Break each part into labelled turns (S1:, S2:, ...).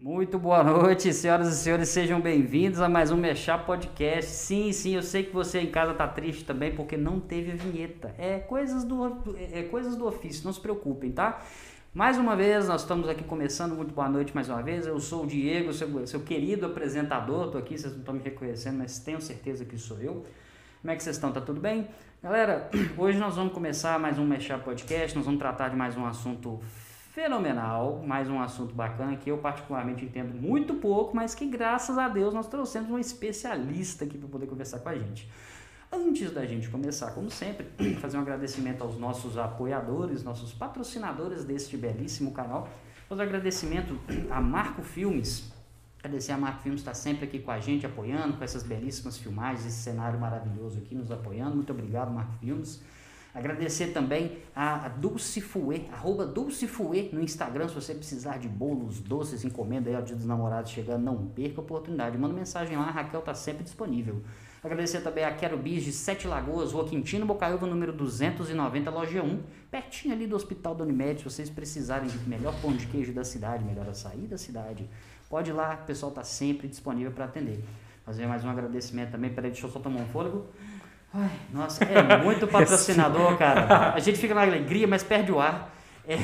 S1: Muito boa noite, senhoras e senhores, sejam bem-vindos a mais um Mexá Podcast. Sim, sim, eu sei que você em casa tá triste também porque não teve a vinheta. É coisas do, é coisas do ofício, não se preocupem, tá? Mais uma vez, nós estamos aqui começando. Muito boa noite mais uma vez. Eu sou o Diego, seu, seu querido apresentador. Estou aqui, vocês não estão me reconhecendo, mas tenho certeza que sou eu. Como é que vocês estão? Tá tudo bem? Galera, hoje nós vamos começar mais um Mexer Podcast. Nós vamos tratar de mais um assunto fenomenal, mais um assunto bacana que eu particularmente entendo muito pouco, mas que graças a Deus nós trouxemos um especialista aqui para poder conversar com a gente. Antes da gente começar, como sempre, fazer um agradecimento aos nossos apoiadores, nossos patrocinadores deste belíssimo canal. Fazer um agradecimento a Marco Filmes. Agradecer a Marco Filmes está sempre aqui com a gente, apoiando, com essas belíssimas filmagens, esse cenário maravilhoso aqui, nos apoiando. Muito obrigado, Marco Filmes. Agradecer também a Dulcifue, arroba Dulcifue no Instagram, se você precisar de bolos, doces, encomenda aí ao Dia dos Namorados chegando, não perca a oportunidade. Manda mensagem lá, a Raquel está sempre disponível. Agradecer também a Querubis de Sete Lagoas, Rua Quintino Bocaiúva, número 290, loja 1, pertinho ali do Hospital da Unimed, se vocês precisarem de melhor pão de queijo da cidade, melhor açaí da cidade, pode ir lá, o pessoal está sempre disponível para atender. Fazer mais um agradecimento também, peraí, deixa eu só tomar um fôlego. Ai, nossa, é muito patrocinador, cara. A gente fica na alegria, mas perde o ar. É.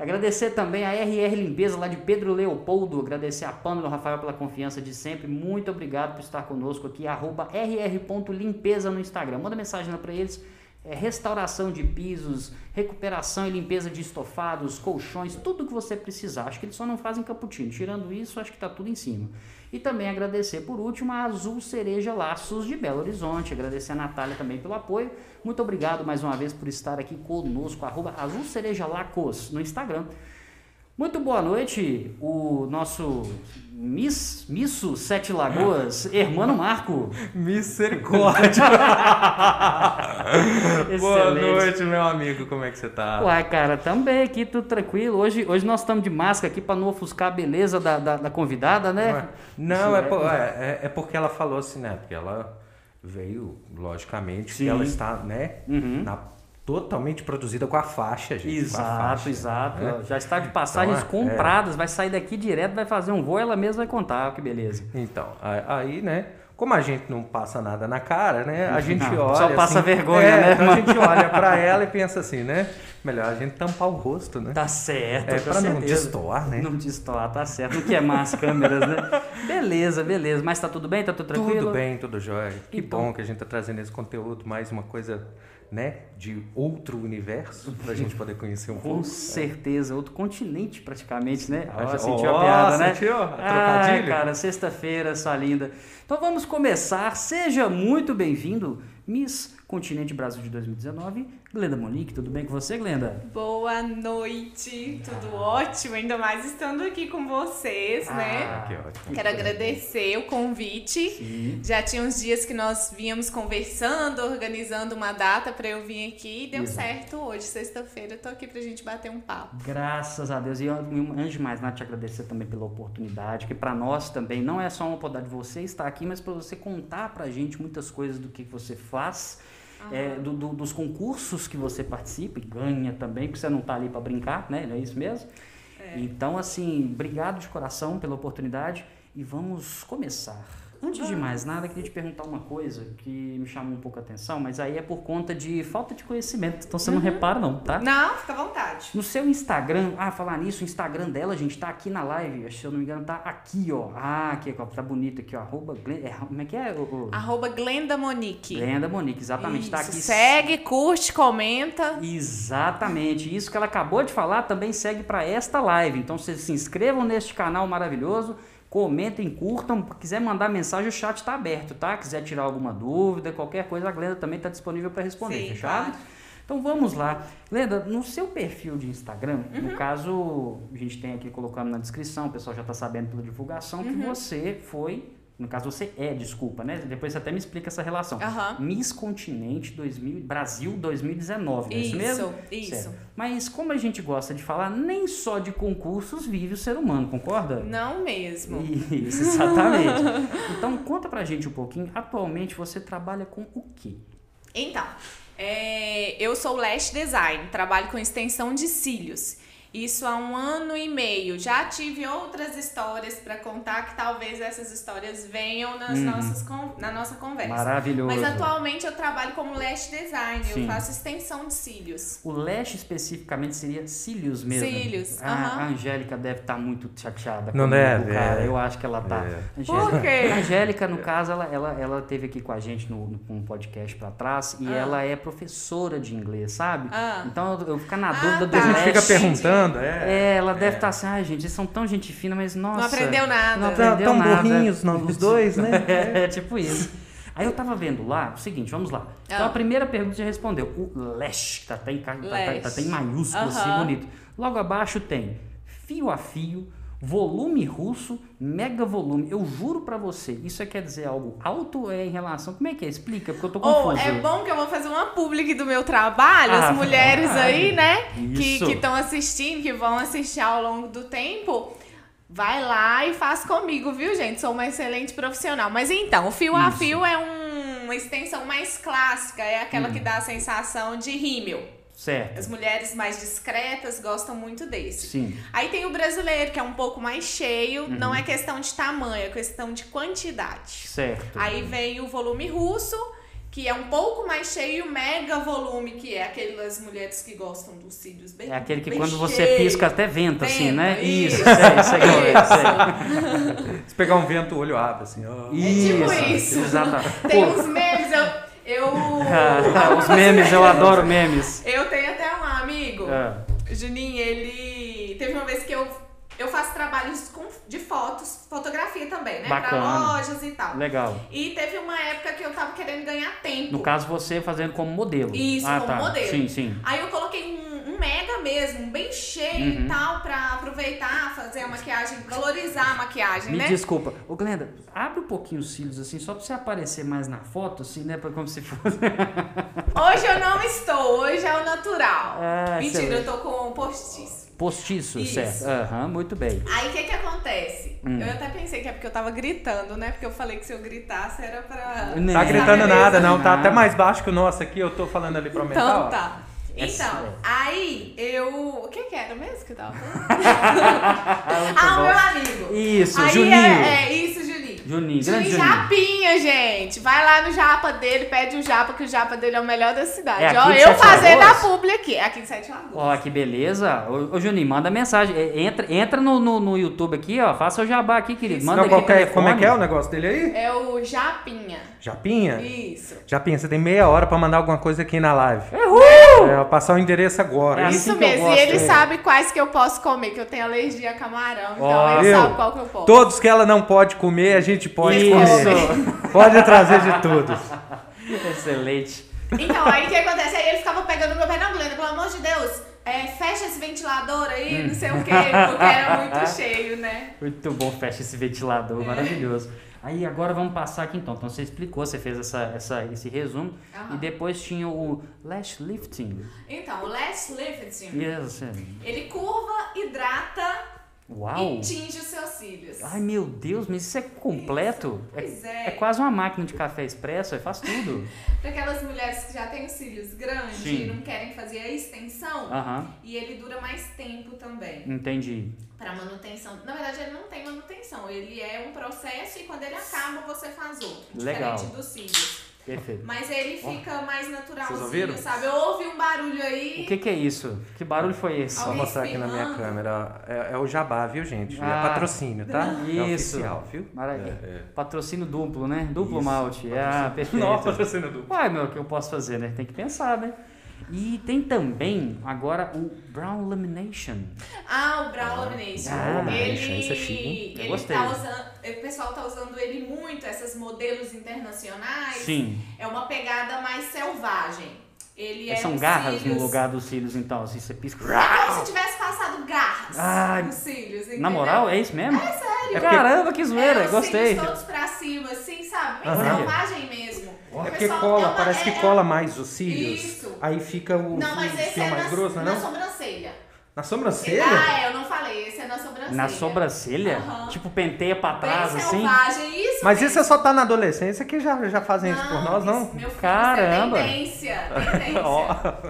S1: Agradecer também a RR Limpeza lá de Pedro Leopoldo. Agradecer a Pamela Rafael pela confiança de sempre. Muito obrigado por estar conosco aqui. Arroba rr.limpeza no Instagram. Manda mensagem lá para eles. É, restauração de pisos, recuperação e limpeza de estofados, colchões, tudo que você precisar. Acho que eles só não fazem cappuccino. Tirando isso, acho que está tudo em cima. E também agradecer, por último, a Azul Cereja Laços de Belo Horizonte. Agradecer a Natália também pelo apoio. Muito obrigado mais uma vez por estar aqui conosco, arroba Azul Cereja Lacos no Instagram. Muito boa noite, o nosso Miss, Misso Sete Lagoas, Hermano Marco.
S2: Misericórdia! Boa
S1: Excelente.
S2: noite, meu amigo. Como é que você tá?
S1: Uai, cara, também aqui tudo tranquilo. Hoje, hoje nós estamos de máscara aqui para não ofuscar a beleza da, da, da convidada, né?
S2: Ué,
S1: Isso
S2: Não, é, por- é- é- é porque ela falou assim, né? Porque ela veio, logicamente,
S1: Sim.
S2: que ela está, né? na- totalmente produzida com a faixa, gente. com a
S1: Exato,
S2: faixa,
S1: exato.
S2: né?
S1: Já está de passagens
S2: Então, é,
S1: compradas, vai sair daqui direto, vai fazer um voo, ela mesma vai contar, que beleza.
S2: Então, a- aí, né? Como a gente não passa nada na cara, né? A gente
S1: Não,
S2: olha.
S1: só passa
S2: assim-
S1: vergonha,
S2: é,
S1: né,
S2: Então a
S1: mano?
S2: gente olha pra ela e pensa assim, né? Melhor a gente tampar o rosto, né?
S1: Tá certo,
S2: É,
S1: com
S2: pra não
S1: certeza.
S2: destoar, né?
S1: Não destoar, tá certo. Não quer mais câmeras, né? Beleza, beleza. Mas tá tudo bem? Tá tudo tranquilo?
S2: Tudo bem, tudo jóia. Que
S1: Então-
S2: bom que a gente tá trazendo esse conteúdo, mais uma coisa, né, de outro universo, pra gente poder conhecer um
S1: Com
S2: pouco.
S1: certeza, outro continente praticamente, né? Ó,
S2: Ó,
S1: sentiu a
S2: ó,
S1: piada, né?
S2: sentiu a
S1: Ah,
S2: trocadilho?
S1: cara, sexta-feira, sua linda. Então vamos começar. Seja muito bem-vindo, Miss Continente Brasil de 2019, Glenda Monique. Tudo bem com você, Glenda?
S3: Boa noite, tudo ótimo, ainda mais estando aqui com vocês, né?
S1: Ah,
S2: Que ótimo.
S3: Quero agradecer o convite.
S1: Sim.
S3: Já tinha uns dias que nós vínhamos conversando, organizando uma data pra eu vir aqui e deu
S1: Exato.
S3: certo hoje, sexta-feira, eu tô aqui pra gente bater um papo.
S1: Graças a Deus. E eu, antes de mais nada, te agradecer também pela oportunidade, que para nós também não é só uma oportunidade de você estar aqui, mas para você contar para gente muitas coisas do que você faz, é, do- do- dos concursos que você participa e ganha também, porque você não tá ali para brincar, né? Não é isso mesmo? Então, assim, obrigado de coração pela oportunidade e vamos começar. Antes de mais nada, queria te perguntar uma coisa que me chamou um pouco a atenção, mas aí é por conta de falta de conhecimento. Então você não repara, não, tá?
S3: Não, fica à vontade.
S1: No seu Instagram, ah, falar nisso, o Instagram dela, gente, tá aqui na live, se eu não me engano, tá aqui, ó. Ah, aqui, ó, tá bonito aqui, ó. Arroba Glen- é, como é que é? O, o...
S3: Arroba Glenda Monique.
S1: Glenda Monique, exatamente, tá
S3: Isso,
S1: aqui.
S3: Segue, curte, comenta.
S1: Exatamente, isso que ela acabou de falar também segue para esta live. Então vocês se inscrevam neste canal maravilhoso, comentem, curtam. Quiser mandar mensagem, o chat está aberto, tá? Quiser tirar alguma dúvida, qualquer coisa, a Glenda também está disponível para responder,
S3: Sim,
S1: fechado? Então vamos lá. Glenda, no seu perfil de Instagram,
S3: Uhum.
S1: no caso, a gente tem aqui colocando na descrição, o pessoal já está sabendo pela divulgação,
S3: Uhum.
S1: que você foi. No caso, você é, desculpa, né? Depois você até me explica essa relação.
S3: Aham.
S1: Miss Continente 2000, Brasil 2019, não é isso,
S3: Isso,
S1: mesmo?
S3: isso.
S1: Certo. Mas como a gente gosta de falar, nem só de concursos vive o ser humano, concorda?
S3: Não mesmo.
S1: Isso, exatamente. então conta pra gente um pouquinho, atualmente você trabalha com o quê?
S3: Então, é, eu sou lash design, trabalho com extensão de cílios. Isso há um ano e meio. Já tive outras histórias para contar que talvez essas histórias venham nas nossas con- na nossa conversa.
S1: Maravilhoso.
S3: É, Mas atualmente eu trabalho como lash design,
S1: Sim.
S3: eu faço extensão de cílios.
S1: O leste especificamente seria cílios mesmo.
S3: Cílios,
S1: A,
S3: aham.
S1: a Angélica deve estar muito chateada
S2: Não
S1: comigo,
S2: deve,
S1: cara.
S2: é.
S1: Eu acho que ela tá.
S2: É.
S1: Angélica-
S3: Por quê?
S1: A Angélica, no caso, ela, ela, ela teve aqui com a gente no, no- um podcast pra trás e
S3: Ah.
S1: ela é professora de inglês, sabe?
S3: Ah.
S1: Então eu, eu fico na
S3: Ah,
S1: dúvida
S3: tá.
S2: A
S1: do
S2: gente fica
S1: leste.
S2: perguntando, é.
S1: É, ela deve estar assim, ai gente, eles são tão gente fina, mas nossa.
S3: não aprendeu nada.
S1: não aprendeu
S2: Tão- tão
S1: nada.
S2: burrinhos, não, os dois, né?
S1: É, tipo isso. Aí eu tava vendo lá, o seguinte, vamos lá. Então
S3: Ah.
S1: a primeira pergunta já respondeu. O lash, tá até em, ca- tá, tá,
S3: Lash.
S1: tá até em maiúsculo, assim,
S3: Aham.
S1: bonito. Logo abaixo tem fio a fio, volume russo, mega volume. Eu juro pra você, isso é quer dizer algo alto é em relação... Como é que é? Explica, porque eu tô
S3: Ou
S1: confuso.
S3: é bom que eu vou fazer uma public do meu trabalho,
S1: Ah,
S3: as mulheres
S1: verdade.
S3: aí, né?
S1: Isso.
S3: Que estão assistindo, que vão assistir ao longo do tempo. Vai lá e faz comigo, viu, gente? Sou uma excelente profissional. Mas então, o fio a
S1: Isso.
S3: fio é um- uma extensão mais clássica, é aquela
S1: Hum.
S3: que dá a sensação de rímel.
S1: Certo,
S3: As mulheres mais discretas gostam muito desse.
S1: sim.
S3: Aí tem o brasileiro, que é um pouco mais cheio.
S1: Uhum.
S3: Não é questão de tamanho, é questão de quantidade.
S1: Certo.
S3: Aí vem o volume russo, que é um pouco mais cheio, e o mega volume, que é aquele das mulheres que gostam dos cílios bem
S1: é aquele que
S3: bem
S1: quando você
S3: cheio.
S1: pisca até venta, assim, né?
S3: Venta,
S1: Isso,
S3: isso.
S1: é, isso é correto, isso é.
S2: Se pegar um vento, o olho abre, assim, ó.
S3: tipo isso.
S1: Exatamente.
S3: Tem
S1: Pô,
S3: uns memes, eu. eu
S1: ah, os memes, eu adoro memes.
S3: Eu tenho até um amigo,
S1: Ah,
S3: Juninho, ele. Teve uma vez que eu, eu faço trabalhos com, de fotos, fotografia também, né?
S1: Bacana.
S3: Pra lojas e tal.
S1: legal.
S3: E teve uma época que eu tava querendo ganhar tempo.
S1: No caso, você fazendo como modelo.
S3: Isso,
S1: ah,
S3: como
S1: tá.
S3: modelo.
S1: Sim, sim.
S3: Aí eu coloquei um, um mega mesmo, um bem cheio
S1: Uhum.
S3: e tal, pra aproveitar, fazer a maquiagem, valorizar a maquiagem,
S1: Me
S3: né?
S1: desculpa. Ô, Glenda, abre um pouquinho os cílios assim, só pra você aparecer mais na foto, assim, né? Pra- Como se fosse.
S3: Hoje eu não estou, hoje é o natural.
S1: Ah,
S3: Mentira, eu
S1: excelente.
S3: tô com um postiço.
S1: Postiço,
S3: Isso.
S1: certo. Aham, muito bem.
S3: Aí o que que acontece?
S1: Hum.
S3: Eu até pensei que é porque eu tava gritando, né? Porque eu falei que se eu gritasse era pra...
S1: Né.
S2: Tá
S1: É.
S2: gritando
S3: Sabe
S2: nada,
S3: mesmo?
S2: não. Tá
S1: Nada.
S2: até mais baixo que o nosso aqui. Eu tô falando ali pro aumentar.
S3: Então
S2: ó.
S3: tá.
S1: sério.
S3: Então, aí eu... O que que era mesmo que eu tava falando?
S1: muito
S3: ah, o
S1: Tá bom.
S3: meu amigo.
S1: Isso,
S3: aí
S1: Juninho.
S3: É, é isso, Juninho.
S1: Juninho, grande
S3: Juninho
S1: Juninho.
S3: Japinha, gente. Vai lá no japa dele, pede um japa, que o japa dele é o melhor da cidade.
S1: É aqui
S3: Ó,
S1: em
S3: eu
S1: Sete
S3: fazendo a
S1: Lagoas?
S3: publi aqui. É aqui em Sete Lagoas.
S1: Ó, que beleza. Ô, ô, Juninho, manda mensagem. É, Entra, entra no, no, no YouTube aqui, ó. Faça o jabá aqui, querido.
S3: Isso.
S1: Manda
S2: Não,
S1: aqui o
S2: qualquer, como é que é o
S1: telefone.
S2: negócio dele aí?
S3: É o Japinha.
S2: Japinha?
S3: Isso.
S2: Japinha, você tem meia hora pra mandar alguma coisa aqui na live. É, eu vou passar o endereço agora.
S1: É assim
S3: isso
S1: que eu
S3: mesmo.
S1: gosto,
S3: e ele
S1: é.
S3: sabe quais que eu posso comer, que eu tenho alergia a camarão. Então
S1: Ó,
S3: ele
S2: viu?
S3: sabe qual que eu posso.
S2: Todos que ela não pode comer, a gente pode comer.
S1: Isso.
S2: Pode trazer de tudo.
S1: Excelente.
S3: Então, aí o que acontece? Aí ele ficava pegando meu pé na Glenda, pelo amor de Deus. é, fecha esse ventilador
S1: Hum.
S3: aí, não sei o quê, porque era muito cheio, né?
S1: Muito bom, fecha esse ventilador, maravilhoso. Aí agora vamos passar aqui então. Então você explicou, você fez essa, essa, esse resumo.
S3: Aham.
S1: E depois tinha o lash lifting.
S3: Então, o Last Lifting.
S1: Yes.
S3: Ele curva, hidrata
S1: Uau!
S3: e tinge os seus cílios.
S1: Ai meu Deus, mas isso é completo?
S3: Pois
S1: É,
S3: é.
S1: é quase uma máquina de café expresso, aí faz tudo.
S3: Para aquelas mulheres que já têm os cílios grandes
S1: Sim. Ah.
S3: e não querem fazer a extensão,
S1: Aham,
S3: e ele dura mais tempo também.
S1: entendi.
S3: Para manutenção. Na verdade, ele não tem manutenção. Ele é um processo e quando ele acaba, você faz outro.
S1: Legal.
S3: Diferente dos cílios.
S1: Perfeito.
S3: Mas ele fica mais naturalzinho,
S2: ouviram?
S3: sabe? Eu ouvi um barulho
S1: O
S3: aí.
S1: que, que é isso? Que barulho foi esse?
S2: Vou
S3: Alguém
S2: mostrar aqui na minha
S3: espirrando.
S2: câmera. ó. É, é o jabá, viu, gente?
S1: Ah.
S2: É patrocínio, tá? É
S1: Isso.
S2: oficial, viu?
S1: Maravilha.
S2: É, é.
S1: Patrocínio duplo, né? Duplo
S2: Isso,
S1: malte. Ah, perfeito.
S2: Não, patrocínio duplo.
S1: Uai, meu, o que eu posso fazer, né? Tem que pensar, né? E tem também agora o Brown Lamination.
S3: Ah, o Brown Lamination.
S1: Ah,
S2: Lamination,
S3: ele,
S2: isso é chique, hein?
S1: Eu
S3: ele
S1: gostei.
S3: tá usando, o pessoal tá usando ele muito, essas modelos internacionais.
S1: Sim.
S3: É uma pegada mais selvagem. Ele é
S1: São
S3: um
S1: garras
S3: cílios-
S1: no lugar dos cílios, então. Assim, você pisca.
S3: É como se tivesse passado garras
S1: Ai,
S3: nos cílios, entendeu?
S1: Na moral, é isso mesmo? É
S3: sério.
S2: É porque-
S1: Caramba, que zoeira.
S3: É, os
S1: Gostei.
S3: cílios todos pra cima, assim, sabe? Bem
S1: Aham.
S3: selvagem mesmo. O
S2: É porque
S3: pessoal-
S2: cola,
S3: é uma-
S2: parece
S3: é-
S2: que cola mais os cílios.
S3: Isso.
S2: Aí fica o
S3: Não, mas
S2: fio
S3: esse é
S2: mais
S3: na,
S2: grosso,
S3: na
S2: não? é não?
S3: sobrancelha.
S2: Na sobrancelha?
S3: Ah, é, eu não falei. Esse é na sobrancelha. sobrancelha.
S1: Na sobrancelha?
S3: Aham.
S1: Tipo, penteia pra
S3: Bem
S1: trás, assim?
S3: selvagem, isso
S2: Mas
S3: mesmo.
S2: isso é só tá na adolescência que já, já fazem isso por nós, não?
S3: isso, Meu filho,
S1: Caramba.
S3: Isso é tendência, tendência.
S2: Ó,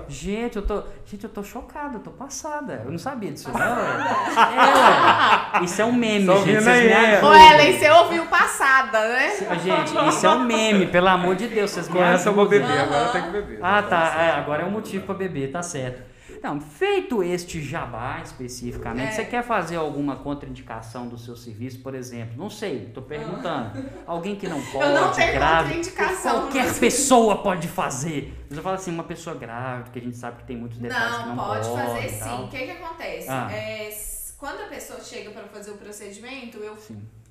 S1: Gente, eu tô. Gente, eu tô chocada, eu tô passada. Eu não sabia disso, não. É, ué. Isso é um meme,
S2: Só
S1: gente.
S2: vindo
S1: Vocês me
S2: aí, é.
S3: Ô,
S1: ajudam.
S3: Ellen, você ouviu passada, né?
S1: Gente, isso é um meme, pelo amor de Deus, vocês me
S2: com essa eu vou
S1: ajudam.
S2: beber, agora tem que beber.
S1: Ah, tá. é, agora é um motivo pra beber, tá certo. Não, feito este jabá especificamente,
S3: É.
S1: você quer fazer alguma contraindicação do seu serviço, por exemplo? Não sei, tô perguntando. Alguém que não pode,
S3: Ah. Eu não tenho
S1: grave,
S3: contraindicação.
S1: qualquer pessoa pode fazer. Mas eu falo assim, uma pessoa grávida, que a gente sabe que tem muitos detalhes que
S3: Não,
S1: não
S3: pode fazer
S1: e tal.
S3: sim. O que que acontece?
S1: Ah.
S3: É, s- quando a pessoa chega para fazer o procedimento, eu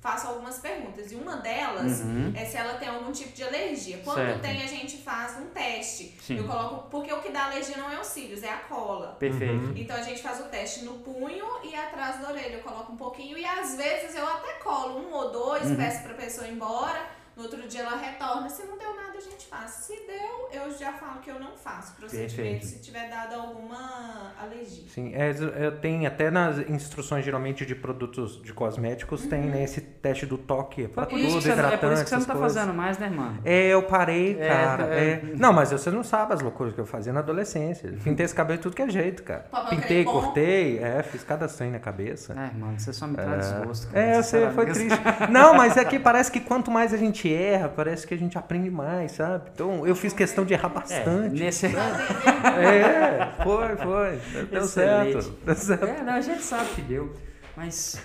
S3: faço algumas perguntas. E uma delas
S1: Uhum.
S3: é se ela tem algum tipo de alergia. Quando
S1: Certo.
S3: tem, a gente faz um teste.
S1: Sim.
S3: Eu coloco... Porque o que dá alergia não é os cílios, é a cola.
S1: Perfeito.
S2: Uhum.
S3: Então a gente faz o teste no punho e atrás da orelha. Eu coloco um pouquinho e às vezes eu até colo um ou dois,
S1: Uhum.
S3: peço pra pessoa ir embora. No outro dia ela retorna. Se não deu nada, a gente faz. Se deu, eu já falo que eu não faço procedimento
S1: Perfeito.
S3: se tiver dado alguma alergia.
S2: Sim, é, eu tenho até nas instruções geralmente de produtos de cosméticos, tem né, esse teste do toque pra
S1: Foi Uhum. por
S2: tudo,
S1: isso que você-
S2: hidratante,
S1: é por isso que você não
S2: essas
S1: tá
S2: coisas.
S1: fazendo mais, né, irmã?
S2: É, eu parei,
S1: É,
S2: cara.
S1: é. Uhum.
S2: é. Não, mas você não sabe as loucuras que eu fazia na adolescência. Pintei esse cabelo de tudo que é jeito, cara.
S3: Papel
S2: Pintei,
S3: crepom.
S2: cortei, é, fiz cada sangue na cabeça.
S1: Ah, irmã, você só me traz desgosto. cara,
S2: É, eu sei, foi
S1: sinceramente.
S2: triste. Não, mas é que parece que quanto mais a gente erra, parece que a gente aprende mais, sabe? Então eu fiz questão de errar
S1: É,
S2: bastante.
S1: nesse...
S2: É, foi, foi. Deu
S1: Excelente.
S2: certo. Deu certo.
S1: É, não, a gente sabe que deu. Mas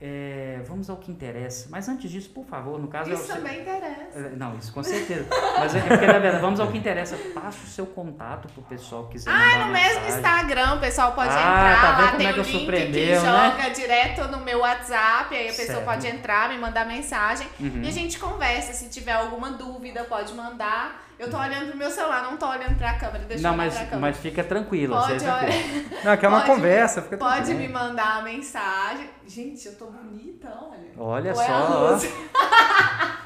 S1: é, vamos ao que interessa. Mas antes disso, por favor, no caso. é o
S3: Isso
S1: seu-
S3: também interessa.
S1: É, Não, isso com certeza. Mas é porque, na verdade, vamos ao que interessa. Passa o seu contato pro pessoal que quiser.
S3: Ah,
S1: mandar
S3: no
S1: mensagem.
S3: mesmo Instagram, o pessoal pode
S1: Ah,
S3: entrar
S1: tá vendo
S3: lá,
S1: como
S3: tem
S1: é que
S3: o
S1: eu
S3: link que
S1: surpreendeu, né?
S3: joga direto no meu WhatsApp, aí a pessoa
S1: Certo.
S3: pode entrar, me mandar mensagem
S1: Uhum.
S3: e a gente conversa. Se tiver alguma dúvida, pode mandar. Eu tô olhando pro meu celular, não tô olhando pra câmera, deixa eu
S1: Não,
S3: olhar
S1: mas,
S3: pra câmera.
S1: mas tá fica tranquila.
S3: Pode,
S1: seja
S3: olha,
S1: tranquila.
S2: Não, aqui é uma
S3: Pode-
S2: conversa. Fica
S3: pode
S2: tranquilo.
S3: me mandar a mensagem. Gente, eu tô bonita, olha.
S1: Olha
S3: Ou é a
S1: só.
S3: luz?
S1: ó.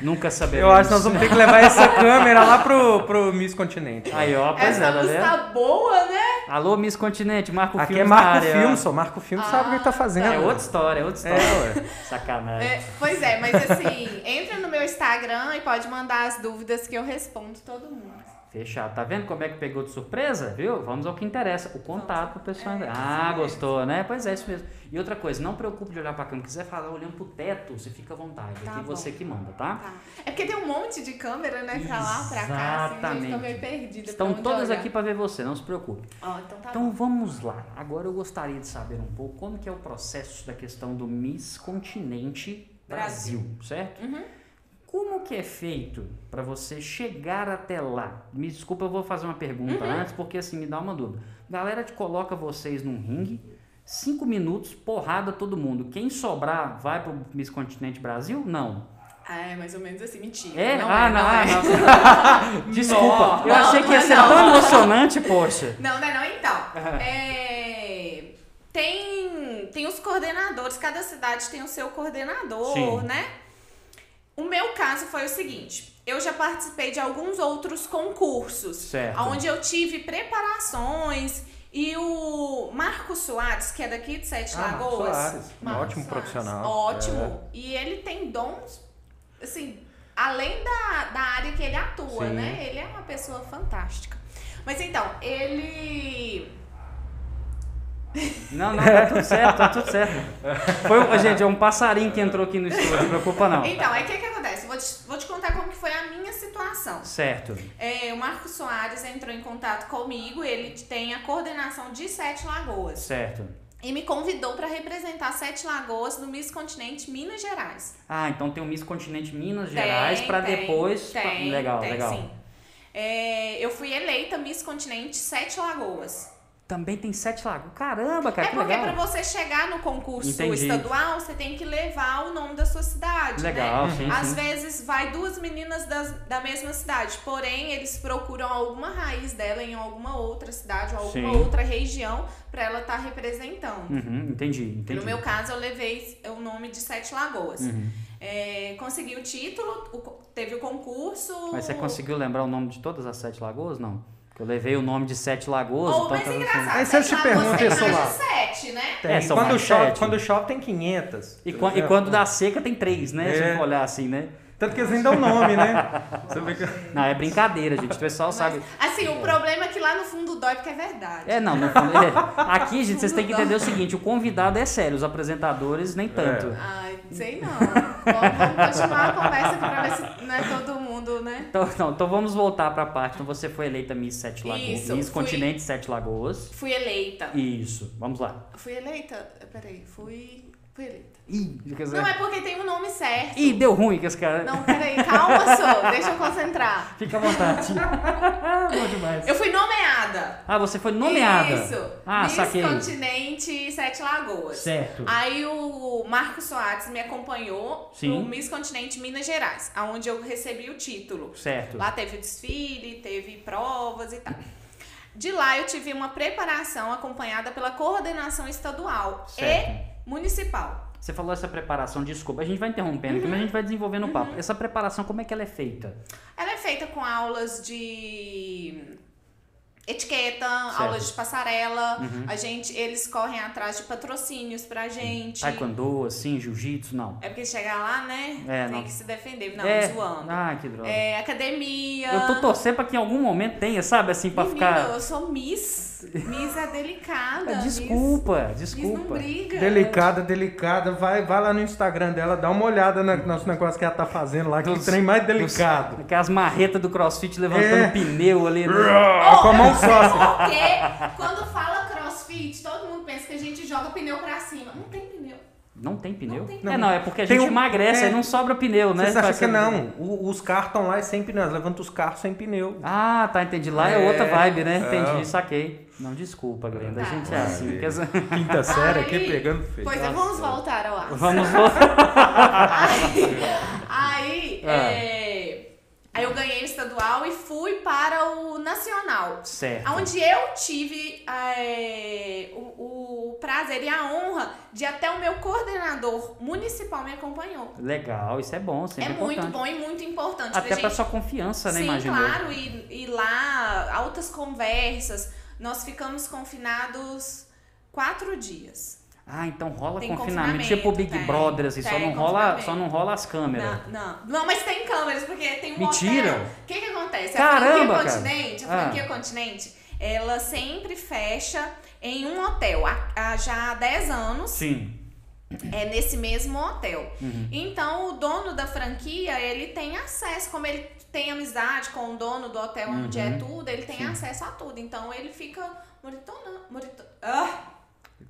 S1: Nunca saberemos.
S2: Eu acho que nós vamos ter que levar essa câmera lá pro, pro Miss Continente.
S1: Aí, ó, pois é,
S3: Essa
S1: tá
S3: luz
S1: vendo?
S3: tá boa, né?
S1: Alô, Miss Continente, Marco
S2: Aqui é
S1: Filmes na
S2: Marco
S1: área, ó.
S2: Filme, só Marco Filme sabe o que ele tá fazendo.
S1: É outra história, é outra
S2: É,
S1: história.
S2: ué.
S1: Sacanagem.
S3: É, pois é, mas assim, entra no meu Instagram e pode mandar as dúvidas que eu respondo todo mundo.
S1: Fechado. Tá vendo como é que pegou de surpresa? Viu? Vamos ao que interessa. O contato pro
S3: É,
S1: pessoal. entrar. ah, gostou, né? Pois é, isso mesmo. E outra coisa, não preocupe de olhar pra câmera. quiser falar olhando pro teto, você fica à vontade.
S3: Tá
S1: Aqui
S3: bom.
S1: você que manda, tá?
S3: Tá. É porque tem um monte de câmera, né? Pra lá, pra cá, assim, a gente
S1: Exatamente.
S3: tá meio perdida. pra
S1: Estão
S3: onde
S1: todas
S3: olhar.
S1: aqui pra ver você, não se preocupe.
S3: Ó, então tá
S1: Então
S3: bom.
S1: vamos lá. Agora eu gostaria de saber um pouco como que é o processo da questão do Miss Continente Brasil, certo?
S3: Uhum.
S1: Como que é feito para você chegar até lá? Me desculpa, eu vou fazer uma
S3: Uhum.
S1: pergunta antes, porque assim me dá uma dúvida. Galera te coloca vocês num ringue, cinco minutos, porrada todo mundo. Quem sobrar vai pro Miss Continente Brasil? Não.
S3: Ah, é mais ou menos assim, mentira.
S1: É?
S3: Não
S1: ah,
S3: é,
S1: não,
S3: não é.
S1: ah, não. Desculpa, eu
S3: Não,
S1: achei que ia
S3: não é
S1: ser
S3: não.
S1: tão emocionante, poxa.
S3: Não, não é não, então. É, Tem, tem os coordenadores, cada cidade tem o seu coordenador,
S1: Sim.
S3: né? O meu caso foi o seguinte: eu já participei de alguns outros concursos,
S1: Certo.
S3: onde eu tive preparações e o Marcos Soares, que é daqui de Sete
S2: Ah, Marcos
S3: Lagoas.
S2: Soares, um ótimo profissional. É.
S3: Ótimo. E ele tem dons, assim, além da, da área que ele atua,
S2: Sim.
S3: né? Ele é uma pessoa fantástica. Mas então, ele.
S1: Não, não, tá tudo certo, tá tudo certo. Foi, gente, é um passarinho que entrou aqui no estúdio, não preocupa não. tá.
S3: Então, aí o que, que acontece? Eu Vou te, vou te contar como que foi a minha situação.
S1: Certo.
S3: É, o Marcos Soares entrou em contato comigo, ele tem a coordenação de Sete Lagoas.
S1: Certo.
S3: E me convidou para representar Sete Lagoas no Miss Continente Minas Gerais.
S1: Ah, então tem o Miss Continente Minas
S3: Tem,
S1: Gerais pra
S3: tem,
S1: depois. pra-
S3: Tem,
S1: legal,
S3: tem,
S1: legal.
S3: Sim. É, eu fui eleita Miss Continente Sete Lagoas.
S1: Também tem sete lagos. Caramba,
S2: Tá,
S1: cara,
S3: é
S1: que
S3: porque
S1: legal.
S3: pra você chegar no concurso
S1: Entendi.
S3: estadual, você tem que levar o nome da sua cidade, né?
S1: Legal, sim,
S3: Às
S1: sim.
S3: vezes vai duas meninas das- da mesma cidade, porém eles procuram alguma raiz dela em alguma outra cidade ou alguma
S1: Sim.
S3: outra região pra ela estar representando.
S1: Uhum, entendi, entendi.
S3: No meu caso, eu levei o nome de Sete Lagoas.
S1: Uhum.
S3: É, consegui o título, o co- teve o concurso.
S1: Mas você é conseguiu lembrar o nome de todas as sete lagoas? Não. Porque eu levei o nome de sete lagoas.
S3: Oh,
S1: então
S3: mas
S1: tá-
S3: engraçado.
S2: Aí você
S3: Sete
S2: te pergunta
S3: Lagoas tem
S2: isso
S3: mais
S2: lá.
S3: de sete, sete, né?
S2: Tem.
S1: É, são
S2: quando,
S1: mais
S2: chove,
S1: sete.
S2: quando chove tem 500.
S1: E,
S2: tá
S1: quan- e
S2: ligado?
S1: quando dá seca tem três, né? Se
S2: É.
S1: for olhar assim, né?
S2: Tanto que eles nem dão nome, né? Você vê que-
S1: Não, é brincadeira, gente. O pessoal sabe.
S3: Assim, o problema é que lá no fundo dói porque é verdade.
S1: É, não, não é. Aqui, gente, vocês têm que entender o seguinte: o convidado é sério, os apresentadores
S3: É.
S1: nem tanto.
S3: Ai, sei não. Vamos vamos continuar a conversa aqui pra ver se não é todo mundo, né?
S1: Então, não, então vamos voltar pra parte. Então você foi eleita Miss Sete Lagoas.
S3: Isso,
S1: Miss
S3: fui.
S1: Continente Sete Lagoas.
S3: Fui eleita.
S1: Isso, vamos lá.
S3: Fui eleita? Peraí, fui. Fui eleita.
S1: Ih, quer dizer-
S3: Não é porque tem um nome certo.
S1: Ih, deu ruim que esse cara.
S3: Não, peraí, calma, só, deixa eu concentrar.
S1: Fica à vontade. Bom demais.
S3: Eu fui nomeada.
S1: Ah, você foi nomeada.
S3: Isso.
S1: Ah,
S3: Miss
S1: saquei.
S3: Continente Ah, Sete Lagoas.
S1: Certo.
S3: Aí o Marcos Soares me acompanhou
S1: Sim.
S3: no Miss Continente Minas Gerais, aonde eu recebi o título.
S1: Certo.
S3: Lá teve desfile, teve provas e tal. De lá eu tive uma preparação acompanhada pela coordenação estadual
S1: Certo.
S3: e municipal.
S1: Você falou essa preparação, desculpa, a gente vai interrompendo aqui, mas a gente vai desenvolvendo o papo.
S3: Uhum.
S1: Essa preparação, como é que ela é feita?
S3: Ela é feita com aulas de etiqueta,
S1: Certo. Uhum.
S3: aulas de passarela. A gente, eles correm atrás de patrocínios pra gente.
S1: Taekwondo, assim, jiu-jitsu, não.
S3: É porque chegar lá, né?
S1: É,
S3: tem
S1: não.
S3: que se defender. Não,
S1: é...
S3: zoando.
S1: Ah, que droga.
S3: É, academia.
S1: Eu tô torcendo pra que em algum momento tenha, sabe, assim, pra
S3: Menina,
S1: ficar.
S3: eu sou Miss. Miss é delicada.
S1: Ah,
S3: Miss-
S1: Desculpa,
S3: Miss não
S1: desculpa.
S3: briga.
S2: Delicada, delicada. Vai, vai lá no Instagram dela, dá uma olhada na- nos negócios que ela tá fazendo lá, que
S1: Dos-
S2: trem mais delicado.
S1: Aquelas marretas do crossfit levantando
S2: É.
S1: pneu ali. né?
S2: Brrr, Com a mão
S3: Não sei
S2: só. assim.
S3: Porque quando fala crossfit, todo mundo pensa que a gente joga pneu pra cima. Não tem pneu.
S1: Não tem pneu?
S3: Não tem
S1: É,
S3: pneu.
S1: não, é porque a
S2: Tem
S1: gente
S2: um-
S1: emagrece,
S2: é.
S1: aí não sobra pneu, né?
S2: Você acha
S1: Faz
S2: que
S1: assim-
S2: não? O- os carros estão lá e sem pneu. Levanta os carros sem pneu.
S1: Ah, tá, entendi. Lá é,
S2: É,
S1: outra vibe, né?
S2: não.
S1: Entendi, saquei. Não, desculpa, Glenda. A
S3: Tá.
S1: gente é assim. quer dizer-
S2: Quinta série aqui
S3: Ah, Aí-
S2: pegando feio.
S3: Pois é, vamos voltar ao ar.
S1: Vamos voltar.
S3: Aí, aí,
S1: Ah.
S3: é, aí eu ganhei o estadual e fui para o nacional.
S1: Certo.
S3: Onde eu tive é, o, o prazer e a honra de até o meu coordenador municipal me acompanhou.
S1: Legal, isso é bom,
S3: É
S1: sempre importante.
S3: muito bom e muito importante. pra
S1: Até pra
S3: gente
S1: sua confiança, né,
S3: Sim,
S1: imagina?
S3: claro, e, e lá, altas conversas. Nós ficamos confinados quatro dias.
S1: Ah, então rola
S3: Tem
S1: confinamento,
S3: confinamento,
S1: tipo Big
S3: tem.
S1: Brother, assim, só
S3: Tem
S1: não, rola,
S3: confinamento.
S1: só não rola as câmeras.
S3: Não, não. Não, mas tem câmeras, porque tem um
S2: Mentira!
S3: hotel. O que que acontece?
S1: Caramba,
S3: a
S1: cara.
S3: franquia Continente,
S1: Ah.
S3: a franquia Continente, ela sempre fecha em um hotel. Há, há já há 10 anos,
S1: Sim.
S3: é nesse mesmo hotel.
S1: Uhum.
S3: Então, o dono da franquia, ele tem acesso, como ele tem amizade com o dono do hotel onde é tudo, ele tem
S1: Uhum. Sim.
S3: acesso a tudo. Então, ele fica monitorando. monitor- Ah!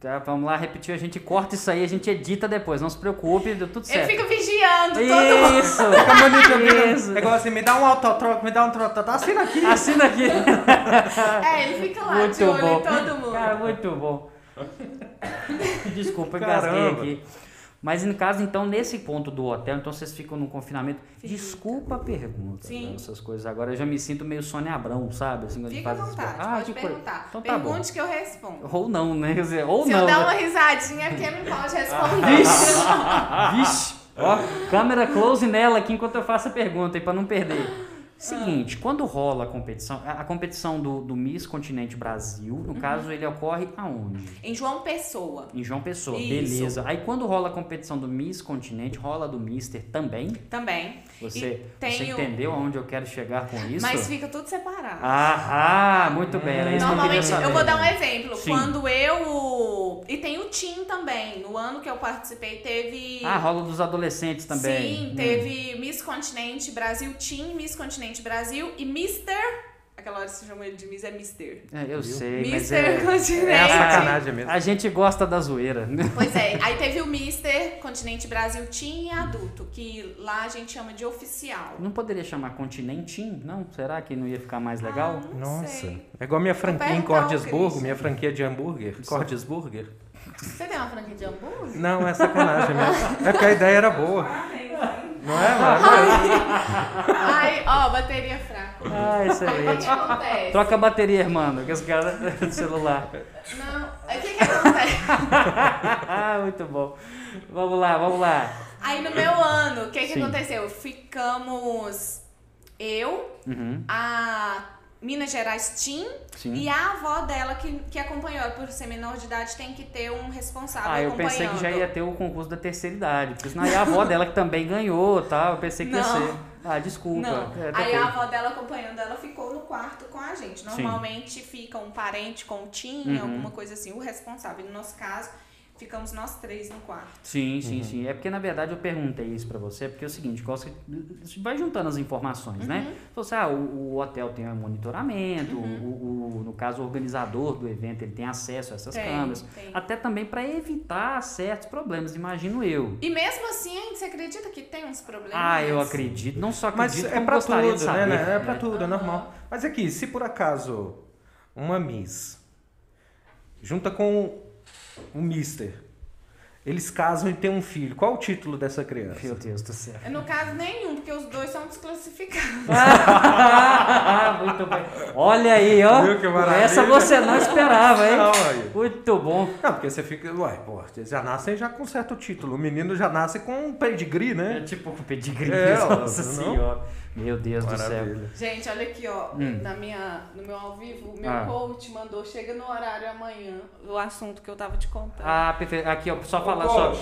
S1: Tá, vamos lá, repetir, a gente corta isso aí, a gente edita depois, não se preocupe, deu tudo
S3: ele
S1: certo.
S3: fica vigiando todo mundo.
S1: Isso!
S2: Fica monitorando.
S1: Isso.
S2: É igual assim, me dá um autotroco, me dá um trototo. Assina aqui.
S1: Assina aqui.
S3: É, ele fica lá de
S1: muito
S3: olho
S1: bom.
S3: em todo mundo.
S1: Cara, muito bom. Desculpa, eu engasguei
S2: Caramba.
S1: aqui. Mas em casa, então, nesse ponto do hotel, então vocês ficam no confinamento. Desculpa a pergunta,
S3: Sim.
S1: né, essas coisas. Agora eu já me sinto meio Sônia Abrão, sabe? Assim, quando
S3: Fica à
S1: faz essas
S3: vontade,
S1: coisas. Ah,
S3: pode
S1: que coisa.
S3: perguntar.
S1: Então tá bom.
S3: Pergunte que eu respondo.
S1: Ou não, né? Quer dizer, ou
S3: Se
S1: não.
S3: eu dar
S1: né?
S3: uma risadinha, é porque não pode
S1: Vixe!
S3: responder.
S1: Vixe! Ó, câmera close nela aqui enquanto eu faço a pergunta, para não perder. Seguinte, quando rola a competição, a a competição do, do Miss Continente Brasil,
S3: Uhum.
S1: no caso, ele ocorre aonde?
S3: em João Pessoa.
S1: Em João Pessoa,
S3: Isso.
S1: beleza. Aí quando rola a competição do Miss Continente, rola do Mister também?
S3: Também.
S1: Você,
S3: E
S1: você
S3: tem o-
S1: entendeu aonde eu quero chegar com isso?
S3: Mas fica tudo separado.
S1: Ah, ah, muito bem, era isso que eu queria
S3: Normalmente, eu,
S1: saber. né?
S3: vou dar um exemplo.
S1: Sim.
S3: Quando eu. E tem o Tim também. No ano que eu participei, teve.
S1: Ah, rola dos adolescentes também. Hum.
S3: Sim, teve Miss Continente Brasil Tim, Miss Continente Brasil e Mister. Aquela hora que se chama ele de Miss é Mister.
S1: É, eu sei, mas
S3: Mister
S1: é...
S3: Continente.
S2: É a sacanagem mesmo.
S1: A gente gosta da zoeira.
S3: Pois é, aí teve o Mister Continente Brasil Teen e Adulto, que lá a gente chama de oficial.
S1: Não poderia chamar Continentinho, não? Será que não ia ficar mais legal?
S3: Ah, não
S2: Nossa.
S3: sei.
S2: É igual minha franquia em
S3: perguntar ao
S2: Cordesburgo,
S3: Cris.
S2: minha franquia de hambúrguer. Cordesburger?
S3: Você tem uma franquia de hambúrguer?
S2: Não, é sacanagem mesmo. É porque a ideia era boa. Não é, mano?
S3: Ai, ó, bateria fraca.
S1: Ah,
S3: Aí o que
S1: excelente.
S3: acontece?
S1: Troca a bateria, irmão, que esse cara do celular.
S3: Não, aí o que, que acontece?
S1: Ah, muito bom. Vamos lá, vamos lá.
S3: Aí no meu ano, o que, que
S1: Sim.
S3: aconteceu? Ficamos eu,
S1: Uhum.
S3: a Minas Gerais Tim
S2: Sim.
S3: e a avó dela que, que acompanhou. ela, Por ser menor de idade, tem que ter um responsável
S1: Ah, eu
S3: acompanhando.
S1: pensei que já ia ter o concurso da terceira idade, porque senão aí a avó dela que também ganhou, tá? Eu pensei que ia
S3: Não.
S1: ser. Ah, desculpa.
S3: Não.
S1: É, tá
S3: Aí
S1: ok.
S3: a avó dela acompanhando, ela ficou no quarto com a gente. Normalmente fica um parente com o Tim,
S1: Uhum.
S3: alguma coisa assim, o responsável. E no nosso caso, ficamos nós três no quarto.
S1: Sim, sim,
S3: Uhum.
S1: sim. É porque, na verdade, eu perguntei isso pra você, porque é o seguinte, igual você vai juntando as informações,
S3: Uhum.
S1: né? Você, ah, o, o hotel tem um monitoramento, o, o- no caso, o organizador do evento, ele tem acesso a essas
S3: Tem,
S1: câmeras.
S3: tem.
S1: Até também para evitar certos problemas, imagino eu.
S3: E mesmo assim, hein, você acredita que tem uns problemas?
S1: Ah, eu acredito. Não só acredito,
S2: Mas é
S1: como
S2: pra
S1: gostaria de
S2: tudo, né?
S1: saber.
S2: né?
S1: né?
S2: É pra tudo, é normal. Mas aqui, se por acaso uma Miss junta com um Mister, eles casam e têm um filho, qual o título dessa criança?
S1: Meu Deus do céu.
S3: No caso, nenhum, porque os dois são desclassificados.
S1: Muito bem. Olha aí, ó.
S2: Viu que maravilha?
S1: Essa você não esperava, hein?
S2: Não, olha.
S1: Muito bom.
S2: Não, porque você fica, ué, pô, eles já nascem já com certo título. O menino já nasce com um pedigree,
S1: É
S2: né?
S1: tipo com pedigree,
S2: É, ó,
S1: nossa
S2: não?
S1: senhora. Meu Deus do céu.
S2: Maravilha.
S3: Gente, olha aqui, ó, na minha, no meu ao vivo, o meu
S1: Hum. Ah.
S3: coach mandou, chega no horário amanhã, o assunto que eu tava te contando.
S1: Ah, perfeito. Aqui, ó, só falar, só.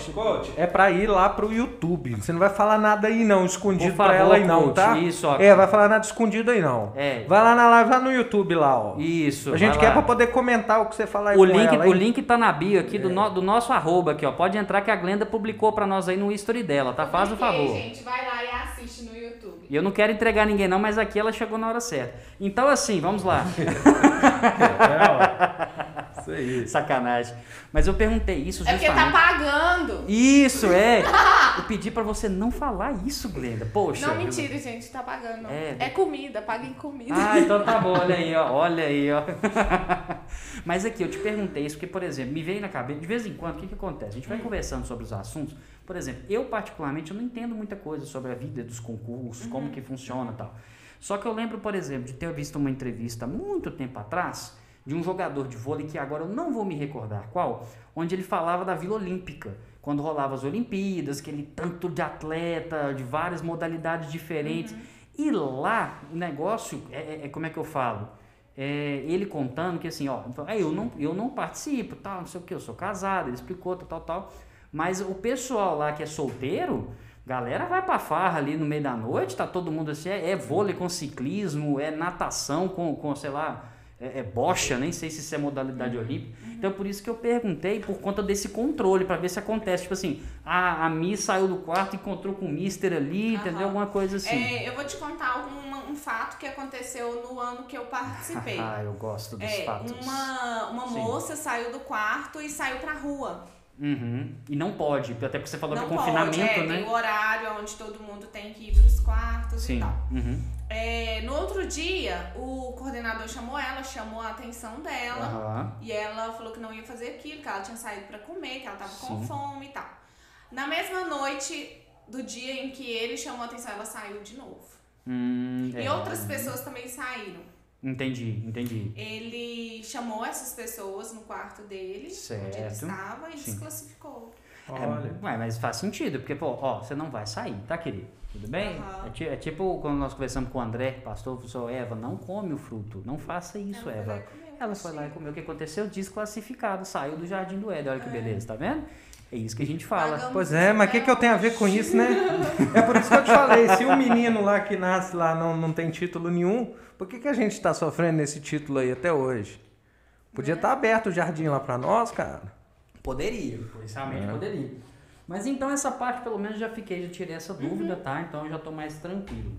S2: É pra ir lá pro YouTube. Você não vai falar nada aí não, escondido
S1: Por favor,
S2: pra ela aí não,
S1: coach,
S2: tá?
S1: isso, ó.
S2: É, vai falar nada escondido aí não.
S1: É.
S2: Vai lá na live, lá no YouTube lá, ó.
S1: Isso.
S2: a gente
S1: vai
S2: quer
S1: lá.
S2: pra poder comentar o que você falar aí
S1: o
S2: com
S1: link, o
S2: ela, hein? É.
S1: link tá na bio aqui do, no- do nosso arroba aqui, ó. Pode entrar que a Glenda publicou pra nós aí no history dela, tá? Faz o
S3: Publiquei,
S1: favor.
S3: gente, vai lá e assiste no YouTube.
S1: E eu não quero entregar ninguém não, mas aqui ela chegou na hora certa. Então assim, vamos lá.
S2: É, ó. Isso aí.
S1: Sacanagem. Mas eu perguntei isso
S3: É
S1: justamente.
S3: porque tá pagando.
S1: Isso, é. Eu pedi pra você não falar isso, Glenda. Poxa.
S3: Não, mentira, gente, tá pagando.
S1: É.
S3: É, comida, paga em comida.
S1: Ah, então tá bom, olha aí, ó. Olha aí, ó. Mas aqui, eu te perguntei isso, porque, por exemplo, me veio na cabeça, de vez em quando, o que, que acontece? A gente vai conversando sobre os assuntos. Por exemplo, eu particularmente eu não entendo muita coisa sobre a vida dos concursos, como que funciona e tal. Só que eu lembro, por exemplo, de ter visto uma entrevista muito tempo atrás de um jogador de vôlei que agora eu não vou me recordar qual, onde ele falava da Vila Olímpica, quando rolava as Olimpíadas, aquele tanto de atleta, de várias modalidades diferentes. E lá o negócio é, é- é- como é que eu falo? É, ele contando que assim, ó, aí eu não, eu não participo, tal, não sei o que, eu sou casado, ele explicou, tal, tal, tal. Mas o pessoal lá que é solteiro, galera vai pra farra ali no meio da noite, tá todo mundo assim, é, é vôlei com ciclismo, é natação com, com sei lá, é, é bocha, nem sei se isso é modalidade
S3: Uhum.
S1: olímpica. Então por isso que eu perguntei por conta desse controle, pra ver se acontece, tipo assim, a, a Miss saiu do quarto, encontrou com o Mister ali, entendeu?
S3: Aham.
S1: Alguma coisa assim.
S3: É, eu vou te contar um, um fato que aconteceu no ano que eu participei.
S1: Ah, eu gosto dos
S3: É,
S1: fatos.
S3: uma uma
S1: Sim.
S3: moça saiu do quarto e saiu pra rua.
S1: Uhum. E não pode, até porque você falou
S3: Não
S1: que é
S3: pode,
S1: confinamento,
S3: é, tem
S1: né?
S3: o horário onde todo mundo tem que ir pros quartos
S1: Sim.
S3: e tal.
S1: Uhum.
S3: É, no outro dia, o coordenador chamou ela, chamou a atenção dela.
S1: Aham.
S3: E ela falou que não ia fazer aquilo, que ela tinha saído pra comer, que ela tava com
S1: Sim.
S3: fome e tal. Na mesma noite do dia em que ele chamou a atenção, ela saiu de novo.
S1: Hum,
S3: E
S1: é.
S3: outras pessoas também saíram.
S1: Entendi, entendi.
S3: Ele chamou essas pessoas no quarto dele, onde ele
S1: Certo.
S3: estava, e
S1: Sim.
S3: desclassificou.
S1: É,
S2: Olha.
S1: ué, mas faz sentido, porque, pô, ó, você não vai sair, tá, querido? Tudo bem?
S3: Aham.
S1: É, ti- é tipo quando nós conversamos com o André, pastor, professor Eva, não come o fruto, não faça isso,
S3: Ela foi
S1: Eva.
S3: lá e comeu,
S1: Ela foi lá e
S3: É sim.
S1: comeu. O que aconteceu? Desclassificado, saiu do jardim do Éden, olha que beleza, tá vendo? É isso que a gente fala.
S3: Pagamos
S2: Pois é, mas o que, que eu tenho a ver com isso, né? É por isso que eu te falei, se o menino lá que nasce lá não, não tem título nenhum, por que, que a gente tá sofrendo nesse título aí até hoje? Podia estar aberto o jardim lá pra nós, cara.
S1: Poderia, pois realmente poderia. Mas então essa parte pelo menos já fiquei, já tirei essa dúvida,
S3: Uhum.
S1: tá? Então eu já tô mais tranquilo.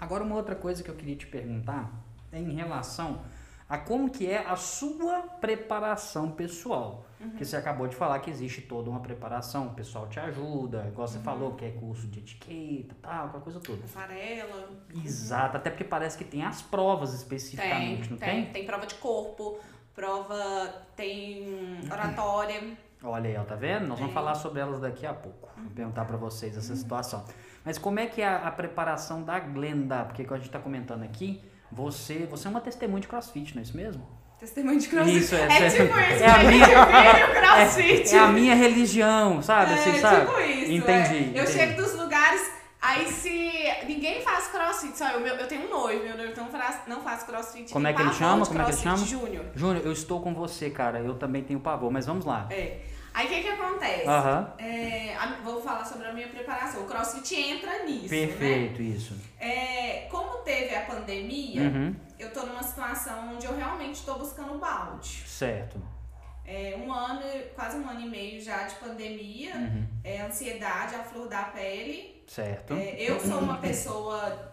S1: Agora uma outra coisa que eu queria te perguntar é em relação a como que é a sua preparação pessoal.
S3: Uhum.
S1: Porque você acabou de falar que existe toda uma preparação, o pessoal te ajuda, igual
S3: Uhum.
S1: você falou que é curso de etiqueta, tal, aquela coisa toda.
S3: Farela.
S1: Exato, até porque parece que tem as provas especificamente,
S3: Tem,
S1: não
S3: tem,
S1: tem?
S3: tem. prova de corpo, prova.
S1: Uhum.
S3: Tem oratória.
S1: Olha aí, ó, tá vendo?
S3: É.
S1: Nós vamos falar sobre elas daqui a pouco.
S3: Uhum.
S1: Vou perguntar pra vocês essa situação. Mas como é que é a, a preparação da Glenda? Porque como a gente tá comentando aqui, você, você é uma testemunha de CrossFit, não é isso mesmo?
S3: Testemunho de crossfit.
S1: Isso, é,
S3: é,
S1: é-
S3: tipo
S1: é
S3: isso,
S1: a
S3: a
S1: minha-
S3: minha... o crossfit.
S1: É a minha É religião, sabe? Assim,
S3: É,
S1: sabe?
S3: tipo isso.
S1: Entendi.
S3: é. Eu
S1: entendi.
S3: chego dos lugares, Aí se ninguém faz crossfit, só eu, meu- eu tenho um noivo, meu noivo não faz, não faz crossfit.
S1: Como é que
S3: tem
S1: ele chama?
S3: pavor de
S1: Como é que ele
S3: crossfit, Júnior.
S1: Júnior, eu estou com você, cara. Eu também tenho pavor, mas vamos lá.
S3: É. Aí o que que acontece?
S1: Aham.
S3: É, a- vou falar sobre a minha preparação. O crossfit entra nisso, né?
S1: Perfeito, isso.
S3: É, como teve a pandemia,
S1: Uhum,
S3: eu tô numa situação onde eu realmente tô buscando balde.
S1: certo.
S3: É, um ano, quase um ano e meio já de pandemia,
S1: Uhum, Então,
S3: é, ansiedade, a flor da pele.
S1: certo.
S3: É, eu sou uma pessoa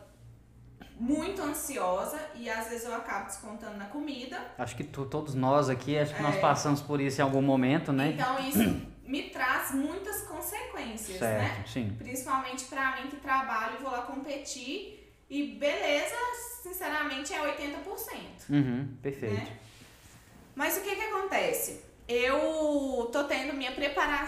S3: muito ansiosa e às vezes eu acabo descontando na comida.
S1: Acho que tu- todos nós aqui, acho que nós
S3: É.
S1: passamos por isso em algum momento, né?
S3: Então isso me traz muitas consequências, né?
S1: Certo, sim.
S3: Principalmente pra mim que trabalho e vou lá competir. E beleza, sinceramente, é 80%.
S1: Uhum, perfeito.
S3: Né? Mas o que que acontece? Eu tô tendo minha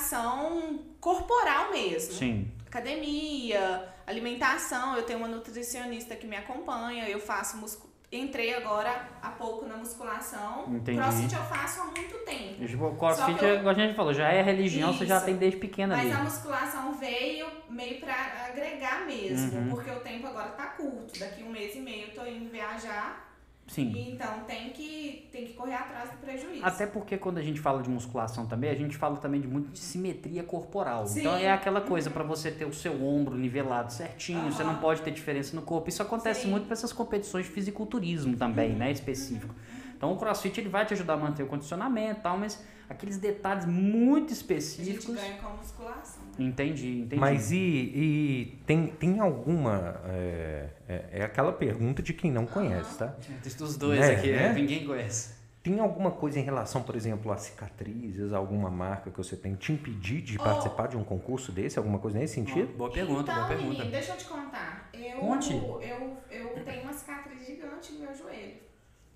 S3: preparação corporal mesmo.
S1: Sim.
S3: Academia, alimentação, eu tenho uma nutricionista que me acompanha, eu faço muscu... Entrei agora há pouco na musculação.
S1: Entendi.
S3: Crossfit eu faço há muito tempo.
S1: O Tipo, crossfit,
S3: Só que eu-
S1: igual a gente falou, já é religião, você já
S3: Isso.
S1: tem desde pequena
S3: Mas
S1: ali.
S3: a musculação veio meio pra agregar mesmo,
S1: Uhum.
S3: porque o tempo agora tá curto. Daqui um mês e meio eu tô indo viajar,
S1: Sim.
S3: e então tem que, tem que correr atrás do prejuízo.
S1: Até porque quando a gente fala de musculação também, a gente fala também de muito de simetria corporal.
S3: Sim.
S1: Então é aquela coisa pra você ter o seu ombro nivelado certinho, você não
S3: Aham.
S1: pode ter diferença no corpo. Isso acontece
S3: Sim. Uhum.
S1: muito pra essas competições de fisiculturismo também, né, específico. Então o CrossFit ele vai te ajudar a manter o condicionamento, e tal, mas aqueles detalhes muito
S3: a gente
S1: específicos.
S3: ganha com a musculação.
S1: Entendi, entendi.
S2: Mas e, e tem, tem alguma. É, é- é aquela pergunta de quem não conhece, tá?
S1: os dois
S2: É,
S1: aqui,
S2: né?
S1: ninguém conhece.
S2: Tem alguma coisa em relação, por exemplo, a cicatrizes, alguma marca que você tem te impedir de
S3: Oh.
S2: participar de um concurso desse? Alguma coisa nesse sentido?
S1: Boa pergunta, boa
S3: então,
S1: pergunta.
S3: menino, deixa eu te contar. Eu,
S1: Conte.
S3: eu, eu tenho uma cicatriz gigante no meu joelho.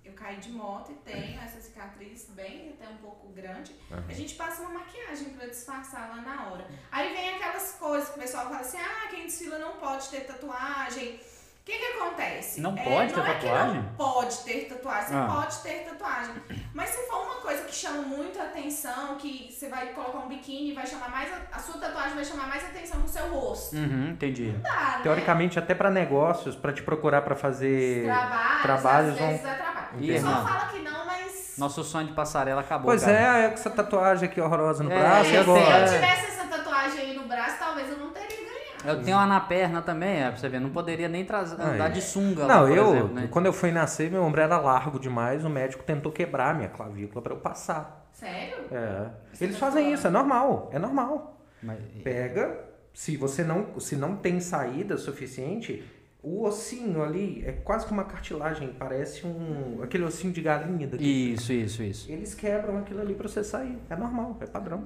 S3: Eu caí de moto e tenho essa cicatriz bem, até um pouco grande. A gente passa uma maquiagem pra disfarçar lá na hora. Aí vem aquelas coisas que o pessoal fala assim: ah, quem desfila não pode ter tatuagem. O que que acontece?
S1: Não pode
S3: não
S1: ter
S3: é que
S1: tatuagem?
S3: não pode ter tatuagem, você
S1: Ah.
S3: pode ter tatuagem. Mas se for uma coisa que chama muito a atenção, que você vai colocar um biquíni, vai chamar mais a, a sua tatuagem vai chamar mais atenção no seu rosto.
S1: Uhum, entendi.
S3: Dá, né?
S2: Teoricamente, até pra negócios, pra te procurar pra fazer.
S3: Trabalhos,
S2: trabalhos
S3: às vezes dá trabalho.
S1: Ih,
S3: O pessoal
S1: irmão.
S3: fala que não, mas
S1: Nosso sonho de passarela acabou.
S2: Pois
S1: cara.
S2: é, é com essa tatuagem aqui horrorosa no
S1: É,
S2: braço, e
S1: eu
S2: agora?
S1: tenho-
S3: se eu tivesse essa tatuagem aí no braço, talvez eu não teria ganho.
S1: Eu tenho uma na perna também, é, pra você ver. Não poderia nem trazer,
S2: Aí.
S1: andar de sunga lá,
S2: Não,
S1: por
S2: eu,
S1: exemplo, né?
S2: quando eu fui nascer, meu ombro era largo demais, o médico tentou quebrar a minha clavícula pra eu passar.
S3: Sério?
S2: É.
S3: Você
S2: Eles
S3: tá
S2: fazem
S3: zoando.
S2: isso, é normal, é normal.
S1: Mas-
S2: Pega, se você não, se não tem saída suficiente, o ossinho ali é quase que uma cartilagem, parece um aquele ossinho de galinha daqui.
S1: Isso, isso, isso.
S2: Eles quebram aquilo ali pra você sair, é normal, é padrão.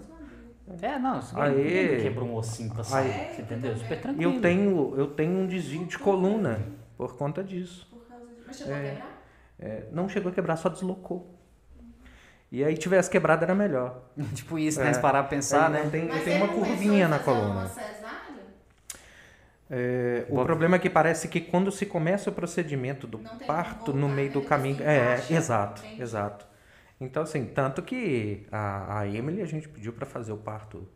S1: É, não, isso
S2: Aê.
S1: ninguém quebra um ossinho pra sair,
S3: Aê.
S1: você entendeu? Super tranquilo.
S2: Eu tenho, eu tenho um desvio de coluna por conta disso.
S3: Por causa de... Mas chegou a quebrar?
S2: É, não chegou a quebrar, só deslocou. E aí tivesse quebrado era melhor.
S1: tipo isso,
S2: É.
S1: né? Se parar pra pensar,
S2: Aí
S1: né?
S2: não Tem,
S3: Mas é
S2: tem
S3: ele
S2: uma
S3: não pensou
S2: curvinha
S3: em
S2: na
S3: fazer
S2: coluna.
S3: Uma cesárea?
S2: É, o problema é que parece que quando se começa o procedimento do
S3: Não tem
S2: parto
S3: como
S2: no
S3: voltar,
S2: meio do
S3: né?
S2: caminho.
S3: Se
S2: É,
S3: encaixa,
S2: exato,
S3: entende?
S2: exato. Então, assim, tanto que a, a Emily a gente pediu pra fazer o parto,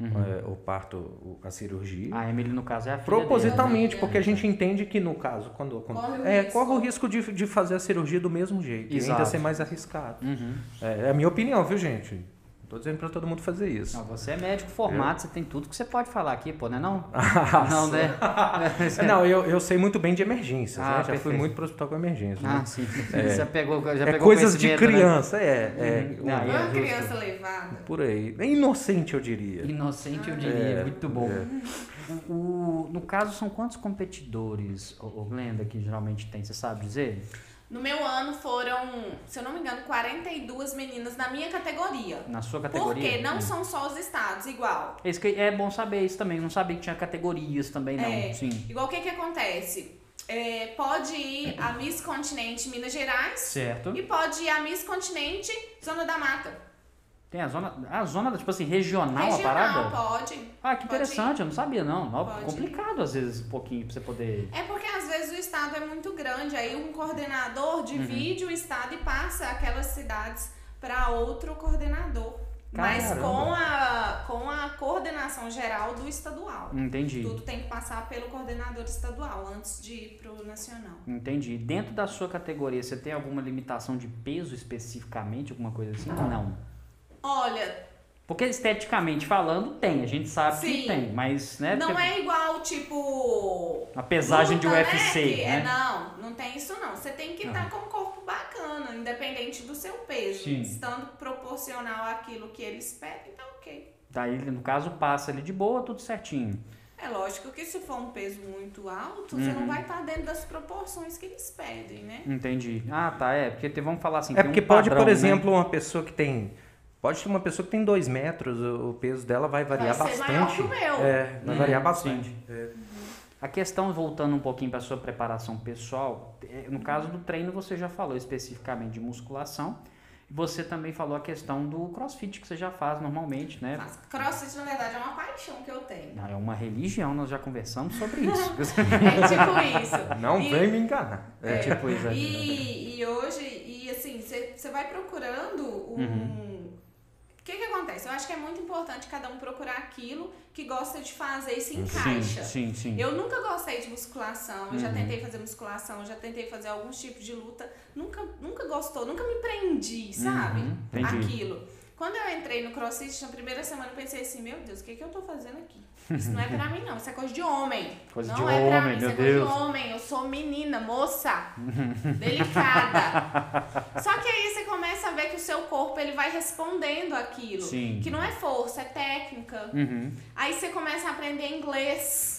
S1: Uhum.
S2: é, o parto, o- a cirurgia.
S1: A Emily, no caso, é a filha
S2: Propositalmente,
S3: dele, né?
S2: porque a gente entende que no caso, quando, quando-
S3: Corre o
S2: é,
S3: risco.
S2: corre o risco de, de fazer a cirurgia do mesmo jeito e ainda
S1: Exato.
S2: ser mais arriscado.
S1: dele. Uhum.
S2: É, é a minha opinião, viu, gente? Não tô dizendo pra todo mundo fazer isso.
S1: Não, você é médico formado, você tem tudo que você pode falar aqui, pô, né não? não, né?
S2: Não, eu, eu sei muito bem de emergências, né?
S1: Ah,
S2: Já fui
S1: perfeito.
S2: muito pro hospital com emergências. né?
S1: Ah, sim. Você pegou, já
S2: é
S1: pegou
S2: coisas de
S1: conhecimento, né?
S2: criança, é. é
S1: Uhum. Não, Aí
S2: um-
S3: Não
S1: é
S3: é uma
S1: justo.
S3: criança levada.
S2: Por aí. É inocente, eu diria.
S1: Inocente,
S3: Ah.
S1: eu diria. muito bom. O- no caso, são quantos competidores, ô, ô, Glenda, que geralmente tem? Você sabe dizer?
S3: No meu ano foram, se eu não me engano, 42 meninas na minha categoria.
S1: Na sua categoria?
S3: Porque não
S1: Hum.
S3: são só os estados igual.
S1: Isso que é bom saber isso também. Não sabia que tinha categorias também, não.
S3: É.
S1: Sim.
S3: Igual o que que acontece? É, pode ir a Miss Continente Minas Gerais
S1: Certo.
S3: e pode ir a Miss Continente Zona da Mata.
S1: Tem a zona. A zona, tipo assim, regional, a
S3: Regional
S1: parada?
S3: pode.
S1: Ah, que
S3: Pode
S1: interessante, eu não sabia, não. Ó,
S3: Pode.
S1: Complicado às vezes um pouquinho pra você poder.
S3: É porque às vezes o estado é muito grande, aí um
S1: Uhum.
S3: coordenador divide o estado e passa aquelas cidades para outro coordenador. Mas
S1: Caramba.
S3: com a, com a coordenação geral do estadual.
S1: Entendi.
S3: Tudo tem que passar pelo coordenador estadual antes de ir pro nacional.
S1: Entendi. Dentro da sua categoria, você tem alguma limitação de peso especificamente, alguma coisa assim? Não.
S3: Olha,
S1: Porque esteticamente falando, tem. A gente sabe que
S3: Sim.
S1: tem, mas, né?
S3: não
S1: porque
S3: é igual, tipo.
S1: A pesagem de
S3: luta, né,
S1: UFC,
S3: que-
S1: né?
S3: É, não, não tem isso não. Você tem que
S1: Não.
S3: estar com um corpo bacana, independente do seu peso.
S1: Sim.
S3: Estando proporcional àquilo que eles pedem, tá ok.
S1: Daí, no caso, passa ali de boa, tudo certinho.
S3: É lógico que se for um peso muito alto, você
S1: Uhum.
S3: não vai estar dentro das proporções que eles pedem, né?
S1: Entendi. Ah, tá, é. Porque te- vamos falar assim.
S2: É
S1: tem
S2: porque
S1: um
S2: pode,
S1: padrão,
S2: por
S1: né?
S2: exemplo, uma pessoa que tem. Pode ter uma pessoa que tem dois metros, o o peso dela vai variar
S3: vai ser maior
S2: bastante.
S3: que o meu.
S2: É, vai
S1: Uhum,
S2: variar
S1: sim.
S2: bastante.
S1: A questão, voltando um pouquinho para sua preparação pessoal, é, no caso do treino você já falou especificamente de musculação, e você também falou a questão do crossfit que você já faz normalmente, né?
S3: Mas crossfit, na verdade, é uma paixão que eu tenho.
S1: Não, é uma religião, nós já conversamos sobre isso.
S3: É tipo isso.
S2: Não
S3: E-
S2: vem me enganar.
S1: Tá é tipo isso. aí.
S3: E, e hoje, e assim, você vai procurando um. O que, que acontece? Eu acho que é muito importante cada um procurar aquilo que gosta de fazer e se encaixa.
S1: Sim, sim, sim.
S3: Eu nunca gostei de musculação, eu
S1: Uhum.
S3: já tentei fazer musculação, eu já tentei fazer alguns tipos de luta, nunca, nunca gostou, nunca me prendi, sabe?
S1: Uhum, entendi.
S3: Aquilo. Quando eu entrei no CrossFit na primeira semana, eu pensei assim, meu Deus, o que, que eu tô fazendo aqui? Isso não é pra mim, não, isso é coisa de homem.
S1: Coisa
S3: não
S1: de
S3: é pra
S1: homem,
S3: mim,
S1: meu
S3: isso é coisa
S1: Deus.
S3: de homem, eu sou menina, moça, delicada. Só que aí você começa a ver que o seu corpo ele vai respondendo aquilo.
S1: Sim.
S3: Que não é força, é técnica.
S1: Uhum.
S3: Aí você começa a aprender inglês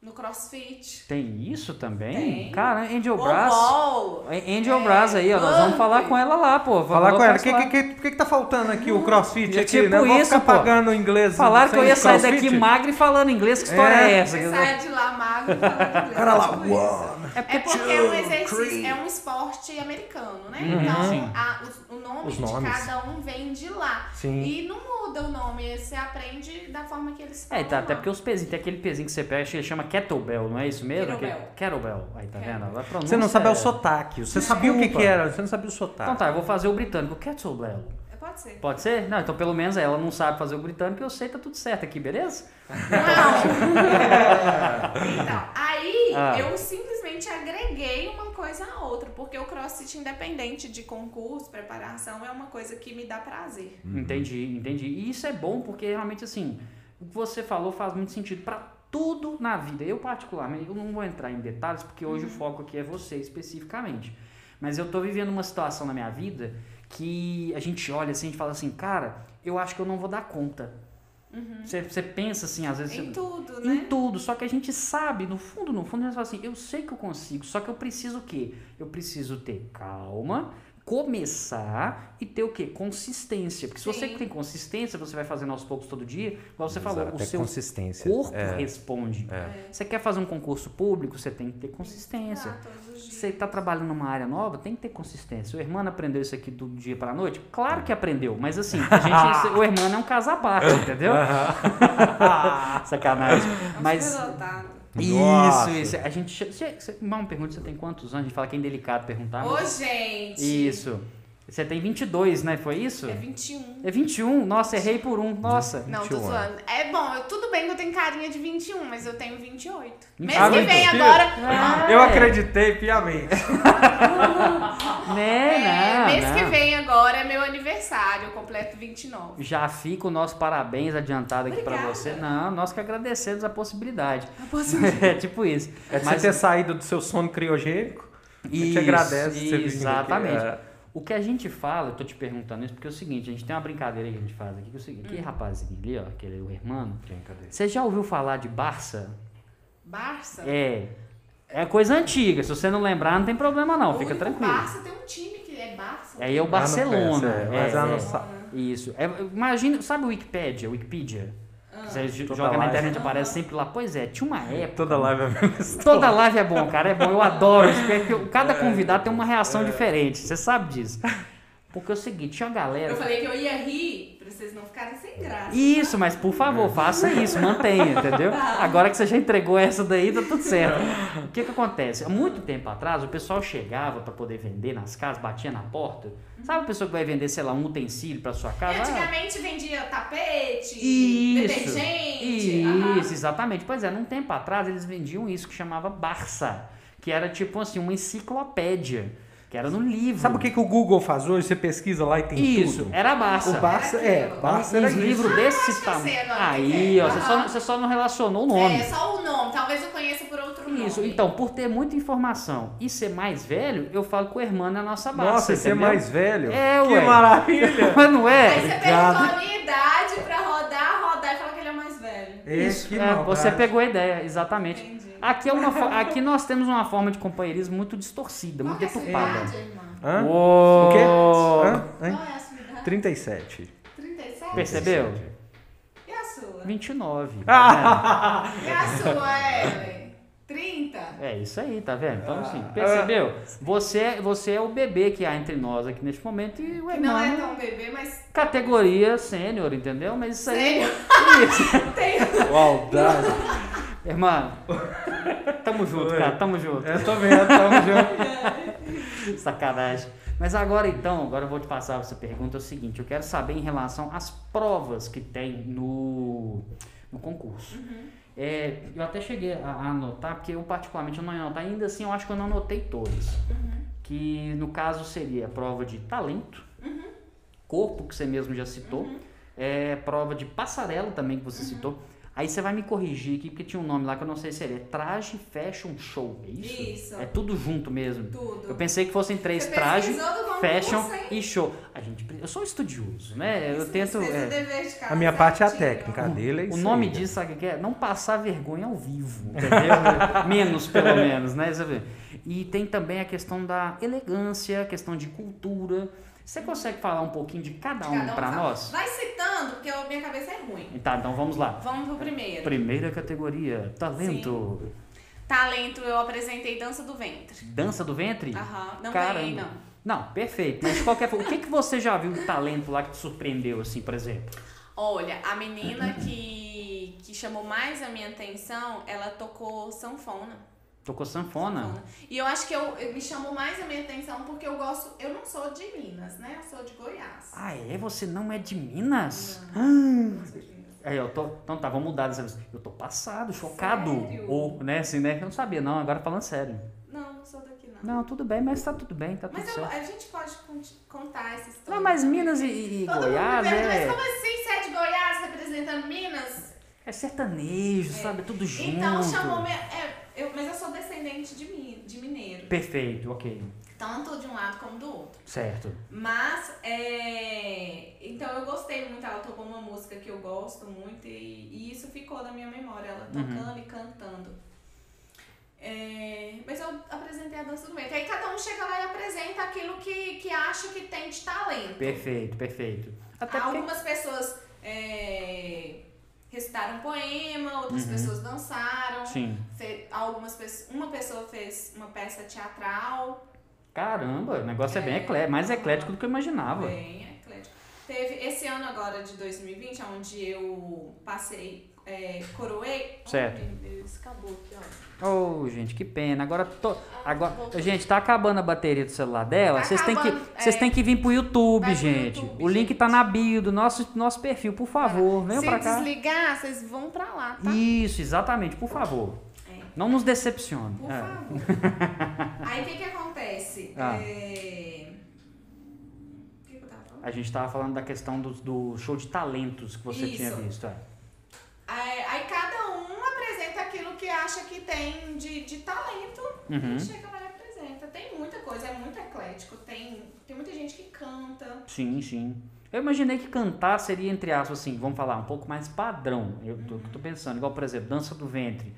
S3: no crossfit.
S1: Tem isso também?
S3: Tem.
S1: Cara, Angel Brass.
S3: Bobol.
S1: Angel
S3: É,
S1: Brass aí, ó, nós vamos
S3: Burpee.
S1: falar com ela lá, pô.
S2: Falar
S1: Falou
S2: com ela, o
S1: pra
S2: que,
S1: falar.
S2: que, que, que que tá faltando aqui o crossfit
S1: É
S2: aqui,
S1: tipo
S2: né? Vou
S1: isso,
S2: ficar
S1: pô.
S2: pagando o inglês.
S1: Falaram que eu
S2: sem
S1: ia sair
S2: crossfit?
S1: daqui magra e falando inglês, que história é,
S2: É.
S1: essa?
S3: Você sai de lá magro falando inglês.
S2: Cara lá,
S3: tipo isso.
S2: uau.
S3: É porque é um exercício,
S2: three.
S3: é um esporte americano, né?
S1: Uhum, sim.
S3: Então, a- os- o nome
S2: Os
S3: de
S2: nomes. Uhum.
S3: cada um vem de lá.
S2: Sim.
S3: E não muda o nome, você aprende da forma que eles
S1: É,
S3: falam.
S1: tá, até
S3: lá.
S1: porque os pezinhos, tem aquele pezinho que você pega, que chama kettlebell, não é isso mesmo?
S3: Kettlebell.
S1: Que- Kettlebell. Aí, tá vendo? Agora a pronúncia
S2: Você não sabe
S1: é-
S2: o sotaque. Você sabia o que, que era, você não sabia o
S1: Então
S2: sotaque.
S1: tá, eu vou fazer o britânico, kettlebell.
S3: É, Pode ser.
S1: Pode ser? Não, então pelo menos ela não sabe fazer o britânico, eu sei, tá tudo certo aqui, beleza?
S3: Não! então, aí
S1: Ah.
S3: eu simplesmente agreguei uma coisa a outra, porque o crossfit independente de concurso, preparação, é uma coisa que me dá prazer.
S1: Entendi, entendi. E isso é bom porque realmente assim, o que você falou faz muito sentido pra tudo na vida. Eu particularmente, eu não vou entrar em detalhes porque hoje o foco aqui é você especificamente. Mas eu tô vivendo uma situação na minha vida que a gente olha assim, a gente fala assim, cara, eu acho que eu não vou dar conta. Você você pensa assim, às vezes.
S3: Em
S1: você-
S3: tudo,
S1: em
S3: né?
S1: tudo, só que a gente sabe, no fundo, no fundo, a gente fala assim, eu sei que eu consigo, só que eu preciso o quê? Eu preciso ter calma, começar e ter o quê? Consistência. Porque se você
S3: Sim.
S1: tem consistência, você vai fazendo aos poucos todo dia, igual você falou, o
S2: Até
S1: seu
S2: é consistência.
S1: corpo
S2: É.
S1: responde. Você quer fazer um concurso público, você tem que ter consistência.
S3: Ah, todos os dias.
S1: Você está trabalhando numa área nova, tem que ter consistência. O Hermano aprendeu isso aqui do dia para noite? Claro que aprendeu, mas assim, a gente, o Hermano é um caso à parte, entendeu? Sacanagem.
S3: É um
S1: Mas,
S3: superdotado.
S1: isso,
S2: Nossa.
S1: isso. A gente. che- Você, você, uma pergunta, você tem quantos anos? A gente fala que é indelicado perguntar.
S3: Ô,
S1: mas-
S3: gente!
S1: Isso. Você tem 22, né? Foi isso?
S3: É 21.
S1: É 21. Nossa, errei por um. Nossa.
S3: Não, tô
S2: 21.
S3: zoando. É bom, eu- tudo bem que eu tenho carinha de 21, mas eu tenho 28. Mês
S1: Ah,
S3: que
S1: meu
S3: vem
S2: Deus.
S3: agora.
S1: é,
S2: Eu acreditei piamente.
S1: Né,
S3: é,
S1: não,
S3: mês
S1: não.
S3: que vem agora é meu aniversário, eu completo 29.
S1: Já fica o nosso parabéns adiantado aqui pra
S3: Obrigada.
S1: você. Não, nós que agradecemos a possibilidade.
S3: Eu posso
S1: É tipo isso.
S2: É de você ter saído do seu sono criogênico. eu te
S1: Isso,
S2: agradeço de você vir aqui.
S1: Exatamente.
S2: É.
S1: O que a gente fala, eu tô te perguntando isso, porque é o seguinte, a gente tem uma brincadeira que a gente faz aqui, que é o seguinte, aquele rapazinho ali, ó, aquele o Hermano, você já ouviu falar de Barça?
S3: Barça?
S1: É. É coisa antiga. Se você não lembrar, não tem problema não.
S3: O
S1: Fica
S3: único
S1: tranquilo.
S3: Barça tem um time que é Barça.
S1: Aí é o
S2: Lá no
S1: Barcelona.
S2: PS, é, mas lá
S1: é,
S2: no
S1: é.
S2: Sa-
S1: Isso. É, imagina, sabe o Wikipedia? Wikipedia? Você j-
S2: Toda
S1: joga na
S2: live.
S1: internet, aparece sempre lá. Pois é, tinha uma época.
S2: Toda live é a mesma história.
S1: Toda live é bom, cara. É bom, eu adoro isso. Porque eu- cada convidado tem uma
S2: É.
S1: reação diferente. Você sabe disso. Porque é o é seguinte, tinha uma galera.
S3: Eu falei que eu ia rir pra você vocês não ficarem sem graça.
S1: Isso, mas por favor, faça isso, mantenha, entendeu? Agora que você já entregou essa daí, tá tudo certo. O que que acontece? Há muito tempo atrás, o pessoal chegava pra poder vender nas casas, batia na porta. Sabe a pessoa que vai vender, sei lá, um utensílio pra sua
S3: E
S1: casa? Ah,
S3: antigamente vendia tapete,
S1: Isso.
S3: detergente.
S1: Isso,
S3: aham.
S1: exatamente. Pois é, num tempo atrás eles vendiam isso que chamava Barça, que era tipo assim, uma enciclopédia, que era no livro.
S2: Sabe o que, que o Google faz hoje? Você pesquisa lá e tem
S1: Isso,
S2: tudo?
S1: era a Barça.
S2: O Barça, é,
S3: Era
S2: Barça
S1: um
S2: era isso.
S1: livro desse
S3: que eu
S1: tamanho.
S3: sei agora o que
S1: Aí,
S3: é.
S1: ó, você só,
S3: Aham.
S1: você só não relacionou o nome.
S3: É, só o nome. Talvez eu conheça por outro nome.
S1: Um Isso, então, por ter muita informação e ser mais velho, eu falo que o irmão é a nossa base.
S2: Nossa, você é
S1: entendeu?
S2: mais velho.
S1: É,
S2: que
S1: ué.
S2: maravilha.
S1: Mas não
S3: Aí
S1: é?
S3: você
S2: Obrigado.
S3: perguntou a minha idade pra rodar, rodar e falar que ele é o mais velho.
S2: É, que
S1: É,
S2: maldade.
S1: você pegou a ideia, exatamente.
S3: Entendi.
S1: Aqui, é uma fo- aqui nós temos uma forma de companheirismo muito distorcida,
S3: Qual
S1: muito
S3: que é a sua
S1: deturpada.
S3: idade, irmã?
S2: Hã?
S1: Uou!
S2: O quê? Hã? Hã?
S3: Qual é a sua idade?
S2: 37.
S3: 37?
S1: Percebeu?
S3: E a sua?
S1: 29.
S2: Ah!
S3: E a sua, Ellen? 30?
S1: É isso aí, tá vendo? Então, assim,
S2: Ah!
S1: percebeu? Você, você é o bebê que há entre nós aqui neste momento e o
S3: Que não é
S1: irmão.
S3: tão bebê, mas
S1: Categoria sênior, entendeu? Mas isso aí.
S3: sério, tem.
S2: Maldade.
S1: Irmã, tamo junto,
S2: Oi.
S1: cara, tamo junto.
S2: Eu tô vendo,
S1: tá um
S2: tamo junto.
S1: Sacanagem. Mas agora então, agora eu vou te passar essa pergunta, é o seguinte, eu quero saber em relação às provas que tem no, no concurso. É, eu até cheguei a, a anotar, porque eu particularmente eu não ia anotar, ainda assim eu acho que eu não anotei todas. Que no caso seria a prova de talento, corpo, que você mesmo já citou, é, prova de passarela também, que você citou. Aí você vai me corrigir aqui, porque tinha um nome lá que eu não sei se ele é traje fashion show, é isso?
S3: Isso.
S1: É tudo junto mesmo.
S3: Tudo.
S1: Eu pensei que fossem três
S3: Você
S1: trajes,
S3: pesquisou do concurso,
S1: fashion
S3: hein?
S1: e show. A gente, pre- eu sou um estudioso, né? Eu
S3: Isso,
S1: tento.
S3: fez o
S1: é.
S3: dever de casa
S2: A minha parte é a
S3: certinho.
S2: técnica. dele é
S1: o
S2: isso
S1: nome
S2: aí, né?
S1: disso, sabe o que é? Não passar vergonha ao vivo, entendeu? menos, pelo menos, né? Você vê. E tem também a questão da elegância, a questão de cultura. Você consegue falar um pouquinho de cada um,
S3: Cada um
S1: pra
S3: fala.
S1: nós?
S3: Vai citando, porque a minha cabeça é ruim.
S1: Tá, então vamos lá.
S3: Vamos pro primeiro.
S1: Primeira categoria: Tá talento.
S3: Talento, eu apresentei dança do ventre.
S1: Dança do ventre?
S3: Aham. Não
S1: Caramba.
S3: ganhei, não.
S1: Não, perfeito. Mas de qualquer forma, o que, que você já viu de talento lá que te surpreendeu, assim, por exemplo?
S3: Olha, a menina que, que chamou mais a minha atenção, ela tocou sanfona.
S1: Tocou sanfona?
S3: sanfona. E eu acho que eu, eu- me chamou mais a minha atenção porque eu gosto. Eu não sou de Minas, né? Eu sou de Goiás.
S1: Ah, é? Você não é de Minas? Hum.
S3: Não sou de Minas.
S1: Aí eu tô. Então tá, vamos mudar dessa vez. Eu tô passado, chocado.
S3: Sério?
S1: Ou, né, assim, né? Eu não sabia, não. Agora falando sério.
S3: Não, não sou daqui, não.
S1: Não, tudo bem, mas tá tudo bem, tá tudo
S3: Mas eu-
S1: certo.
S3: a gente pode conti- contar essa história.
S1: Não, mas Minas e- e, e
S3: Todo
S1: Goiás
S3: mundo me pergunta, mas
S1: é,
S3: como assim você é de Goiás representando Minas?
S1: é sertanejo, sabe? Tudo junto.
S3: É. Então chamou me... é, eu, mas eu sou descendente de, mi, de mineiro.
S1: Perfeito, ok.
S3: Tanto de um lado como do outro.
S1: Certo.
S3: Mas, é, então eu gostei muito, ela tocou uma música que eu gosto muito e, e isso ficou na minha memória, ela
S1: Uhum.
S3: tocando e cantando. É, mas eu apresentei a dança do meio. Aí cada um chega lá e apresenta aquilo que, que acha que tem de talento.
S1: Perfeito, perfeito. Até porque.
S3: Algumas pessoas é, recitaram poema, outras
S1: Uhum.
S3: pessoas dançaram.
S1: Sim.
S3: Fe- algumas pessoas, uma pessoa fez uma peça teatral,
S1: Caramba, o negócio é, bem eclé mais eclético do que eu imaginava.
S3: bem eclético. Teve esse ano agora de 2020, onde eu passei, é, coroei.
S1: Certo.
S3: Ai, meu Deus, acabou aqui, ó.
S1: Oh, gente, que pena. Agora tô. Agora,
S3: voltou.
S1: gente, tá acabando a bateria do celular dela.
S3: Ah, Tá
S1: Vocês têm que,
S3: acabando,
S1: vocês
S3: é.
S1: têm que vir pro YouTube,
S3: Vai pro
S1: gente.
S3: YouTube,
S1: o link tá na bio do nosso nosso perfil, por favor. Venham
S3: Se
S1: pra cá.
S3: desligar, vocês vão pra lá, tá?
S1: Isso, exatamente, por favor.
S3: É.
S1: Não nos decepcione.
S3: Por
S1: É.
S3: favor. Aí o que que acontece?
S1: Ah.
S3: É, O que que eu tava falando?
S1: A gente tava falando da questão do, do show de talentos que você
S3: Isso.
S1: tinha visto. é.
S3: Aí, aí cada um apresenta aquilo que acha que tem de, de talento
S1: Uhum.
S3: e chega lá e apresenta. Tem muita coisa, é muito eclético. Tem, tem muita gente que canta.
S1: Sim, sim. Eu imaginei que cantar seria, entre aspas, assim, vamos falar, um pouco mais padrão. Eu tô, tô pensando, igual, por exemplo, dança do ventre.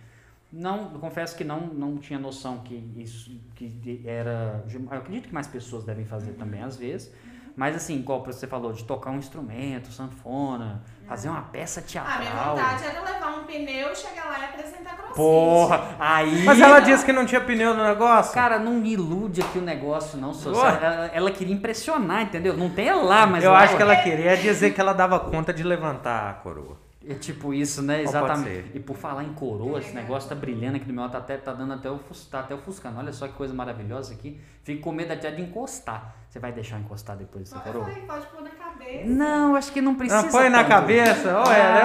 S1: Não, eu confesso que não, não tinha noção que isso que era. Eu acredito que mais pessoas devem fazer também, às vezes. Mas assim, igual você falou, de tocar um instrumento, sanfona, fazer uma peça
S3: A Ah, minha
S1: teatral.
S3: vontade era levar um pneu, chegar lá e apresentar crochê.
S1: Porra, aí.
S2: Mas ela disse que não tinha pneu no negócio?
S1: Cara, não me ilude aqui o negócio, não, só.
S2: Ué.
S1: Ela, ela queria impressionar, entendeu? Não tem lá, mas. é.
S2: eu
S1: lá,
S2: acho que
S1: ué.
S2: ela queria é dizer que ela dava conta de levantar a coroa.
S1: É tipo isso, né?
S2: Ou pode
S1: Exatamente.
S2: ser.
S1: E por falar em coroa, esse negócio tá brilhando aqui no meu olho, tá até tá dando até o fus- tá até ofuscando. Olha só que coisa maravilhosa aqui. Fico com medo até de encostar. Você vai deixar encostar depois dessa
S3: Pode,
S1: coroa?
S3: pode, pode pôr na cabeça.
S1: Não, acho que não precisa.
S2: Não, Ah, põe na
S1: tanto.
S2: cabeça. Ô, Ellen,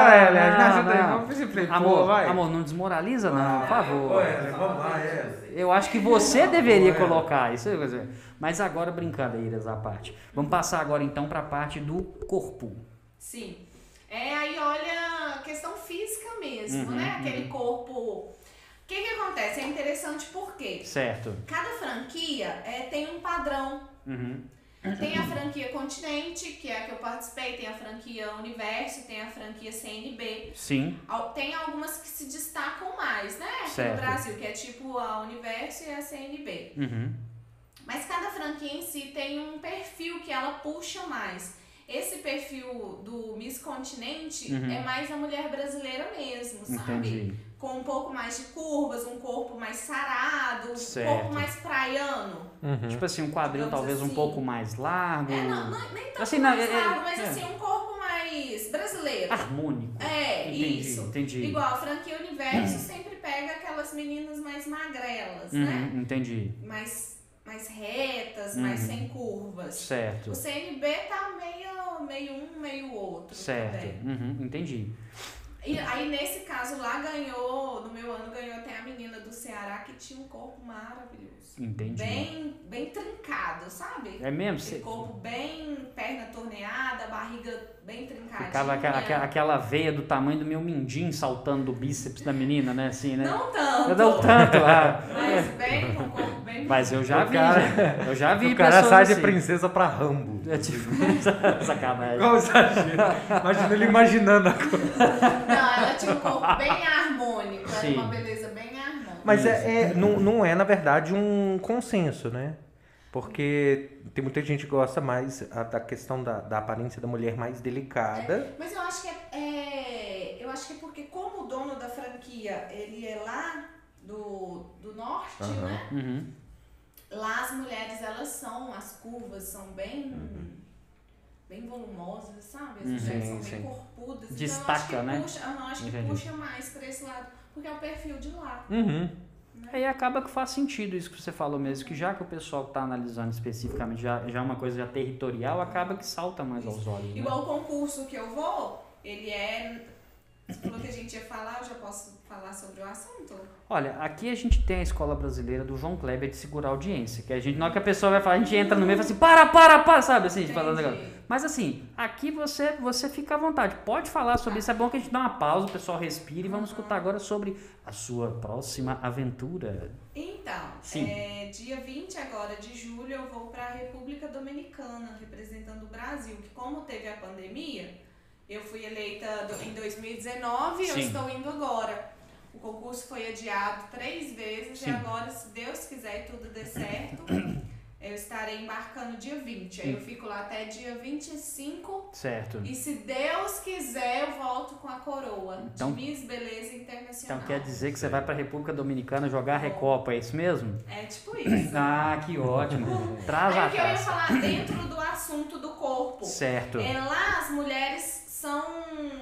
S2: ô, Ellen,
S1: não,
S2: me ajuda aí.
S1: não.
S2: Vamos simplificar,
S1: Amor,
S2: vai. Ah,
S1: amor, não desmoraliza não, por favor.
S2: Ô, Ellen, vamos lá, Ellen.
S1: Eu acho que você deveria
S2: é.
S1: colocar isso. quer dizer, Mas agora, brincadeiras à parte. Vamos passar agora então para a parte do corpo.
S3: Sim. É, aí olha a questão física mesmo,
S1: Uhum,
S3: né? Aquele corpo. O que, que acontece? É interessante porque
S1: Certo.
S3: cada franquia é, tem um padrão.
S1: Uhum.
S3: Tem a franquia Continente, que é a que eu participei, tem a franquia Universo, tem a franquia CNB.
S1: Sim.
S3: Al- Tem algumas que se destacam mais, né? Aqui
S1: Certo.
S3: no Brasil, que é tipo a Universo e a CNB.
S1: Uhum.
S3: Mas cada franquia em si tem um perfil que ela puxa mais. Esse perfil do Miss Continente
S1: Uhum.
S3: é mais a mulher brasileira mesmo, sabe?
S1: Entendi.
S3: Com um pouco mais de curvas, um corpo mais sarado, um
S1: Certo.
S3: corpo mais praiano.
S2: Uhum.
S1: Tipo assim, um quadril
S3: Digamos
S1: talvez um
S3: assim.
S1: pouco mais largo.
S3: É, não, não- nem tanto
S1: Assim, não,
S3: mais
S1: é- é-
S3: sarado, mas
S1: é.
S3: assim, um corpo mais brasileiro.
S1: Harmônico.
S3: É,
S1: entendi,
S3: isso.
S1: entendi. Hum.
S3: Igual a franquia Universo sempre pega aquelas meninas mais magrelas,
S1: Uhum,
S3: né?
S1: Entendi.
S3: Mais, mais retas, mais
S1: Uhum.
S3: sem curvas.
S1: Certo.
S3: O CNB tá meio, meio um, meio outro.
S1: Certo.
S3: também.
S1: Uhum, entendi.
S3: E aí, nesse caso lá, ganhou, no meu ano, ganhou até a menina do Ceará que tinha um corpo maravilhoso.
S1: Entendi.
S3: Bem, bem trincado, sabe?
S1: é mesmo?
S3: Aquele
S1: Você
S3: corpo bem, perna torneada, barriga bem trincadinha.
S1: ficava aqua- aqua- aquela, né? veia do tamanho do meu mindinho saltando do bíceps da menina, né? Assim, né?
S3: Não tanto.
S1: Eu não tanto. ah.
S3: Mas bem, com um corpo bem...
S1: Mas eu já
S2: O
S1: vi. né?
S2: cara-
S1: gente. eu já vi
S2: O cara
S1: pessoas
S2: sai de
S1: assim.
S2: princesa pra Rambo.
S1: É tipo, sacanagem.
S2: Igual o exagero. Imagina ele imaginando a coisa.
S3: Não, ela tinha um corpo bem harmônico. Ela
S1: Sim.
S3: tinha uma beleza bem harmônica.
S2: Mas é, é- não, não é, na verdade, um consenso, né? Porque tem muita gente que gosta mais a- da questão da, da aparência da mulher mais delicada.
S3: Mas eu acho que é, é, Eu acho que é porque como o dono da franquia, ele é lá do, do norte,
S2: Aham.
S3: né?
S1: Uhum.
S3: Lá as mulheres, elas são, as curvas são bem. Bem volumosas, sabe? As
S1: Uhum.
S3: mulheres são
S2: Sim, sim.
S3: bem corpudas.
S1: Destaca,
S3: então eu acho que
S1: né?
S3: Puxa, aham, acho que
S1: Entendi.
S3: puxa mais pra esse lado. Porque é o perfil de lá.
S2: Uhum.
S1: Aí acaba que faz sentido isso que você falou mesmo, que já que o pessoal tá analisando especificamente já, já é uma coisa já territorial, acaba que salta mais aos olhos. Né?
S3: Igual o concurso que eu vou, ele é. Você falou que a gente ia falar, eu já posso falar sobre o assunto?
S1: Olha, aqui a gente tem a escola brasileira do João Kleber de segurar audiência, que a gente, na hora que a pessoa vai falar, a gente entra no meio e fala assim, para, para, para, sabe assim, falando
S3: Entendi.
S1: negócio. Mas assim, aqui você você fica à vontade, pode falar sobre isso, é bom que a gente dá uma pausa, o pessoal respira e vamos escutar agora sobre a sua próxima aventura.
S3: Então,
S1: Sim.
S3: é, dia 20 agora de julho eu vou para a República Dominicana, representando o Brasil, que como teve a pandemia, eu fui eleita do- em 2019 e eu
S1: Sim.
S3: estou indo agora. O concurso foi adiado três vezes
S1: Sim.
S3: e agora, se Deus quiser e tudo der certo, eu estarei embarcando dia 20. Aí eu fico lá até dia 25
S1: Certo.
S3: e se Deus quiser eu volto com a coroa
S1: Então-
S3: de Miss Beleza Internacional.
S1: Então quer dizer que você vai para a República Dominicana jogar a Recopa, é isso mesmo?
S3: É tipo isso.
S1: Ah, que ótimo. Traz
S3: É
S1: a
S3: o que eu ia
S1: taça.
S3: falar dentro do assunto do corpo.
S1: Certo.
S3: É lá as mulheres são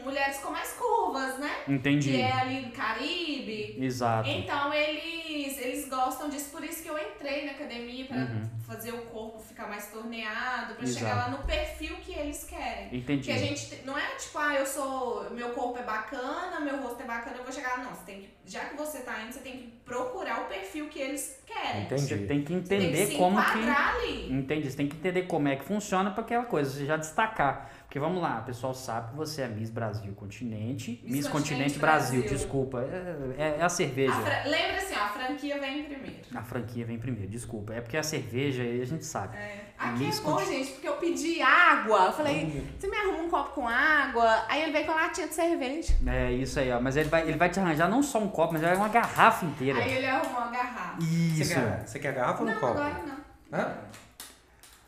S3: mulheres com mais curvas, né? Que
S1: Entendi.
S3: é ali no Caribe.
S1: Exato.
S3: Então eles, eles gostam disso, por isso que eu entrei na academia pra
S1: Uhum.
S3: fazer o corpo ficar mais torneado, pra
S1: Exato.
S3: chegar lá no perfil que eles querem. Porque a
S1: Entendi.
S3: gente te- não é tipo, ah, eu sou. Meu corpo é bacana, meu rosto é bacana, eu vou chegar lá. Não, você tem que. Já que você tá indo, você tem que procurar o perfil que eles querem.
S1: Você tem que
S2: Entendi.
S3: Você tem que
S1: entender
S3: se
S1: como que
S3: enquadrar ali.
S1: Entende? Você tem que entender como é que funciona para aquela coisa, você já destacar. Porque vamos lá, o pessoal sabe que você é Miss Brasil Continente. Miss,
S3: Miss
S1: Continente
S3: Continente
S1: Brasil,
S3: Brasil.
S1: desculpa. É, é- é a cerveja.
S3: A fra- Lembra assim, ó, a franquia vem primeiro.
S1: A franquia vem primeiro, desculpa. É porque a cerveja aí a gente sabe.
S3: Aqui
S1: Miss
S3: é bom, gente, porque eu pedi água. Eu falei, você me arruma um copo com água? Aí ele veio com a latinha de cerveja.
S1: É isso aí, ó. Mas ele vai, ele vai te arranjar não só um copo, mas ele vai uma garrafa inteira.
S3: Aí ele arrumou a garrafa.
S1: Isso.
S2: Você quer,
S1: tá
S2: você quer garrafa ou
S3: Não,
S2: um copo?
S3: agora não.
S2: Hã?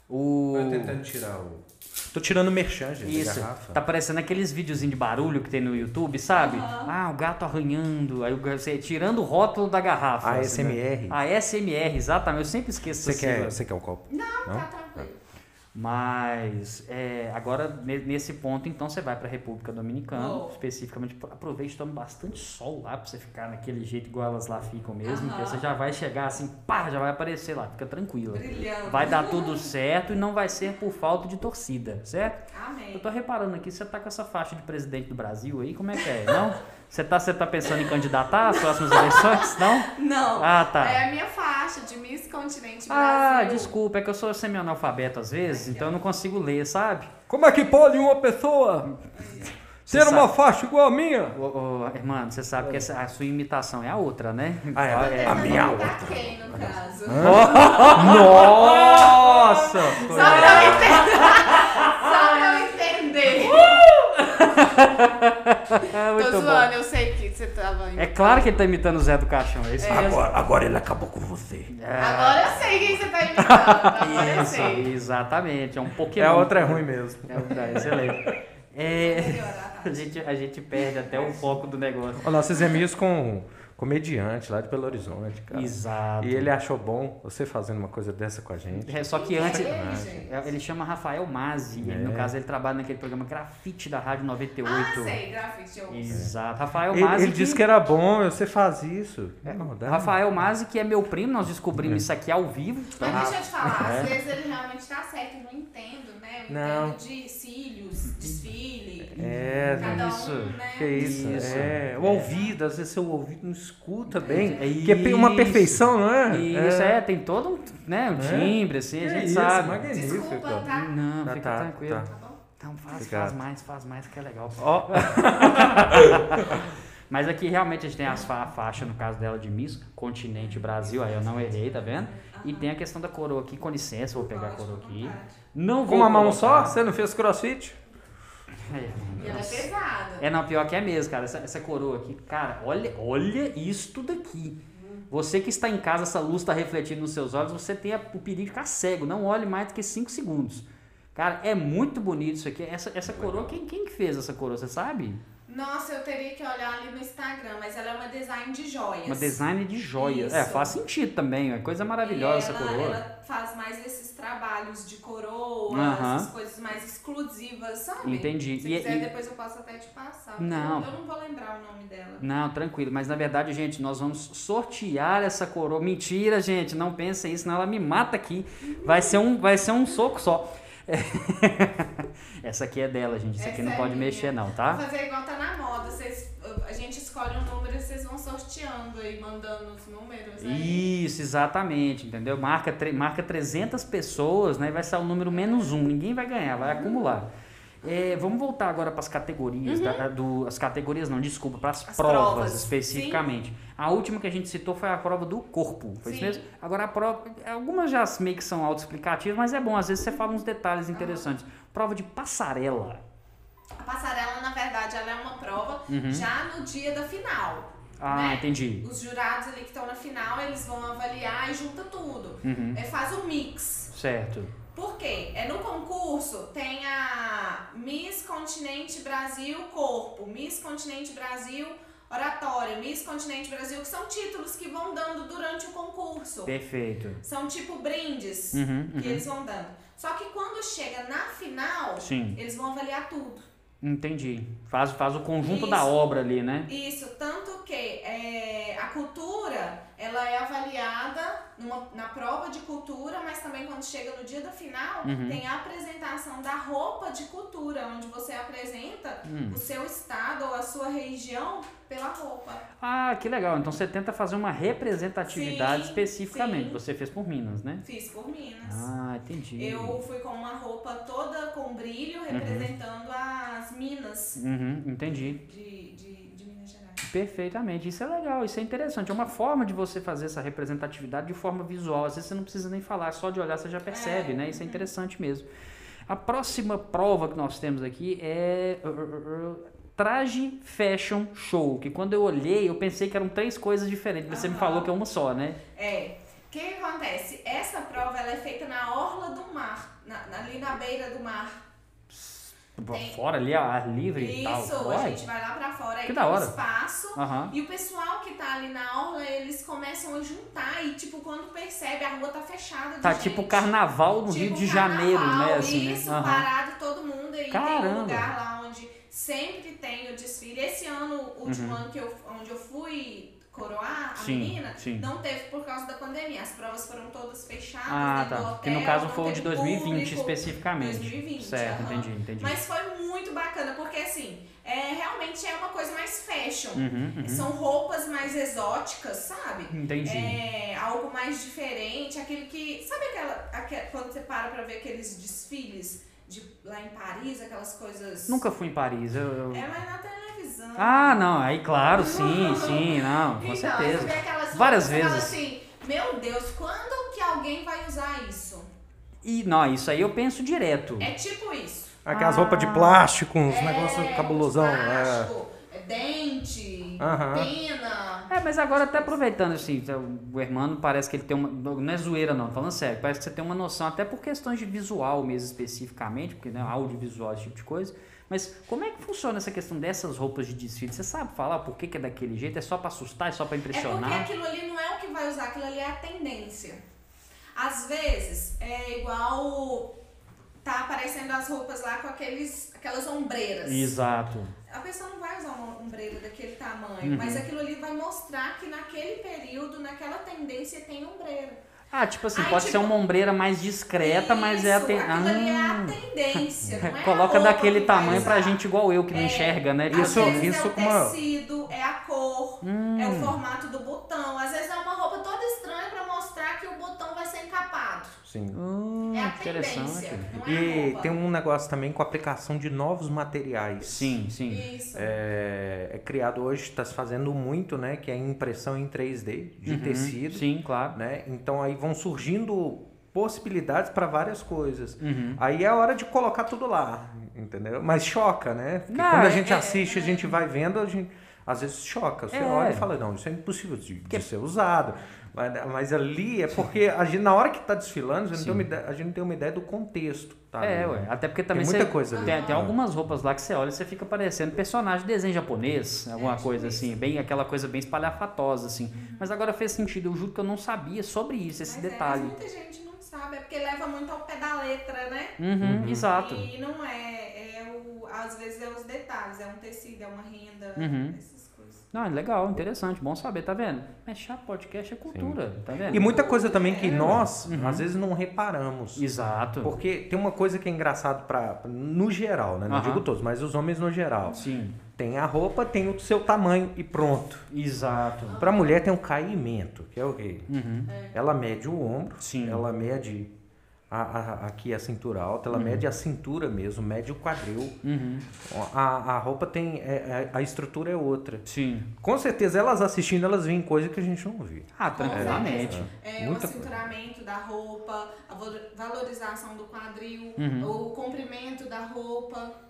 S1: O...
S2: Eu tentando tirar o. Tô tirando merchan, gente, da
S1: Isso.
S2: garrafa.
S1: Tá parecendo aqueles videozinhos de barulho que tem no YouTube, sabe? Ah, o gato arranhando. Aí o gato- você tirando o rótulo da garrafa.
S2: A
S1: assim, né?
S2: SMR.
S1: A SMR, exatamente. Eu sempre esqueço
S2: Você
S1: essa
S2: quer,
S1: sigla.
S2: você quer um copo?
S3: Não,
S2: Não?
S3: tá tranquilo.
S1: Mas é, agora, ne- nesse ponto, então você vai para a República Dominicana,
S3: Oh.
S1: especificamente. Aproveite, tome bastante sol lá para você ficar naquele jeito igual elas lá ficam mesmo.
S3: Aham.
S1: Porque você já vai chegar assim, pá, já vai aparecer lá, fica tranquila.
S3: Brilhando.
S1: Vai dar tudo certo e não vai ser por falta de torcida, certo? Eu
S3: Amém.
S1: tô reparando aqui, você tá com essa faixa de presidente do Brasil aí, como é que é? Não? Você tá, você tá pensando em candidatar às próximas eleições? Não?
S3: Não.
S1: Ah, tá.
S3: É a minha faixa de Miss Continente
S1: Ah,
S3: Brasil.
S1: desculpa, é que eu sou semi-analfabeto às vezes, então eu não consigo ler, sabe?
S2: Como é que pode uma pessoa
S1: Você sabe-
S2: faixa igual a minha?
S1: Ô, ô, Hermano, você sabe que essa- a sua imitação é a outra, né?
S2: Ah, é.
S3: Tô
S2: A
S3: tentando
S2: minha
S3: imitar quem, no caso?
S2: Nossa!
S3: Só pra eu entender. Só pra eu entender.
S1: É,
S3: Tô zoando, eu sei que você tava indo.
S1: É claro que ele tá imitando o Zé do Caixão, é isso mesmo?
S2: Agora, agora ele acabou com você.
S3: Agora eu sei quem você tá imitando. Agora eu
S1: Isso,
S3: sei.
S1: exatamente, é um Pokémon.
S2: É, a outra é ruim mesmo.
S1: É outra, é excelente. É,
S3: Melhorar.
S1: a, gente, a gente perde até o foco do negócio.
S2: Ó, Nós fizemos isso com um comediante lá de Belo Horizonte, cara.
S1: Exato.
S2: E ele é achou bom você fazendo uma coisa dessa com a gente.
S1: É, só que antes.
S3: Ele, gente.
S1: é, Ele chama Rafael Mazzi, ele, no
S2: É.
S1: caso ele trabalha naquele programa Grafite da Rádio 98.
S3: Ah, sei, grafite. eu-
S1: Exato. Rafael
S2: Ele,
S1: Mazzi.
S2: ele disse que era bom, você faz isso. É maldade.
S1: Rafael Mazzi, que é meu primo, nós descobrimos isso aqui ao vivo. Então,
S3: Mas deixa eu te falar,
S2: É.
S3: às vezes ele realmente tá certo, eu não entendo, né? Eu
S2: Não.
S3: entendo de cílios, desfile,
S2: É,
S3: cada um,
S1: isso.
S3: né?
S2: Que isso,
S1: Isso.
S2: é. O ouvido, às vezes seu ouvido não escuta bem.
S1: É
S2: que é uma
S1: isso.
S2: perfeição, não é?
S1: E isso é, tem todo um, né, um timbre, assim,
S2: Que
S1: a gente
S2: isso,
S1: sabe.
S2: magnífico.
S3: Desculpa, tá?
S1: Não,
S2: Tá,
S1: fica
S2: tá,
S1: tranquilo.
S2: tá.
S3: Tá bom?
S1: Então faz,
S2: Obrigado.
S1: faz mais, faz mais, que é legal.
S2: Ó,
S1: Mas aqui realmente a gente tem as fa- a faixa, no caso dela, de Miss Continente Brasil, aí eu não errei, tá vendo? E tem a questão da coroa aqui, com licença, vou pegar a
S3: Pode,
S1: coroa
S3: à
S1: aqui.
S3: vontade.
S1: Não
S2: com
S1: vou
S2: uma mão só?
S1: colocar-
S2: Você não fez crossfit?
S1: É,
S3: E ela é pesada.
S1: É, não, pior que é mesmo, cara. Essa, essa coroa aqui, cara, olha, olha isto daqui. Você que está em casa, essa luz está refletindo nos seus olhos, você tem a- o perigo de ficar cego. Não olhe mais do que 5 segundos. Cara, é muito bonito isso aqui. Essa, essa coroa, quem, quem que fez essa coroa, você sabe?
S3: Nossa, eu teria que olhar ali no Instagram, mas ela é uma design de joias.
S1: Uma design de joia. É,
S3: Isso.
S1: faz sentido também. É coisa
S3: E
S1: maravilhosa essa
S3: ela,
S1: coroa.
S3: Ela faz mais esses trabalhos de coroa,
S1: Aham.
S3: essas coisas mais exclusivas, sabe?
S1: Entendi.
S3: Se
S1: E- é-
S3: quiser,
S1: e-
S3: depois eu posso até te passar.
S1: Não.
S3: Eu, eu não vou lembrar o nome dela.
S1: Não, tranquilo. Mas na verdade, gente, nós vamos sortear essa coroa. Mentira, gente. Não pensem isso, senão ela me mata aqui. Vai ser um, vai ser um soco só. essa aqui é dela, gente. Isso aqui
S3: Essa
S1: não
S3: é
S1: pode
S3: minha.
S1: mexer, não,
S3: Vou
S1: tá?
S3: fazer igual tá na moda. Vocês, a gente escolhe um número e vocês vão sorteando e mandando os números. Aí.
S1: Isso, exatamente, entendeu? Marca, tre- marca 300 pessoas, né? Vai sair o número menos um. Ninguém vai ganhar, vai
S3: Uhum.
S1: acumular. É, vamos voltar agora para as categorias, da- do, as categorias não, desculpa, para as
S3: Uhum. As
S1: provas,
S3: provas,
S1: especificamente. A última que a gente citou foi a prova do corpo, foi isso
S3: Sim.
S1: mesmo? Agora, a prova, algumas já meio que são autoexplicativas, mas é bom, às vezes você fala uns detalhes interessantes.
S3: Ah.
S1: Prova de passarela.
S3: A passarela, na verdade, ela é uma prova
S1: Uhum.
S3: já no dia da final.
S1: Ah,
S3: né?
S1: entendi.
S3: Os jurados ali que estão na final, eles vão avaliar e junta tudo.
S1: Uhum.
S3: É, faz um mix.
S1: Certo.
S3: Por quê? É no concurso tem a Miss Continente Brasil Corpo, Miss Continente Brasil Oratória, Miss Continente Brasil, que são títulos que vão dando durante o concurso.
S1: Perfeito.
S3: São tipo brindes
S1: Uhum,
S3: que eles vão dando. Só que quando chega na final,
S1: Sim.
S3: eles vão avaliar tudo.
S1: Entendi. Faz, faz o conjunto da
S3: Isso.
S1: obra ali, né?
S3: Isso, tanto que é, a cultura, ela é avaliada numa- na prova de cultura, mas também quando chega no dia da final, tem a apresentação da roupa de cultura, onde você apresenta o seu estado ou a sua região pela roupa.
S1: Ah, que legal. Então você tenta fazer uma representatividade
S3: Sim,
S1: especificamente.
S3: sim.
S1: Você fez por Minas, né?
S3: Fiz por Minas.
S1: Ah, entendi.
S3: Eu fui com uma roupa toda com brilho, representando as minas
S1: Uhum, entendi.
S3: de, de, de Minas Gerais.
S1: Perfeitamente. Isso é legal, isso é interessante. É uma forma de você fazer essa representatividade de forma visual. Às vezes você não precisa nem falar, só de olhar você já percebe,
S3: É,
S1: né? Isso é interessante mesmo. A próxima prova que nós temos aqui é uh, uh, uh, traje fashion show. Que quando eu olhei, eu pensei que eram três coisas diferentes, mas você me
S3: Aham.
S1: falou que é uma só, né?
S3: É. O que, que acontece? Essa prova ela é feita na orla do mar, na- na- ali na beira do mar. Tem.
S1: Fora ali, a ar livre e tal.
S3: Isso, a
S1: Pode?
S3: gente vai lá pra fora, aí
S1: tá Que
S3: tem
S1: da
S3: um
S1: hora.
S3: espaço.
S1: Aham.
S3: E o pessoal que tá ali na orla, eles começam a juntar e, tipo, quando percebe, a rua tá fechada de
S1: Tá
S3: gente.
S1: tipo carnaval no Rio
S3: Tipo
S1: de
S3: carnaval,
S1: Janeiro, né? Assim,
S3: isso,
S1: né? Aham.
S3: parado todo mundo. E tem
S1: Caramba.
S3: um lugar lá onde sempre tem o desfile. Esse ano, o último ano que eu, onde eu fui coroar a
S1: Uhum. Sim,
S3: menina,
S1: sim.
S3: não teve por causa da pandemia. As provas foram todas fechadas
S1: Ah,
S3: dentro do
S1: tá.
S3: hotel.
S1: Que no caso
S3: não
S1: foi o de
S3: teve
S1: 2020
S3: público.
S1: especificamente.
S3: 2020,
S1: certo,
S3: aham.
S1: entendi, entendi.
S3: Mas foi muito bacana, porque assim, é, realmente é uma coisa mais fashion.
S1: Uhum, uhum.
S3: São roupas mais exóticas, sabe?
S1: Entendi.
S3: É algo mais diferente, aquele que. Sabe aquela, aque- quando você para pra ver aqueles desfiles de, lá em Paris, aquelas coisas.
S1: Nunca fui em Paris. Eu, eu-
S3: É, mas na televisão.
S1: Ah, não, aí claro, sim, sim, não, com
S3: Então,
S1: certeza.
S3: você vê aquelas
S1: Várias
S3: roupas,
S1: vezes.
S3: Você fala assim, meu Deus, quando que alguém vai usar isso?
S1: E não, isso aí eu penso direto.
S3: É tipo isso.
S2: Aquelas
S1: Ah.
S2: roupas de plástico, uns
S3: é,
S2: negócios cabulosão. É. Ah.
S3: plástico, é dente,
S2: Aham.
S3: pena.
S1: É, mas agora até aproveitando, assim, o Hermano parece que ele tem uma. Não é zoeira, não, falando sério, parece que você tem uma noção, até por questões de visual mesmo especificamente, porque né, audiovisual, esse tipo de coisa. Mas como é que funciona essa questão dessas roupas de desfile? Você sabe falar por que, que é daquele jeito? É só pra assustar? É só pra
S3: É porque
S1: impressionar?
S3: aquilo ali não é o que vai usar, aquilo ali é a tendência. Às vezes, é igual tá aparecendo as roupas lá com aqueles, aquelas ombreiras.
S1: Exato.
S3: A pessoa não vai usar uma ombreira daquele
S1: Uhum.
S3: tamanho, mas aquilo ali vai mostrar que naquele período, naquela tendência, tem ombreira.
S1: Ah, tipo assim,
S3: Ai,
S1: pode
S3: tipo-
S1: ser uma ombreira mais discreta, mas é a
S3: Isso,
S1: ten...
S3: Aquilo ali é a
S1: Ah,
S3: tendência, não é a
S1: Coloca
S3: roupa
S1: daquele
S3: que vai
S1: tamanho pra
S3: usar.
S1: gente igual eu que não
S3: É,
S1: enxerga, né?
S3: Às
S2: Isso-
S3: vezes
S2: isso
S3: é o
S2: com uma-
S3: tecido, é a cor, é o formato do botão. Às vezes é uma roupa toda estranha pra mostrar que o botão vai ser encapado.
S2: Sim.
S1: Hum,
S3: É a
S1: interessante.
S3: tendência, não é a
S2: E
S3: roupa.
S2: tem um negócio também com a aplicação de novos materiais.
S1: Sim, Hum, sim.
S3: Isso.
S2: É, é criado hoje, está se fazendo muito, né? Que é impressão em 3D de
S1: Uhum,
S2: tecido.
S1: Sim, claro.
S2: né? Então aí vão surgindo possibilidades para várias coisas.
S1: Uhum.
S2: Aí é a hora de colocar tudo lá, entendeu? Mas choca, né? Porque
S1: Não,
S2: quando a
S1: é-
S2: gente
S1: é-
S2: assiste, a gente vai vendo, a gente às vezes choca. Você
S1: É.
S2: olha e fala, não, isso é impossível de, de ser usado. Mas, mas ali é porque a gente, na hora que está desfilando, a gente, tem uma ideia, a gente não tem uma ideia do contexto. Tá
S1: É,
S2: Ali,
S1: ué.
S2: né?
S1: Até porque também
S2: muita
S1: você-
S2: coisa ali.
S1: Tem, tem
S2: Ah.
S1: algumas roupas lá que você olha e você fica parecendo personagem de desenho japonês,
S2: É,
S1: alguma
S3: tipo
S1: coisa
S3: isso.
S1: assim, bem aquela coisa bem espalhafatosa, assim.
S2: Uhum.
S1: Mas agora fez sentido, eu juro que eu não sabia sobre isso, esse
S3: Mas é,
S1: detalhe.
S3: mas muita gente não sabe, é porque leva muito ao pé da letra, né?
S1: Uhum, Exato.
S3: E não é, é o, às vezes é os detalhes, é um tecido, é uma renda,
S1: Uhum.
S3: essas coisas.
S1: Não, é legal, interessante, bom saber, tá vendo? Mas chá podcast é cultura, tá vendo?
S2: E muita coisa também que
S3: É, ué.
S2: nós,
S1: Uhum.
S2: às vezes, não reparamos.
S1: Exato.
S2: Porque tem uma coisa que é engraçado para no geral, né? Não
S1: Aham.
S2: digo todos, mas os homens no geral.
S1: Sim,
S2: Tem a roupa, tem o seu tamanho e pronto.
S1: exato.
S2: Pra mulher tem um caimento, que é o quê?
S1: Uhum.
S2: Ela mede É o ombro,
S1: Sim.
S2: ela mede a, a- aqui a cintura alta, ela mede a cintura mesmo, mede o quadril.
S1: Uhum.
S2: A, a roupa tem. é- é- a estrutura é outra.
S1: Sim.
S2: Com certeza elas assistindo, elas veem coisa que a gente não vê.
S1: Ah, tranquilamente.
S3: É,
S2: Muita
S3: o
S2: coisa.
S3: cinturamento da roupa, a vo- valorização do quadril, o comprimento da roupa.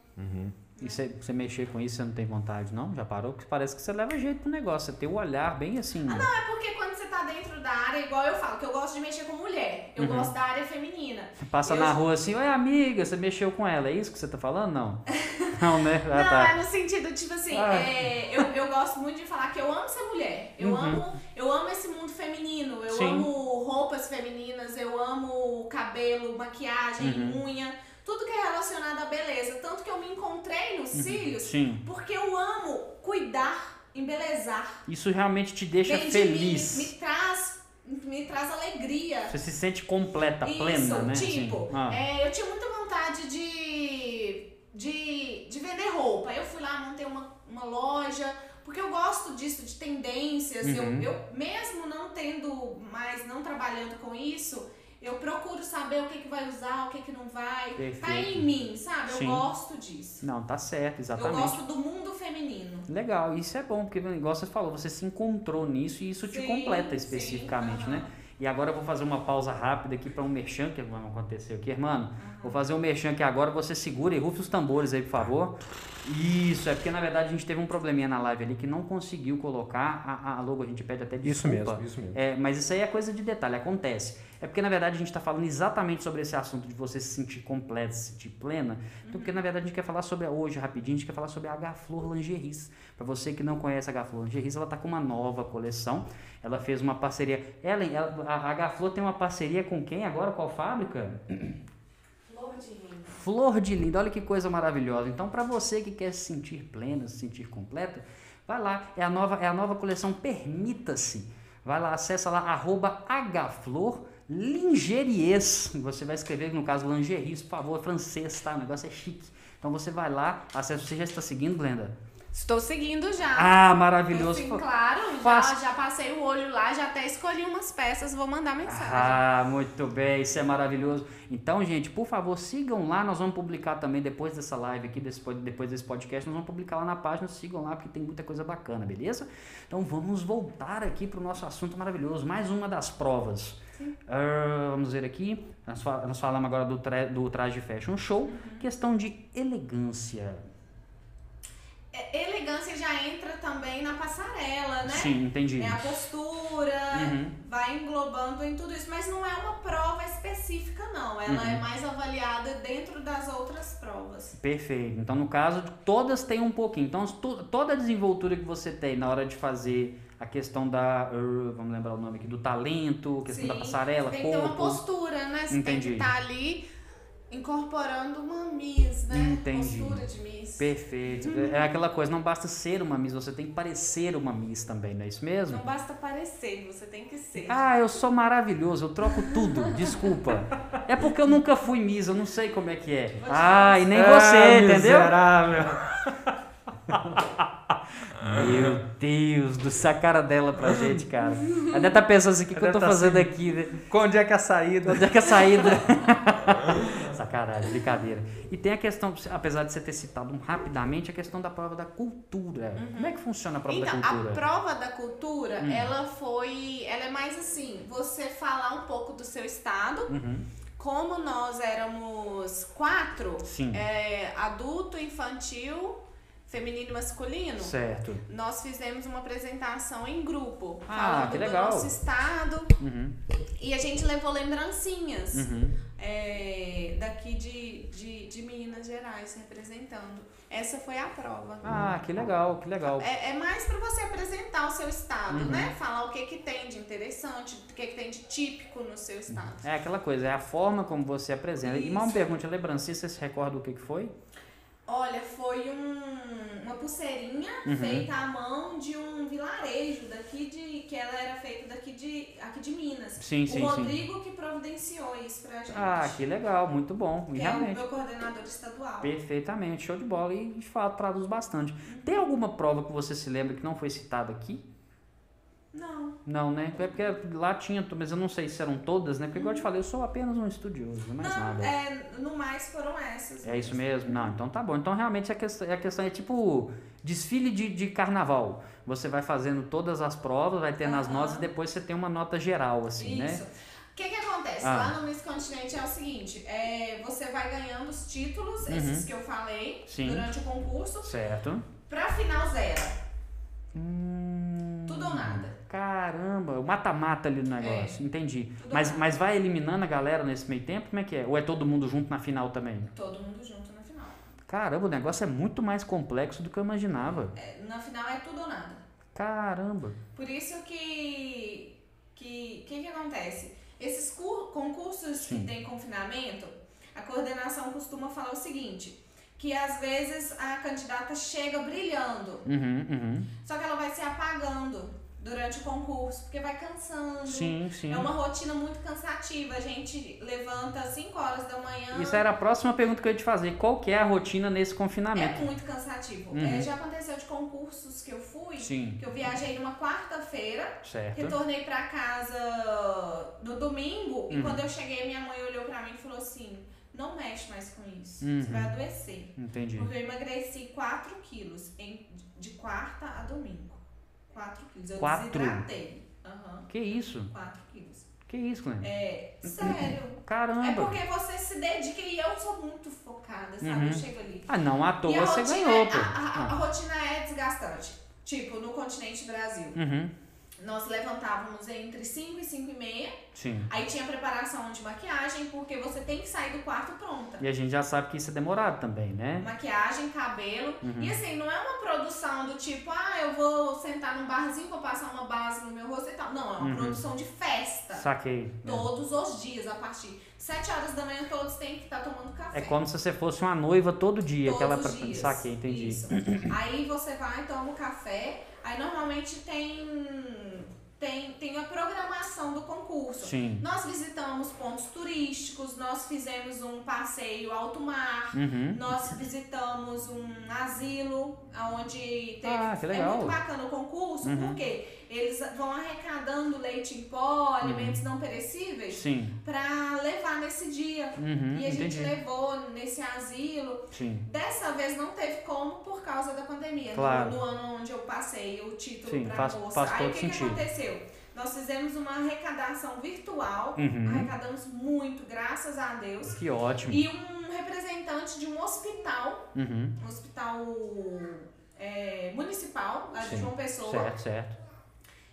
S1: E você você mexer com isso, você não tem vontade, não? Já parou? Porque parece que você leva jeito pro negócio. Você tem o olhar bem assim. né?
S3: Não, é porque quando você tá dentro da área, igual eu falo, que eu gosto de mexer com mulher,
S1: Uhum.
S3: eu gosto da área feminina.
S1: Passa
S3: Eu-
S1: na rua assim, oi amiga, você mexeu com ela, é isso que você tá falando? Não. Não, né? Ah,
S3: não, é
S1: tá.
S3: no sentido, tipo assim,
S1: Ah.
S3: é, eu, eu gosto muito de falar que eu amo ser mulher. Eu,
S1: Uhum.
S3: amo, eu amo esse mundo feminino. Eu
S1: Sim.
S3: amo roupas femininas, eu amo cabelo, maquiagem,
S1: Uhum.
S3: unha. Tudo que é relacionado à beleza. Tanto que eu me encontrei nos cílios
S1: Uhum. Sim.
S3: porque eu amo cuidar, embelezar.
S1: Isso realmente te deixa
S3: Vem de
S1: feliz.
S3: mim, me traz, me traz alegria.
S1: Você se sente completa,
S3: Isso,
S1: plena, né?
S3: tipo,
S1: Assim. Ah,
S3: é, eu tinha muita vontade de, de, de vender roupa. Eu fui lá, montei uma, uma loja, porque eu gosto disso, de tendências.
S1: Uhum.
S3: Eu, eu, mesmo não tendo mais, não trabalhando com isso, eu procuro saber o que, que vai usar, o que, que não vai. Tá
S1: Perfeito.
S3: em mim, sabe? Eu
S1: Sim.
S3: gosto disso.
S1: Não, tá certo,
S3: Eu
S1: exatamente.
S3: gosto do mundo feminino.
S1: Legal, isso é bom, porque igual você falou, você se encontrou nisso e isso te
S3: Sim,
S1: completa
S3: sim,
S1: especificamente, né?
S3: aham.
S1: E agora eu vou fazer uma pausa rápida aqui para um merchan que não aconteceu aqui, irmão. Vou fazer um merchan aqui agora, você segura e rufe os tambores aí, por favor. Isso, é porque na verdade a gente teve um probleminha na live ali que não conseguiu colocar a, a logo, a gente pede até desculpa.
S2: Isso mesmo, isso mesmo.
S1: É, mas isso aí é coisa de detalhe, acontece. É porque, na verdade, a gente está falando exatamente sobre esse assunto de você se sentir completa, se sentir plena. Então, porque, na verdade, a gente quer falar sobre, hoje, rapidinho, a gente quer falar sobre a H-Flor Lingeries. Para você que não conhece a H-Flor Lingeries, ela está com uma nova coleção. Ela fez uma parceria... Ellen, ela- a H-Flor tem uma parceria com quem agora? Qual fábrica?
S3: Flor de lindo.
S1: Flor de Linda, olha que coisa maravilhosa. Então, para você que quer se sentir plena, se sentir completa, vai lá, é a nova, é a nova coleção Permita-se. Vai lá, acessa lá, arroba hflor lingeries. Você vai escrever, no caso, lingeries, por favor, é francês, tá? O negócio é chique. Então você vai lá, acessa, você já está seguindo, Glenda?
S3: Estou seguindo já.
S1: Ah, maravilhoso.
S3: Sim, claro,
S1: Faça-
S3: já, já passei o olho lá, já até escolhi umas peças, vou mandar mensagem.
S1: Ah, muito bem, isso é maravilhoso. Então, gente, por favor, sigam lá. Nós vamos publicar também depois dessa live aqui, desse pod- depois desse podcast, nós vamos publicar lá na página. Sigam lá, porque tem muita coisa bacana, beleza? Então vamos voltar aqui para o nosso assunto maravilhoso. Mais uma das provas. Ah, vamos ver aqui. Nós, fa- nós falamos agora do, tra- do traje fashion show.
S3: Uhum.
S1: Questão de elegância.
S3: É, Elegância já entra também na passarela, né?
S1: Sim, entendi.
S3: É a postura,
S1: Uhum.
S3: vai englobando em tudo isso, mas não é uma prova específica, não. Ela
S1: Uhum.
S3: é mais avaliada dentro das outras provas.
S1: Perfeito. Então, no caso, todas têm um pouquinho. Então, to- toda a desenvoltura que você tem na hora de fazer a questão da. uh, vamos lembrar o nome aqui, do talento, questão da
S3: Sim,
S1: tá passarela,
S3: Tem que ter uma
S1: corpo.
S3: postura, né? Você tem que
S1: Entendi.
S3: estar ali incorporando uma miss, né?
S1: Entendi.
S3: Postura de miss.
S1: Perfeito.
S3: Uhum.
S1: É aquela coisa, não basta ser uma miss, você tem que parecer uma miss também, não é isso mesmo?
S3: Não basta parecer, você tem que ser.
S1: Ah, eu sou maravilhoso, eu troco tudo, desculpa. É porque eu nunca fui miss, eu não sei como é que é. Ah, e nem
S2: Ah,
S1: você, entendeu?
S2: Miserável.
S1: Meu Deus, do a cara dela pra gente, cara. Ela deve tá pensando assim, o que, que eu
S2: Ela
S1: tô
S2: deve tá
S1: fazendo
S2: assim.
S1: aqui, né?
S2: Onde é que é a saída?
S1: Onde é que é a saída? Sacanagem, brincadeira. E tem a questão, apesar de você ter citado um rapidamente, a questão da prova da cultura. Como é que funciona a prova
S3: Uhum. então,
S1: da cultura? Uhum.
S3: a prova da cultura, ela foi. Ela é mais assim, você falar um pouco do seu estado.
S1: Uhum.
S3: Como nós éramos quatro,
S1: Sim.
S3: é, adulto, infantil, feminino e masculino,
S1: Certo.
S3: nós fizemos uma apresentação em grupo,
S1: Ah,
S3: falando
S1: que legal.
S3: do nosso estado.
S1: Uhum.
S3: E a gente levou lembrancinhas
S1: Uhum.
S3: é, daqui de, de, de Minas Gerais representando. Essa foi a prova.
S1: Ah, que legal, que legal.
S3: É, é mais pra você apresentar o seu estado,
S1: Uhum.
S3: né? Falar o que que tem de interessante, o que que tem de típico no seu estado.
S1: É aquela coisa, é a forma como você apresenta. E mal me
S3: Isso.
S1: pergunte, a lembrancinha, você se recorda o que, que foi?
S3: Olha, foi um- uma pulseirinha
S1: Uhum.
S3: feita à mão de um vilarejo daqui de que ela era feita daqui de aqui de Minas.
S1: Sim, sim,
S3: o
S1: sim.
S3: Rodrigo que providenciou isso pra gente.
S1: Ah, que legal, muito bom. E
S3: que é o
S1: realmente.
S3: meu coordenador estadual.
S1: Perfeitamente, show de bola e de fato traduz bastante. Tem alguma prova que você se lembra que não foi citada aqui?
S3: Não.
S1: Não, né? É porque lá tinha, mas eu não sei se eram todas, né? Porque igual eu te falei, eu sou apenas um estudioso, mais
S3: não,
S1: nada.
S3: é, no mais foram essas.
S1: É isso mesmo? Não, então tá bom. Então realmente a questão, a questão é tipo desfile de, de carnaval. Você vai fazendo todas as provas, vai tendo as
S3: Aham.
S1: notas e depois você tem uma nota geral, assim,
S3: Isso.
S1: né?
S3: O que, que acontece?
S1: Ah.
S3: Lá no Miss Continente é o seguinte: é, você vai ganhando os títulos, esses que eu falei,
S1: Uhum. Sim.
S3: durante o concurso,
S1: Certo.
S3: pra final zero.
S1: Hum,
S3: Tudo ou nada.
S1: Caramba, o mata-mata ali no negócio, entendi.
S3: É. Tudo
S1: Mas,
S3: ou nada.
S1: mas vai eliminando a galera nesse meio tempo? Como é que é? Ou é todo mundo junto na final também?
S3: Todo mundo junto na final.
S1: Caramba, o negócio é muito mais complexo do que eu imaginava.
S3: É, na final é tudo ou nada.
S1: Caramba.
S3: Por isso que. que o que, que acontece? Esses cur- concursos
S1: Sim.
S3: que tem confinamento, a coordenação costuma falar o seguinte: que às vezes a candidata chega brilhando,
S1: Uhum, uhum.
S3: só que ela vai se apagando durante o concurso, porque vai cansando.
S1: Sim, sim.
S3: É uma rotina muito cansativa. A gente levanta às 5 horas da manhã.
S1: Isso é era a próxima pergunta que eu ia te fazer. Qual que é a rotina nesse
S3: É
S1: confinamento?
S3: muito cansativo.
S1: Uhum.
S3: É, já aconteceu de concursos que eu fui,
S1: Sim,
S3: que eu viajei numa quarta-feira,
S1: certo.
S3: retornei pra casa no domingo, e
S1: Uhum.
S3: quando eu cheguei, minha mãe olhou pra mim e falou assim: não mexe mais com isso,
S1: Uhum.
S3: você vai adoecer.
S1: Entendi.
S3: Porque eu emagreci 4 quilos em- de quarta a domingo. 4 quilos. Eu
S1: Quatro?
S3: desidratei. Aham,
S1: Que isso?
S3: 4 quilos.
S1: Que isso, Clemen?
S3: É, sério. É
S1: Caramba.
S3: porque você se dedica e eu sou muito focada, sabe?
S1: Uhum.
S3: Eu chego ali.
S1: Ah, não, à
S3: E
S1: toa
S3: a
S1: você
S3: rotina
S1: ganhou,
S3: é-
S1: pô.
S3: a- A, a
S1: Ah.
S3: rotina é desgastante. Tipo, no continente Brasil,
S1: Uhum.
S3: nós levantávamos entre 5 e 5 e meia,
S1: Sim.
S3: aí tinha preparação de maquiagem, porque você tem que sair do quarto pronta.
S1: E a gente já sabe que isso é demorado também, né?
S3: Maquiagem, cabelo.
S1: Uhum.
S3: E assim, não é uma produção do tipo, ah, eu vou sentar num barzinho, vou passar uma base no meu rosto e tal. Não, é uma
S1: Uhum.
S3: produção de festa.
S1: Saquei. né?
S3: Todos os dias, a partir 7 horas da manhã, todos têm que estar tomando café.
S1: É como se você fosse uma noiva todo dia.
S3: Todos
S1: aquela
S3: os dias.
S1: Saquei, entendi.
S3: Isso. Aí você vai, toma o café, aí normalmente tem, tem, tem a programação do concurso.
S1: Sim.
S3: Nós visitamos pontos turísticos, nós fizemos um passeio alto mar,
S1: Uhum.
S3: nós visitamos um asilo, onde teve,
S1: Ah, que legal.
S3: é muito bacana o concurso,
S1: Uhum.
S3: porque eles vão arrecadando leite em
S1: Uhum.
S3: pó, alimentos não perecíveis,
S1: Sim.
S3: para levar nesse dia.
S1: Uhum.
S3: E a gente
S1: Entendi.
S3: levou nesse asilo,
S1: Sim.
S3: Dessa vez não teve como por causa da pandemia.
S1: Claro.
S3: No, no ano onde eu passei o título
S1: Sim,
S3: pra
S1: faz-
S3: moça.
S1: faz
S3: Aí
S1: todo
S3: o que, que
S1: sentido.
S3: aconteceu? Nós fizemos uma arrecadação virtual,
S1: Uhum.
S3: arrecadamos muito, graças a Deus.
S1: Que ótimo.
S3: E um representante de um hospital,
S1: Uhum.
S3: um hospital é, municipal, lá de
S1: Sim,
S3: João Pessoa,
S1: Certo, certo.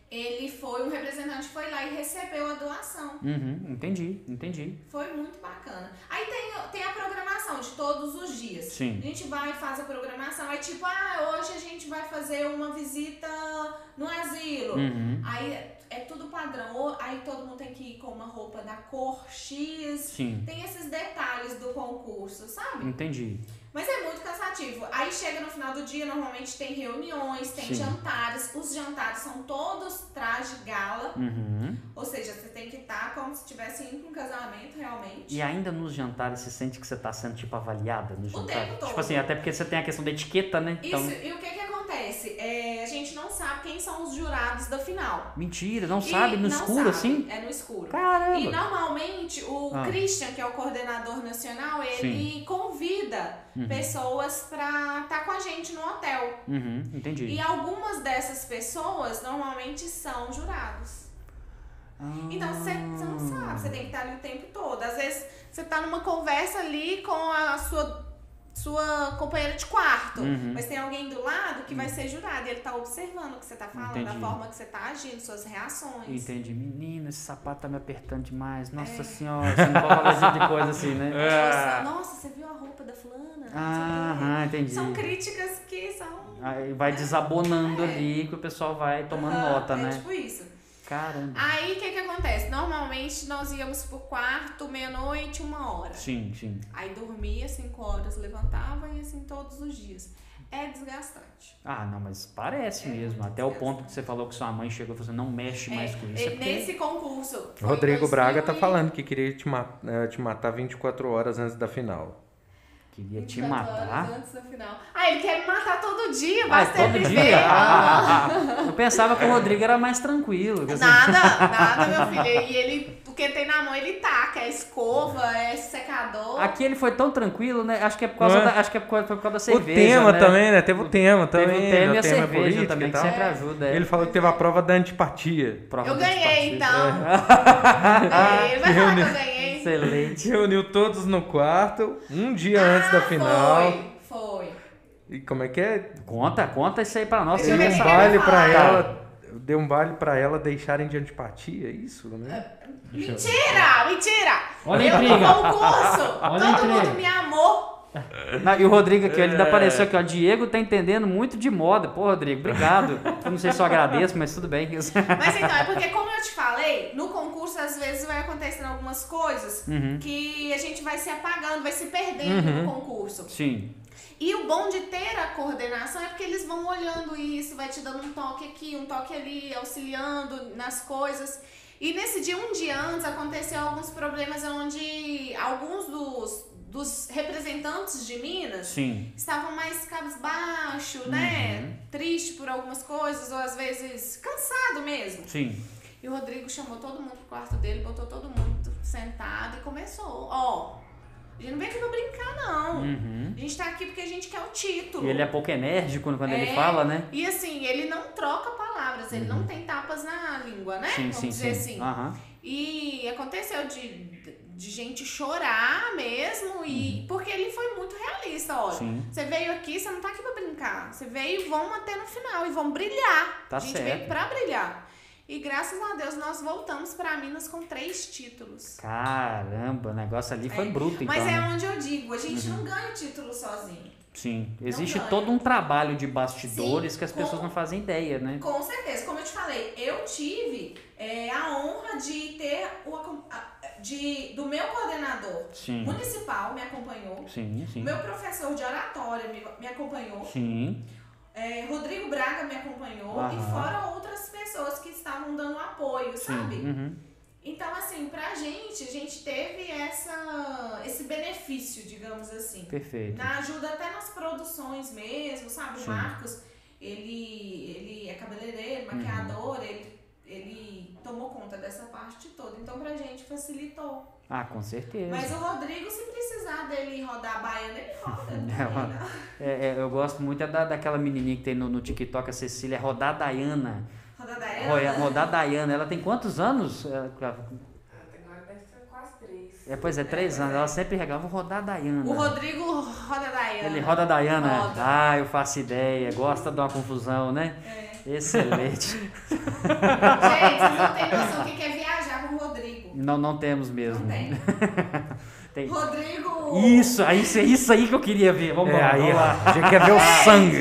S3: ele foi, um representante foi lá e recebeu a doação.
S1: Uhum. Entendi, entendi.
S3: Foi muito bacana. Aí tem, tem a programação de todos os dias.
S1: Sim.
S3: A gente vai e faz a programação. Aí tipo, ah, hoje a gente vai fazer uma visita no asilo.
S1: Uhum.
S3: Aí é- é tudo padrão. Ou- Aí todo mundo tem que ir com uma roupa da cor X.
S1: Sim.
S3: Tem esses detalhes do concurso, sabe?
S1: Entendi.
S3: Mas é muito cansativo. Aí chega no final do dia, normalmente tem reuniões, tem
S1: Sim.
S3: jantares. Os jantares são todos traje gala.
S1: Uhum.
S3: Ou seja, você tem que estar como se estivesse indo pra um casamento realmente.
S1: E ainda nos jantares você sente que você tá sendo tipo avaliada nos
S3: O tempo
S1: jantares? Tipo
S3: todo.
S1: assim, até porque você tem a questão da etiqueta, né? Então,
S3: Isso, e o que que acontece? É, a gente não sabe quem são os jurados da final.
S1: mentira, não
S3: E
S1: sabe no
S3: não
S1: escuro
S3: sabe,
S1: assim?
S3: É no escuro. E
S1: Caramba.
S3: normalmente o
S1: Ah.
S3: Christian, que é o coordenador nacional, ele convida
S1: Uhum.
S3: pessoas pra estar com a gente no hotel.
S1: Uhum, entendi.
S3: E algumas dessas pessoas normalmente são jurados. Então você você não
S1: Ah.
S3: sabe, você tem que estar ali o tempo todo. Às vezes você tá numa conversa ali com a sua sua companheira de quarto,
S1: Uhum.
S3: mas tem alguém do lado que vai ser jurado e ele tá observando o que você tá falando,
S1: Entendi.
S3: a forma que você tá agindo, suas reações.
S1: Entendi. Menino, esse sapato tá me apertando demais.
S3: É.
S1: Nossa senhora, você não pode falar esse tipo de coisa assim, né?
S3: Nossa, nossa, você viu a roupa da fulana?
S1: Ah,
S3: Não sei o
S1: aham,
S3: quê.
S1: entendi.
S3: São críticas que são.
S1: Aí vai desabonando
S3: É.
S1: ali que o pessoal vai tomando
S3: Aham,
S1: nota,
S3: é
S1: né?
S3: tipo isso.
S1: Caramba.
S3: Aí o que que acontece? Normalmente nós íamos pro quarto, meia-noite, uma hora.
S1: Sim, sim.
S3: Aí dormia cinco horas, levantava e assim todos os dias. É desgastante.
S1: Ah, não, mas parece
S3: É
S1: mesmo.
S3: muito
S1: Até o
S3: desgastante.
S1: ponto que você falou que sua mãe chegou e falou assim, não mexe mais com isso.
S3: E
S1: é porque-
S3: Nesse concurso. foi em
S2: Rodrigo Braga tá
S3: 2000 e-
S2: falando que queria te, ma- eh, te matar 24 horas antes da final.
S1: Queria te
S3: 24
S1: matar.
S3: horas antes da final. Ah, ele quer me matar todo dia,
S1: Ah,
S3: basta
S1: todo
S3: ele
S1: dia?
S3: ver.
S1: Ah, ah, ah. Eu pensava que o Rodrigo era mais tranquilo. que assim-
S3: Nada, nada, meu filho. E ele, o que tem na mão, ele taca. É escova, é secador.
S1: Aqui ele foi tão tranquilo, né? Acho que é por causa,
S2: Não é?
S1: da, acho que é por causa, foi por causa da cerveja.
S2: o tema
S1: né?
S2: também, né? Teve o tema
S1: Teve
S2: também.
S1: o tema e
S2: né?
S1: a cerveja
S2: político
S1: também,
S2: e
S1: que
S2: tal.
S1: sempre ajuda. é.
S2: Ele falou que teve a prova da antipatia.
S1: Prova
S3: Eu
S1: de partido.
S3: ganhei, então. É, ele vai falar que eu ganhei.
S1: Excelente.
S2: Se reuniu todos no quarto, um dia antes da
S3: Ah,
S2: final.
S3: Foi, foi.
S2: E como é que é?
S1: Conta, conta isso aí pra nós.
S3: Deixa eu
S1: que
S2: Deu
S3: ver
S1: ninguém
S2: um
S3: se
S1: sabe.
S2: baile
S3: vai
S2: pra
S3: falar.
S1: Tá.
S2: ela. Deu um baile pra ela deixarem de antipatia, é isso? Né?
S3: Mentira, mentira.
S1: Olha a
S3: eu no
S1: intriga.
S3: concurso,
S1: Olha a
S3: todo
S1: intriga.
S3: mundo me amou.
S1: Não, e o Rodrigo aqui, ó, ele
S2: É.
S1: ainda apareceu aqui, ó. Diego tá entendendo muito de moda. Pô, Rodrigo, obrigado. Eu não sei se eu agradeço, mas tudo bem.
S3: Mas então, é porque como eu te falei, no concurso às vezes vai acontecendo algumas coisas
S1: Uhum.
S3: que a gente vai se apagando, vai se perdendo no concurso.
S1: Sim.
S3: E o bom de ter a coordenação é porque eles vão olhando isso, vai te dando um toque aqui, um toque ali, auxiliando nas coisas. E nesse dia, um dia antes, aconteceu alguns problemas onde alguns dos, dos representantes de Minas
S1: Sim.
S3: estavam mais cabisbaixo, né? Triste por algumas coisas, ou às vezes cansado mesmo.
S1: Sim.
S3: E o Rodrigo chamou todo mundo pro quarto dele, botou todo mundo sentado e começou. Ó, A gente não vem aqui pra brincar, não.
S1: Uhum.
S3: A gente tá aqui porque a gente quer o título.
S1: E ele é pouco enérgico quando
S3: É.
S1: ele fala, né?
S3: E assim, ele não troca palavras, ele não tem tapas na língua, né?
S1: Uhum. Sim,
S3: Vamos
S1: sim,
S3: dizer
S1: sim. Ah.
S3: assim.
S1: Aham.
S3: E aconteceu de, de gente chorar mesmo, e porque ele foi muito realista, olha.
S1: Uhum. Sim.
S3: Você veio aqui, você não tá aqui pra brincar. Você veio e vamos até no final e vamos brilhar.
S1: Tá
S3: a gente
S1: certo.
S3: veio pra brilhar. E graças a Deus nós voltamos pra Minas com três títulos.
S1: Caramba, o negócio ali foi bruto, então.
S3: Mas é um-
S1: né?
S3: onde eu digo, a gente não ganha título sozinho. é
S1: Sim. Existe
S3: ganha.
S1: todo um trabalho de bastidores que as
S3: com-
S1: pessoas não fazem ideia, né?
S3: Com certeza, como eu te falei, eu tive é, a honra de ter o acom- a- de, do meu coordenador
S1: Sim.
S3: municipal me acompanhou.
S1: Sim, sim.
S3: Meu professor de oratória me, me acompanhou,
S1: Sim.
S3: é, Rodrigo Braga me acompanhou
S1: Aham.
S3: e fora outras pessoas que estavam dando apoio,
S1: Sim.
S3: sabe?
S1: Uhum.
S3: Então, assim, pra gente, a gente teve essa, esse benefício, digamos assim.
S1: Perfeito.
S3: Na ajuda até nas produções mesmo, sabe? O
S1: Sim.
S3: Marcos, ele, ele é cabeleireiro,
S1: Uhum.
S3: maquiador, ele, ele tomou conta dessa parte toda. Então, pra gente facilitou.
S1: Ah, com certeza.
S3: Mas o Rodrigo, se precisar dele rodar a baiana, ele roda. né? não tem
S1: Ela-
S3: nada.
S1: É, é, eu gosto muito é da, daquela menininha que tem no, no TikTok, a Cecília, Rodar Dayana.
S3: Roda da
S1: Roya- Rodar Dayana. Ela tem quantos anos? Ela- ela-
S4: Agora deve ser quase três.
S1: É, pois é, três anos. Ela sempre regava, vou rodar Dayana.
S3: O Rodrigo roda da
S1: Ele roda a Dayana.
S3: Roda.
S1: Ah, eu faço ideia. Gosta de uma confusão, né? Excelente.
S3: É. Gente, vocês não tem noção que quer viajar com o Rodrigo.
S1: não, não temos
S3: Não
S1: mesmo.
S3: tem.
S1: Tem.
S3: Rodrigo.
S1: Isso, aí, isso- isso aí que eu queria ver. Vamos
S2: É,
S1: lá.
S2: aí,
S1: vamos lá.
S2: ó, já quer ver o sangue.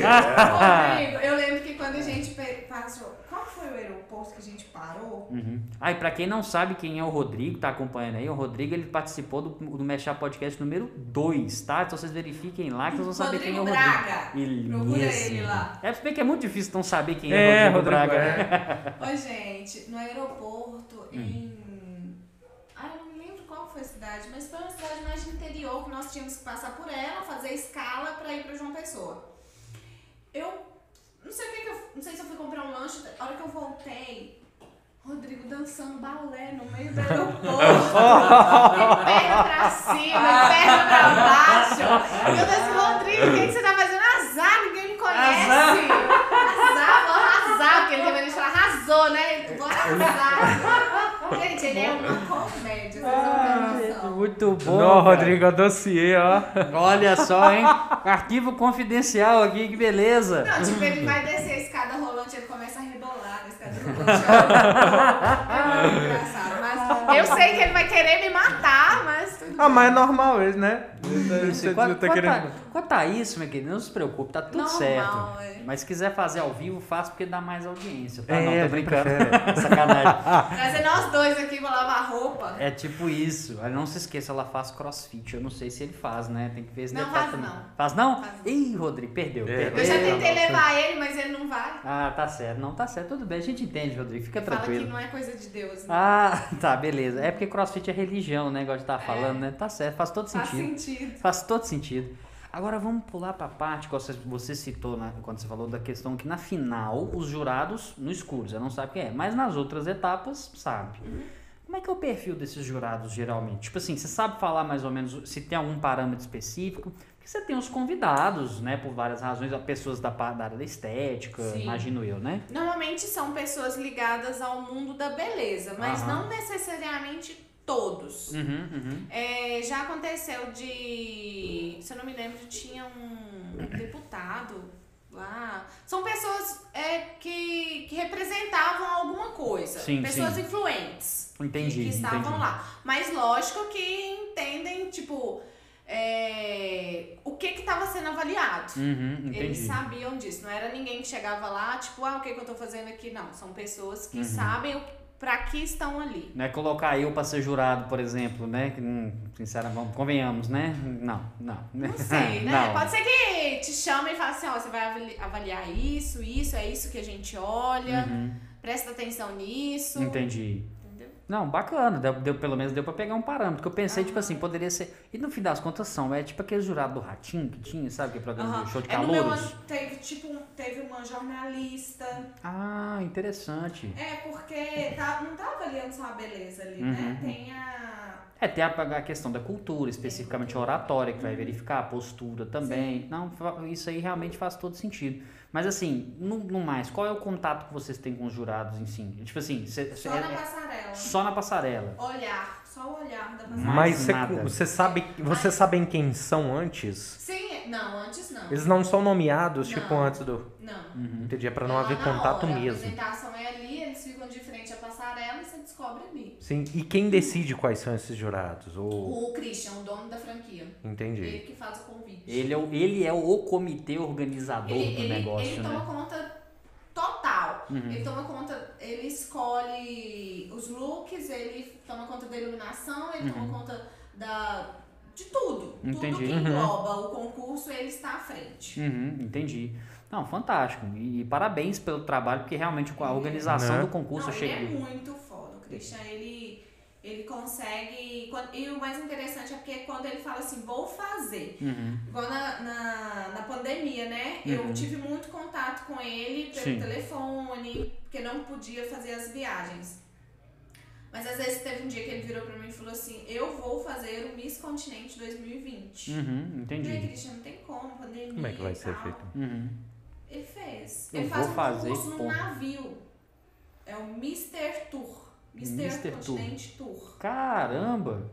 S3: Rodrigo, eu lembro que quando a gente pe- passou. Qual foi o aeroporto que a gente parou?
S1: Uhum. Ah, e pra quem não sabe quem é o Rodrigo, tá acompanhando aí, o Rodrigo ele participou do, do Mexer Podcast número 2, tá? Então vocês verifiquem lá que vocês vão saber quem é o
S3: Rodrigo
S1: Rodrigo.
S3: Braga.
S1: Ele
S3: Procura
S1: mesmo.
S3: ele lá.
S1: É porque é muito difícil não saber quem é,
S2: É,
S1: o Rodrigo,
S2: Rodrigo
S1: Braga.
S2: Braga.
S3: Oi, gente, no aeroporto
S1: Hum.
S3: em. Ah, eu não me lembro qual foi a cidade, mas foi uma cidade mais de interior que nós tínhamos que passar por ela, fazer escala pra ir pra João Pessoa. Eu. Não sei o que, que eu. Não sei se eu fui comprar um lanche, a hora que eu voltei. Rodrigo dançando balé no meio do aeroporto. e perna pra cima, e perna pra baixo. E eu disse, Rodrigo, o que, que você tá fazendo? Azar, ninguém me conhece. Azar, vou arrasar, porque ele também deixou arrasou, né? Ele, Vou arrasar. Gente, ele é uma comédia, vocês não têm noção.
S1: Muito bom.
S2: Não,
S1: cara.
S2: Rodrigo, eu dossiê, ó.
S1: Olha só, hein? Arquivo confidencial aqui, que beleza.
S3: Não, tipo, ele vai descer a escada rolante, ele começa a rebolar na escada rolante. É muito engraçado, mas eu sei que ele vai querer me matar, mas tudo
S2: Ah,
S3: bem.
S2: mas é normal isso, né? Você
S1: Quanto
S2: tá querendo...
S1: a isso, minha querida, não se preocupe, tá tudo
S3: Normal,
S1: certo.
S3: é.
S1: Mas se quiser fazer ao vivo, faça porque dá mais audiência, tá?
S2: É,
S1: não, tô
S2: eu
S1: brincando.
S2: prefiro.
S1: Sacanagem.
S3: Trazer é nós dois aqui pra lavar roupa.
S1: É tipo isso. Aí Não se esqueça, ela faz crossfit. Eu não sei se ele faz, né? Tem que ver se
S3: Não
S1: ele
S3: faz,
S1: também.
S3: não.
S1: Faz não?
S3: Faz não.
S1: Ih, Rodrigo, perdeu.
S2: É,
S1: perdeu.
S3: Eu já
S2: Ei,
S3: tentei
S2: nossa.
S3: levar ele, mas ele não vai.
S1: Ah, tá certo. Não, tá certo. Tudo bem, a gente entende, Rodrigo. Fica
S3: Fala que
S1: tranquilo.
S3: não é coisa de Deus, né?
S1: Ah, tá, beleza. É porque crossfit é religião, né? Igual a gente tava falando, né? Tá certo, faz todo
S3: É. Faz
S1: sentido.
S3: sentido.
S1: Faz todo sentido. Agora vamos pular para a parte que você, você citou né, quando você falou da questão que na final os jurados no escuro, você não sabe quem é, mas nas outras etapas sabe.
S3: Uhum.
S1: Como é que é o perfil desses jurados geralmente? Tipo assim, você sabe falar mais ou menos se tem algum parâmetro específico? Porque você tem os convidados, né, por várias razões, a pessoas da, pa- da área da estética,
S3: Sim.
S1: imagino eu, né?
S3: Normalmente são pessoas ligadas ao mundo da beleza, mas
S1: Aham.
S3: não necessariamente todos.
S1: Uhum, uhum.
S3: É, já aconteceu de. Se eu não me lembro, tinha um deputado lá. São pessoas é, que, que representavam alguma coisa.
S1: Sim,
S3: pessoas
S1: sim.
S3: influentes
S1: Entendi.
S3: que estavam
S1: entendi.
S3: lá. Mas lógico que entendem, tipo, é, o que estava sendo avaliado.
S1: Uhum, entendi.
S3: Eles sabiam disso, não era ninguém que chegava lá, tipo, ah, o que, que eu tô fazendo aqui? Não, são pessoas
S1: Uhum.
S3: que sabem o, pra que estão ali.
S1: Não é colocar eu pra ser jurado, por exemplo, né? Que, hum, Sinceramente, vamos- convenhamos, né? Não, não.
S3: Não sei, né?
S1: Não.
S3: Pode ser que te chamem e falem assim, ó, você vai avali- avaliar isso, isso, é isso que a gente olha,
S1: Uhum,
S3: presta atenção nisso.
S1: Entendi.
S3: um Entendeu?
S1: Não, bacana. Deu, deu- pelo menos deu pra pegar um parâmetro. Que eu pensei,
S3: Ah.
S1: tipo assim, poderia ser. E no fim das contas são, é tipo aquele jurado do ratinho que tinha, sabe? Que é programa
S3: Aham.
S1: de show de
S3: É, no meu
S1: calouros.
S3: ano teve, tipo, um- teve uma jornalista.
S1: Ah, interessante. Uhum.
S3: É, porque tá, não tá avaliando só a beleza ali, né? Tem a.
S1: É, É, tem a, a questão da cultura, especificamente oratória, que vai
S3: Uhum.
S1: verificar, a postura também. Não, fa- isso aí realmente faz todo sentido. Mas assim, no, no mais, qual é o contato que vocês têm com os jurados em si? Tipo assim, cê- cê-
S3: Só
S1: é-
S3: na
S1: é-
S3: passarela.
S1: só na passarela.
S3: Olhar, só o olhar da passarela.
S1: Mais
S2: Mas você,
S1: nada.
S2: você sabe, vocês sabem quem são antes?
S3: Sim, é, não, antes não.
S2: Eles não são nomeados, tipo,
S3: Não.
S2: antes do.
S3: Não.
S1: Uhum.
S2: Entendi, é pra não haver
S3: na
S2: contato
S3: hora, A
S2: mesmo.
S3: apresentação é ali, eles ficam de frente à passarela e você descobre ali.
S2: Sim, e quem decide quais são esses jurados? Ou.
S3: O Christian, o dono da franquia.
S2: Entendi.
S3: Ele que faz o convite.
S1: Ele é o, ele é o comitê organizador
S3: Ele-
S1: do
S3: ele-
S1: negócio,
S3: ele
S1: né? Uhum.
S3: toma conta total. Ele toma conta, ele escolhe os looks, ele toma conta da iluminação, ele toma conta da de tudo. Tudo
S1: Uhum. Entendi.
S3: que
S1: Uhum.
S3: engloba o concurso, ele está à frente.
S1: Uhum, entendi. Não, fantástico. E, e parabéns pelo trabalho, porque realmente com a organização
S2: Né?
S1: do concurso
S3: Não,
S1: eu cheguei.
S3: Ele é muito foda. O Christian, ele, ele consegue. quando- E o mais interessante é porque quando ele fala assim, vou fazer.
S1: Uhum.
S3: Igual na, na, na pandemia, né?
S2: Uhum.
S3: Eu tive muito contato com ele pelo
S1: Sim.
S3: telefone, porque não podia fazer as viagens. Mas às vezes teve um dia que ele virou pra mim e falou assim: Eu vou fazer o Miss Continente 2020.
S1: Uhum,
S3: E aí,
S1: entendi.
S3: Christian, não tem como, pandemia.
S2: Hum, Como é que vai
S3: e
S2: ser
S3: tal.
S2: feito?
S1: Uhum.
S3: Ele fez.
S1: Eu
S3: ele
S1: vou
S3: faz um
S1: fazer,
S3: concurso num
S1: ponto.
S3: navio. É o Mr. Tour. Mr.
S1: Mr. Tour.
S3: Continente Tour.
S1: Caramba!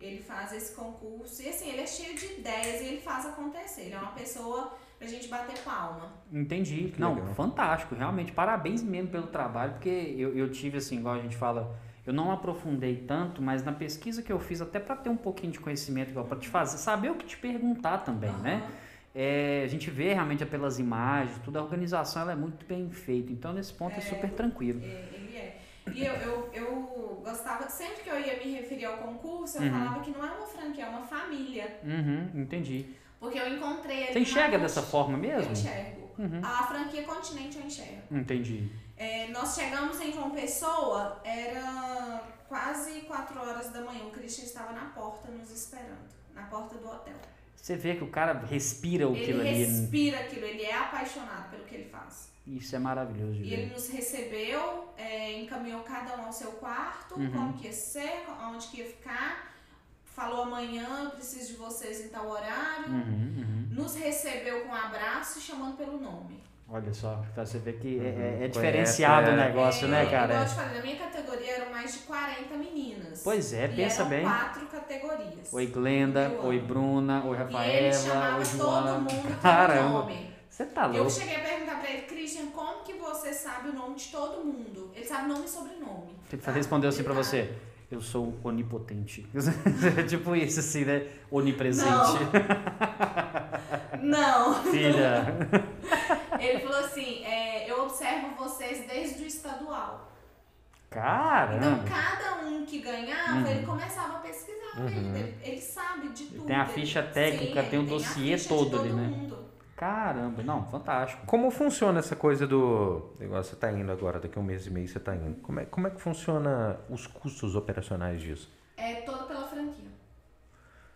S3: Ele faz esse concurso e assim, ele é cheio de ideias e ele faz acontecer. Ele é uma pessoa pra gente bater palma.
S1: Entendi.
S2: Que
S1: Não,
S2: legal.
S1: fantástico, realmente. Parabéns mesmo pelo trabalho, porque eu, eu tive, assim, igual a gente fala, eu não aprofundei tanto, mas na pesquisa que eu fiz, até pra ter um pouquinho de conhecimento, igual pra te fazer, saber o que te perguntar também, né? É, a gente vê realmente pelas imagens, tudo, a organização ela é muito bem feita. Então, nesse ponto é, super tranquilo.
S3: É, Ele é. E eu, eu, eu gostava, sempre que eu ia me referir ao concurso, eu falava que não é uma franquia, é uma família.
S1: Uhum, entendi.
S3: Porque eu encontrei ali
S1: Você
S3: na
S1: enxerga
S3: rua-
S1: dessa forma
S3: Eu
S1: mesmo? Uhum.
S3: enxergo. A franquia Continente eu enxergo.
S1: Entendi.
S3: É, nós chegamos em João Pessoa, era quase 4 horas da manhã. O Christian estava na porta nos esperando, na porta do hotel.
S1: Você vê que o cara respira aquilo
S3: Ele
S1: ali. né?
S3: respira aquilo, ele é apaixonado pelo que ele faz.
S1: Isso é maravilhoso de
S3: E
S1: ver.
S3: ele nos recebeu, é, encaminhou cada um ao seu quarto,
S1: Uhum.
S3: como que ia ser, onde que ia ficar. Falou amanhã, eu preciso de vocês em tal horário.
S1: Uhum, uhum.
S3: Nos recebeu com um abraço e chamando pelo nome.
S1: Olha só, pra você ver que é- é, é
S2: Conhece,
S1: diferenciado o
S2: é.
S1: negócio,
S3: Uhum. É,
S1: né,
S3: Igual eu
S1: cara?
S3: te falei, na minha categoria eram mais de 40 meninas.
S1: Pois é,
S3: E
S1: pensa
S3: eram
S1: bem.
S3: quatro categorias.
S1: Oi Glenda,
S3: Eu amo.
S1: oi Bruna, oi
S3: e ele
S1: Rafaela,
S3: chamava
S1: oi
S3: todo
S1: Joana.
S3: mundo pelo
S1: Caramba,
S3: nome.
S1: você tá
S3: Eu
S1: louco.
S3: cheguei a perguntar pra ele, Christian, como que você sabe o nome de todo mundo? Ele sabe nome e sobrenome.
S1: Ele
S3: tá?
S1: respondeu assim pra
S3: Ele
S1: você, eu sou onipotente. tipo isso assim, né? Onipresente.
S3: sabe. Não.
S1: Filha.
S3: Ele falou assim, é, eu observo vocês desde o estadual. Então,
S1: Caramba.
S3: cada um que ganhava,
S1: Uhum.
S3: ele começava a pesquisar ainda. Ele, ele sabe de tudo.
S1: tem a ficha técnica,
S3: ele
S1: tem o
S3: a
S1: dossiê
S3: ficha de
S1: todo
S3: todo
S1: ali, né?
S3: mundo.
S1: Caramba, não, fantástico.
S2: Como funciona essa coisa do. Igual você tá indo agora, daqui a um mês e meio você tá indo. Como é, como é que funciona os custos operacionais disso?
S3: É toda pela franquia.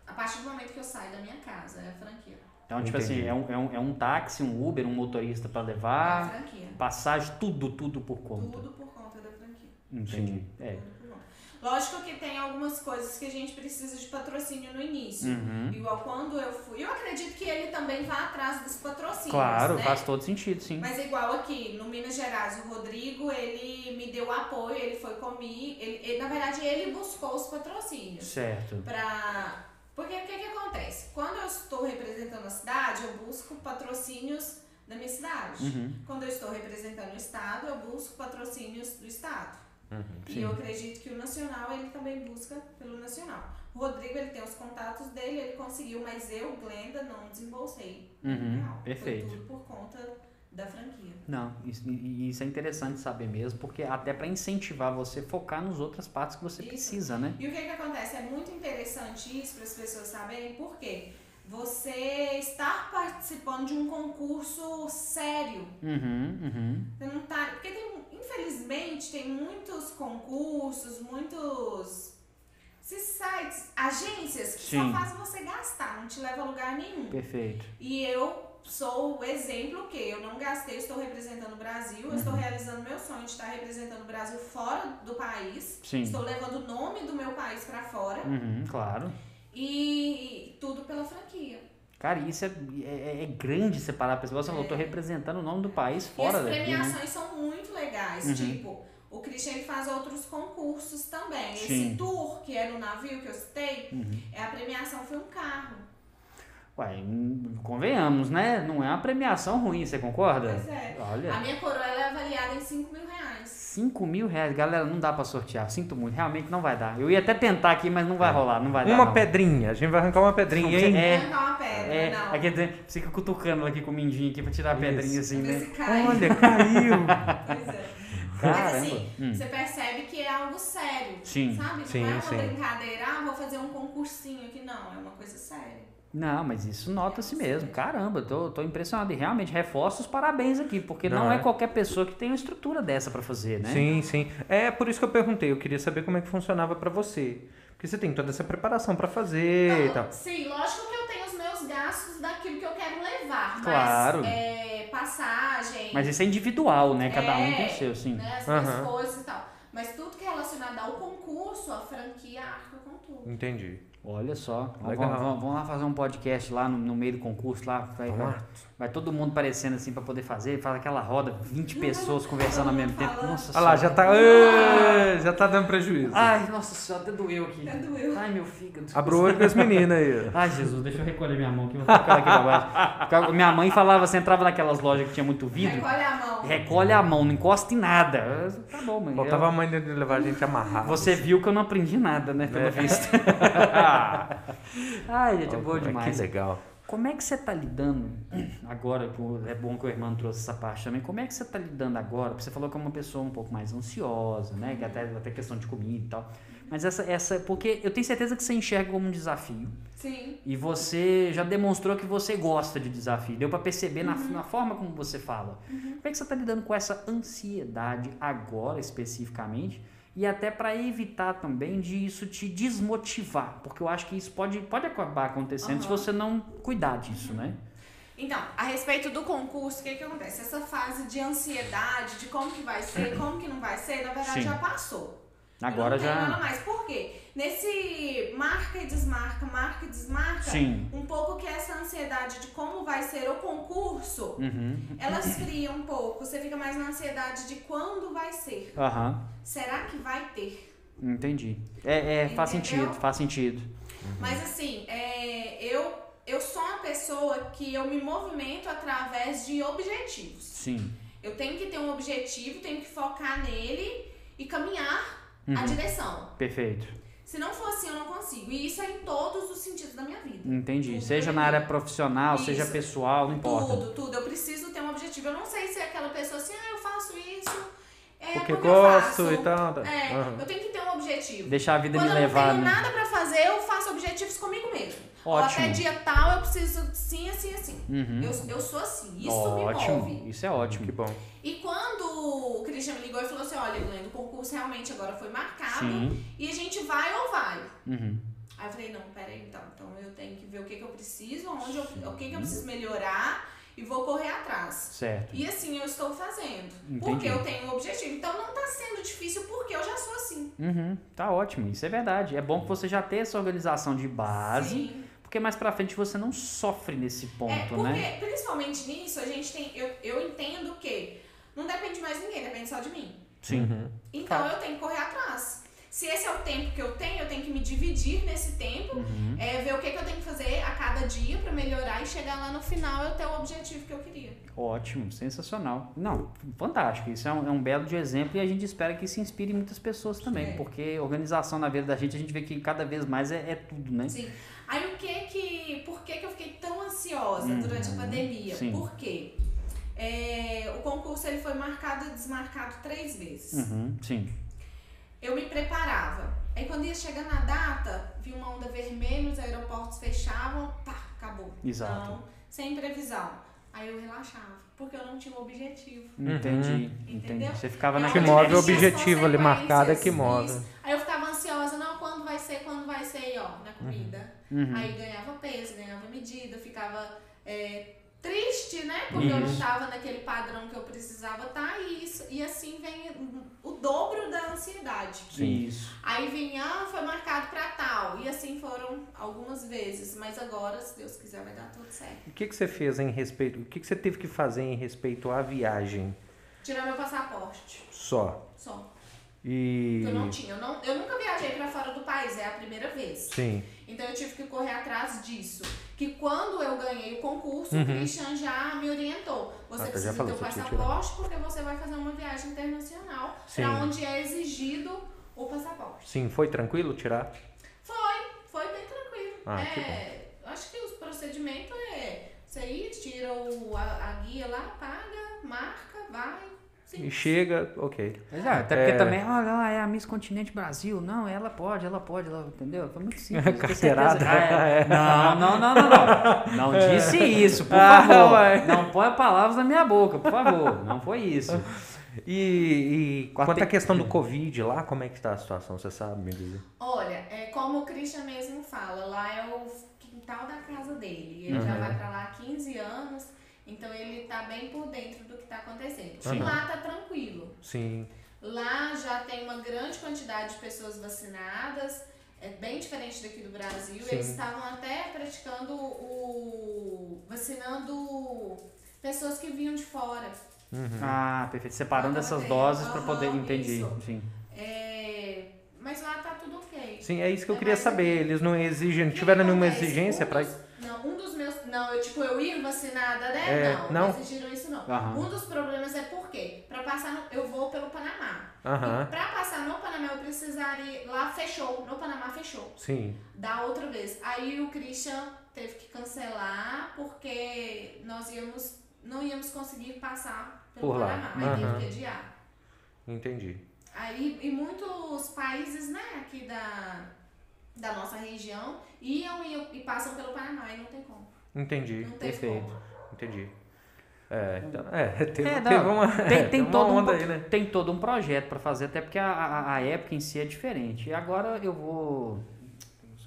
S3: A partir do momento que eu saio da minha casa, é a franquia.
S1: Então, tipo
S2: Entendi.
S1: assim, é um, é, um, é um táxi, um Uber, um motorista pra
S3: É a
S1: levar,
S3: franquia.
S1: passagem, tudo, tudo por conta.
S3: Tudo por conta da franquia.
S1: Entendi. É.
S3: Tudo por conta. Lógico que tem algumas coisas que a gente precisa de patrocínio no início.
S1: Uhum.
S3: Igual quando eu fui. Eu acredito que ele também vá atrás dos patrocínios.
S1: Claro,
S3: né?
S1: faz todo sentido, sim.
S3: Mas igual aqui, no Minas Gerais, o Rodrigo, ele me deu apoio, ele foi comigo. Ele, ele- na verdade, ele buscou os patrocínios.
S1: Certo.
S3: pra. Porque o que, que acontece? Quando eu estou representando a cidade, eu busco patrocínios da minha cidade.
S1: Uhum.
S3: Quando eu estou representando o estado, eu busco patrocínios do estado.
S1: Uhum, sim.
S3: e eu acredito que o nacional ele também busca pelo nacional. O Rodrigo ele tem os contatos dele, ele conseguiu, mas eu, Glenda, não desembolsei.
S1: Uhum,
S3: Não,
S1: perfeito.
S3: Foi tudo por conta da franquia.
S1: Não, isso, e- e isso é interessante saber mesmo, porque até pra incentivar você a focar nas outras partes que você
S3: Isso.
S1: precisa, né?
S3: E o que, que acontece? É muito interessante isso para as pessoas saberem por quê. Você estar participando de um concurso sério.
S1: Uhum, uhum.
S3: Você não tá. Porque tem, infelizmente, tem muitos concursos, muitos. Esses sites, agências que
S1: Sim.
S3: só fazem você gastar, não te leva a lugar nenhum.
S1: Perfeito.
S3: E eu sou o exemplo que eu não gastei, eu estou representando o Brasil, eu
S1: Uhum.
S3: estou realizando meu sonho de estar representando o Brasil fora do país.
S1: Sim.
S3: Estou levando o nome do meu país pra fora.
S1: Uhum, claro.
S3: E, e tudo pela franquia.
S1: Cara, isso é, é, é grande separar a pessoa. Você falou, eu tô representando o nome do país
S3: É. e
S1: fora
S3: as
S1: daqui.
S3: premiações
S1: Né?
S3: são muito legais.
S1: Uhum.
S3: Tipo, o Christian ele faz outros concursos também.
S1: Sim.
S3: Esse tour, que é no navio que eu citei,
S1: Uhum.
S3: é a premiação foi um carro.
S1: Uai, hum, convenhamos, né? Não é uma premiação ruim, você concorda?
S3: Pois é. A
S1: Olha,
S3: minha coroa ela é avaliada em 5 mil reais.
S1: 5 mil reais. Galera, não dá pra sortear. Sinto muito, realmente não vai dar. Eu ia até tentar aqui, mas não vai rolar, não vai dar.
S2: Uma
S1: não.
S2: pedrinha, a gente vai arrancar uma pedrinha,
S1: Não,
S2: hein?
S1: É.
S3: Arrancar uma pedra,
S1: É,
S3: não.
S1: aqui, você fica cutucando aqui com o mindinho aqui pra tirar a
S2: Isso.
S1: pedrinha assim,
S3: Ver
S1: né?
S3: se cai.
S2: Olha, caiu.
S3: Pois é. Mas
S1: Caramba.
S3: assim,
S1: Hum.
S3: você percebe que é algo sério.
S1: Sim.
S3: Sabe?
S2: Sim,
S3: não é uma
S2: sim.
S3: brincadeira, ah, vou fazer um concursinho aqui, não. É uma coisa séria.
S1: Não, mas isso nota-se mesmo. Caramba, eu tô, tô impressionado. E realmente, reforço os parabéns aqui, porque não,
S2: Não,
S1: é.
S2: é.
S1: qualquer pessoa que tem uma estrutura dessa pra fazer, né?
S2: Sim, sim. É por isso que eu perguntei, eu queria saber como é que funcionava pra você. Porque você tem toda essa preparação pra fazer e
S3: Então,
S2: tal.
S3: Sim, lógico que eu tenho os meus gastos daquilo que eu quero levar.
S1: Claro.
S3: Mas é, passagem,
S1: Mas isso é individual, né? Cada um
S3: É.
S1: tem o seu, sim.
S3: né, as
S2: Aham.
S3: minhas coisas e tal. Mas tudo que é relacionado ao concurso, a franquia arca com tudo.
S2: Entendi.
S1: Olha só. Vamos,
S2: Legal.
S1: vamos- vamos lá fazer um podcast lá no, no meio do concurso lá. Vai,
S2: Vamos
S1: vai-
S2: lá.
S1: vai todo mundo parecendo assim pra poder fazer, faz aquela roda, 20 pessoas conversando ao mesmo tempo. Nossa
S2: Olha
S1: senhora.
S2: lá, já tá. Ê, já tá dando prejuízo.
S1: Ai, nossa senhora, até doeu aqui.
S3: Até doeu.
S1: Ai, meu fígado.
S2: Abra o olho com as meninas aí.
S1: Ai, Jesus, deixa eu recolher minha mão aqui, vou colocar ela aqui pra baixo. Ficava- Minha mãe falava, você entrava naquelas lojas que tinha muito vidro,
S3: Recolhe É, a mão.
S1: recolhe a mão, não encosta em nada. Eu, Tá bom, mãe.
S2: Faltava a mãe de levar a gente
S1: Eu-
S2: amarrado.
S1: você viu que eu não aprendi nada, né, pelo visto. Ai, gente, é boa demais.
S2: Ah, Que legal.
S1: Como é que você tá lidando agora? pô, É bom que o irmão trouxe essa parte também. Como é que você tá lidando agora? Porque você falou que é uma pessoa um pouco mais ansiosa, né? Que até, até questão de comida e tal. Mas essa, essa. Porque eu tenho certeza que você enxerga como um desafio.
S3: Sim.
S1: E você já demonstrou que você gosta de desafio. Deu pra perceber
S3: Uhum.
S1: na, na forma como você fala. Como é que você tá lidando com essa ansiedade agora, especificamente? E até pra evitar também de isso te desmotivar. Porque eu acho que isso pode, pode acabar acontecendo se
S3: Aham.
S1: você não cuidar disso, né?
S3: Então, a respeito do concurso, o que, que acontece? Essa fase de ansiedade, de como que vai ser, como que não vai ser, na verdade
S1: Sim.
S3: já passou.
S1: Agora
S3: não Tem nada
S1: já.
S3: mais. Por quê? Nesse marca e desmarca, marca e desmarca,
S1: Sim.
S3: um pouco que essa ansiedade de como vai ser o concurso,
S1: Uhum.
S3: elas friam um pouco. Você fica mais na ansiedade de quando vai ser.
S1: Aham.
S3: Será que vai ter?
S1: Entendi. É, é, faz
S3: Entendeu?
S1: sentido, faz sentido.
S3: Mas assim, é, eu, eu sou uma pessoa que eu me movimento através de objetivos.
S1: Sim.
S3: Eu tenho que ter um objetivo, tenho que focar nele e caminhar a direção.
S1: Perfeito.
S3: Se não for assim, eu não consigo. E isso é em todos os sentidos da minha vida.
S1: Entendi.
S3: Tudo
S1: Seja
S3: bem.
S1: na área profissional,
S3: Isso.
S1: seja pessoal, não importa.
S3: Tudo, tudo. Eu preciso ter um objetivo. Eu não sei se é aquela pessoa assim, ah, eu faço isso. É,
S2: Porque
S3: como
S2: gosto
S3: eu faço.
S2: e tal. tá?
S3: É,
S2: Aham.
S3: eu tenho que ter um objetivo.
S1: Deixar a vida
S3: Quando
S1: me
S3: eu não
S1: levar,
S3: tenho
S1: né?
S3: nada pra fazer, eu faço objetivos comigo mesmo. Ou
S1: Ótimo.
S3: até dia tal, eu preciso sim, assim, assim.
S1: Uhum.
S3: Eu, eu sou assim. Isso
S1: ótimo.
S3: me move.
S1: Isso é ótimo.
S2: Que bom.
S3: E quando o Christian me ligou e falou assim: olha, Glenn, o concurso realmente agora foi marcado
S1: Sim.
S3: e a gente vai ou vai?
S1: Uhum.
S3: Aí eu falei: não, peraí, então. Então eu tenho que ver o que, que eu preciso, onde eu, o que, que eu preciso melhorar e vou correr atrás.
S1: Certo.
S3: E assim eu estou fazendo.
S1: Entendi.
S3: Porque eu tenho um objetivo. Então não tá sendo difícil porque eu já sou assim.
S1: Uhum. Tá ótimo. Isso é verdade. É bom que você já tenha essa organização de base,
S3: Sim.
S1: porque mais pra frente você não sofre nesse ponto,
S3: É, porque,
S1: né?
S3: principalmente nisso, a gente tem. Eu, eu entendo que não depende mais de ninguém, depende só de mim.
S1: Sim.
S2: Uhum.
S3: Então
S1: Tá.
S3: eu tenho que correr atrás. Se esse é o tempo que eu tenho, eu tenho que me dividir nesse tempo,
S1: Uhum.
S3: é, ver o que, que eu tenho que fazer a cada dia pra melhorar e chegar lá no final eu ter o objetivo que eu queria.
S1: Ótimo, sensacional. Não, fantástico. Isso é um, é um belo de exemplo e a gente espera que isso inspire muitas pessoas também,
S3: Sim.
S1: porque organização na vida da gente, a gente vê que cada vez mais é, é tudo, né?
S3: Sim. Aí o que que. Por que, que eu fiquei tão ansiosa
S1: Uhum.
S3: durante a pandemia?
S1: Sim.
S3: Por quê? É, o concurso ele foi marcado e desmarcado três vezes.
S1: Uhum, sim.
S3: Eu me preparava. Aí quando ia chegar na data, vi uma onda vermelha, os aeroportos fechavam, pá, acabou.
S1: Exato.
S3: Não, Então, sem previsão. Aí eu relaxava, porque eu não tinha um objetivo.
S1: Entendi. Entendi.
S3: Uhum. Entendeu?
S1: Você ficava
S3: É
S1: na
S3: uma
S2: Que move o
S3: Existem as
S2: objetivo ali marcado é que
S3: consequências,
S2: move.
S3: isso. Aí eu ficava ansiosa, não, quando vai ser, quando vai ser, e ó, na comida.
S1: Uhum.
S3: Aí ganhava peso, ganhava medida, ficava é, triste, né? Porque eu não
S1: Isso.
S3: tava naquele padrão que eu precisava estar e isso e assim vem o dobro da ansiedade.
S1: Sim.
S2: Isso.
S3: Aí vinha, ah, foi marcado pra tal. E assim foram algumas vezes. Mas agora, se Deus quiser, vai dar tudo certo.
S2: O que, que você fez em respeito? O que, que você teve que fazer em respeito à viagem
S3: Tirar meu passaporte.
S2: só?
S3: Só.
S2: E.
S3: Que eu não tinha. Eu, não, eu nunca viajei pra fora do país, é a primeira vez.
S2: Sim.
S3: Então eu tive que correr atrás disso. Que quando eu ganhei o concurso, o Christian já me orientou. Você
S2: Ah, tá, Uhum. já
S3: precisa
S2: falou,
S3: ter o
S2: você tinha
S3: passaporte porque você vai fazer uma viagem internacional
S2: Sim.
S3: pra onde é exigido o passaporte.
S2: Sim, foi tranquilo tirar?
S3: Foi, foi bem tranquilo.
S2: Ah, que
S3: é, acho que os procedimentos é. Você aí tira o, a, a guia lá, paga, marca, vai. Sim.
S2: E chega, ok.
S1: Mas, ah, até porque
S2: É.
S1: também, olha, lá, é a Miss Continente Brasil. Não, ela pode, ela pode, ela, entendeu? Foi muito simples. tem
S2: Carteirada.
S1: certeza. Ah, é. Não, não, não, não, não. Não disse isso, por
S2: Ah,
S1: favor.
S2: ué.
S1: não põe palavras na minha boca, por favor. Não foi isso.
S2: E, e
S1: Quarta-
S2: quanto à questão do Covid lá, como é que está a situação? Você sabe me dizer?
S3: Olha, é como o Christian mesmo fala, lá é o quintal da casa dele. Ele já vai pra lá há 15 anos, então ele tá bem por dentro do que tá acontecendo.
S2: Sim.
S3: Lá tá tranquilo.
S2: Sim.
S3: Lá já tem uma grande quantidade de pessoas vacinadas, é bem diferente daqui do Brasil.
S2: Sim.
S3: Eles estavam até praticando o. vacinando pessoas que vinham de fora.
S1: Ah, perfeito. Separando essas doses pra poder. Entendi. Sim.
S3: É, Mas lá tá tudo ok.
S2: Sim, é isso que eu
S3: É
S2: queria
S3: mais
S2: saber.
S1: assim,
S3: aqui.
S2: Eles não exigem, não tiveram nenhuma
S3: Acontece,
S2: exigência
S3: um
S2: para
S3: dos- Não, um dos meus. Não, eu tipo, eu ir vacinada, né?
S2: É,
S3: não,
S2: não.
S3: não exigiram isso não.
S1: Aham.
S3: Um dos problemas é por quê? Pra passar no, Eu vou pelo Panamá.
S2: Aham.
S3: E Pra passar no Panamá, eu precisaria. Lá fechou. No Panamá fechou.
S2: Sim.
S3: Da outra vez. Aí o Christian teve que cancelar porque nós íamos. Não íamos conseguir passar pelo
S2: Por lá.
S3: Panamá. Aí
S2: Aham.
S3: teve que adiar.
S2: Entendi.
S3: Aí, e muitos países, né, aqui da, da nossa região, iam e, e passam pelo Panamá e não tem como.
S2: Entendi.
S3: Não tem
S2: Perfeito.
S3: como.
S2: Entendi. É, então, é, teve,
S1: É, não,
S2: teve uma,
S1: Tem,
S2: teve
S1: tem,
S2: uma
S1: todo um,
S2: onda
S1: pro-
S2: aí, né?
S1: tem todo um projeto pra fazer, até porque a, a- a época em si é diferente. E agora eu vou.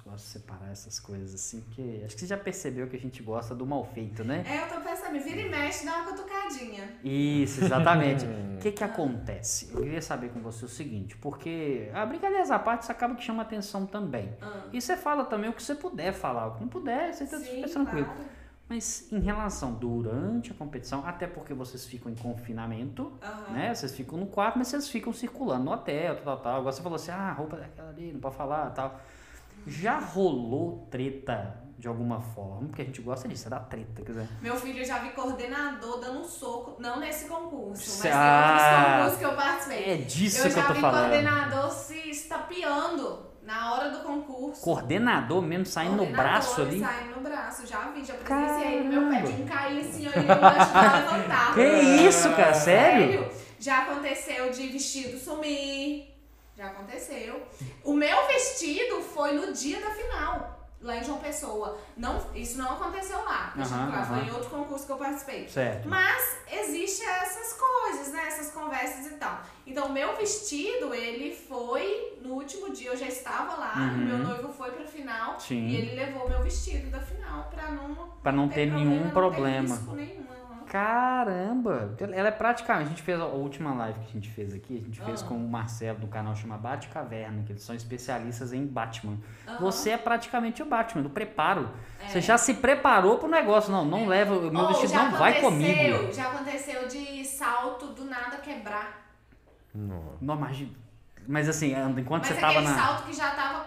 S1: Eu gosto de separar essas coisas assim, porque acho que você já percebeu que a gente gosta do mal feito, né?
S3: É, eu tô pensando, vira e mexe, dá uma cutucadinha.
S1: Isso, exatamente. O que que acontece? Eu queria saber com você o seguinte, porque a brincadeira à parte, isso acaba que chama atenção também.
S3: Ah,
S1: E você fala também o que você puder falar, o que não puder, você tá
S3: sim,
S1: super tranquilo.
S3: claro.
S1: Mas em relação durante a competição, até porque vocês ficam em confinamento,
S3: Aham.
S1: né? Vocês ficam no quarto, mas vocês ficam circulando no hotel, tal, tal, tal. Agora você falou assim, ah, a roupa daquela ali, não pode falar, tal. Já rolou treta de alguma forma? Porque a gente gosta disso, é da treta, quer dizer.
S3: Meu filho eu já vi coordenador dando um soco, não nesse concurso, mas
S1: Ah.
S3: em outros concursos que eu participei.
S1: É disso
S3: eu
S1: que eu
S3: já
S1: tô
S3: vi
S1: falando.
S3: coordenador se estapeando na hora do concurso.
S1: Coordenador mesmo saindo no
S3: Coordenador
S1: braço ali.
S3: Saindo no braço, já vi, já presenciei. Meu
S1: Caramba.
S3: pé de cair assim, eu ia levantar.
S1: Que isso, cara? Sério?
S3: Sério? Já aconteceu de vestido sumir. Já aconteceu. O meu vestido foi no dia da final. Lá em João Pessoa. Não, isso não aconteceu lá. deixa
S1: Aham,
S3: claro,
S1: aham.
S3: Foi em outro concurso que eu participei.
S1: Certo.
S3: Mas existe essas coisas, né? Essas conversas e tal. Então, meu vestido, ele foi no último dia, eu já estava lá,
S1: Uhum.
S3: meu noivo foi pra final
S1: Sim.
S3: e ele levou meu vestido da final pra não,
S1: Pra não ter nenhum problema.
S3: Não ter risco nenhum. aham.
S1: Caramba! Ela é praticamente. A gente fez a última live que a gente fez aqui, a gente fez
S3: Ah.
S1: com o Marcelo do canal chama Bate Caverna, que eles são especialistas em Batman.
S3: Aham.
S1: Você é praticamente o Batman, do preparo.
S3: É.
S1: Você já se preparou pro negócio. Não, não leva. O meu
S3: Ou,
S1: vestido
S3: já
S1: não vai
S3: aconteceu-
S1: comigo.
S3: Já aconteceu de salto do nada quebrar.
S2: Não.
S1: Não, imagina. Mas assim, and- enquanto
S3: Mas
S1: você
S3: aquele
S1: tava na.
S3: salto que já tava,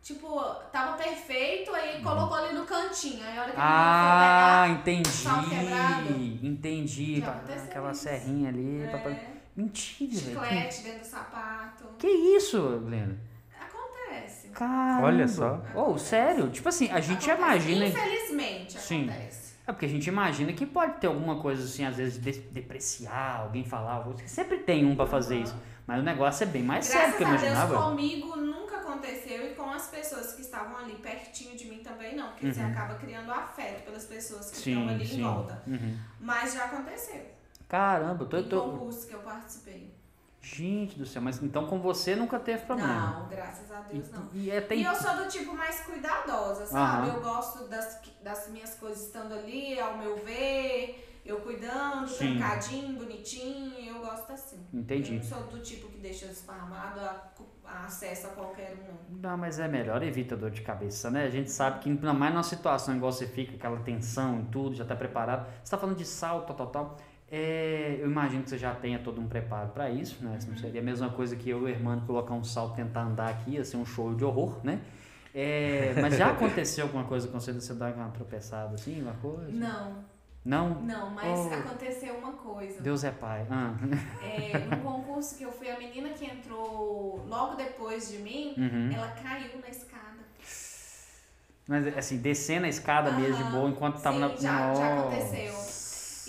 S3: tipo, tava perfeito, aí colocou ali no cantinho. Aí a hora que
S1: Uhum. Ah,
S3: Salto um quebrado.
S1: entendi. Entendi.
S3: Já
S1: Ah,
S3: aconteceu
S1: Aquela
S3: isso.
S1: serrinha ali.
S3: ele foi
S1: papai-
S3: pegar, é,
S1: Mentira, velho.
S3: chiclete dentro do sapato.
S1: Que isso, Glenda?
S3: Acontece.
S1: Caramba.
S2: Olha só.
S1: Oh, sério? Tipo assim, a gente
S3: Acontece.
S1: imagina.
S3: Infelizmente,
S1: Sim.
S3: acontece.
S1: É porque a gente imagina que pode ter alguma coisa assim, às vezes, de depreciar, alguém falar. você Sempre tem um pra fazer isso. Mas o negócio é bem mais sério do
S3: Graças
S1: que eu
S3: a Deus,
S1: imaginava.
S3: comigo nunca aconteceu e com as pessoas que estavam ali pertinho de mim também não, porque
S1: Uhum.
S3: você acaba criando afeto pelas pessoas que estão ali em volta.
S1: Uhum.
S3: Mas já aconteceu.
S1: Caramba, eu tô,
S3: em
S1: tô-
S3: concurso que eu participei.
S1: Gente do céu, mas então com você nunca teve problema.
S3: Não, graças a Deus não.
S1: E, e é, tem...
S3: E eu sou do tipo mais cuidadosa, sabe?
S1: Aham.
S3: Eu gosto das, das minhas coisas estando ali, ao meu ver, eu cuidando,
S1: Sim.
S3: trancadinho, bonitinho, eu gosto assim. Eu
S1: Entendi.
S3: não sou do tipo que deixa desfarmado a, cu- a acesso a qualquer um, não.
S1: Não, mas é melhor, evita dor de cabeça, né? A gente sabe que, ainda mais numa situação igual você fica, aquela tensão e tudo, já tá preparado. Você tá falando de salto, tal, tal, tal. É, eu imagino que você já tenha todo um preparo para isso, né?
S3: Uhum.
S1: Não seria a mesma coisa que eu e o Hermano colocar um salto, tentar andar aqui, ia ser um show de horror, né? É, mas já aconteceu alguma coisa com você, você dar uma tropeçada assim, uma coisa?
S3: Não,
S1: Não?
S3: não, mas
S1: Oh.
S3: aconteceu uma coisa.
S1: Deus é pai. Ah.
S3: É, num concurso que eu fui, a menina que entrou logo depois de mim,
S1: Uhum.
S3: ela caiu na escada.
S1: Mas assim, descendo a escada mesmo de
S3: Aham.
S1: boa enquanto tava
S3: Sim,
S1: na.
S3: já- já aconteceu.
S1: aconteceu.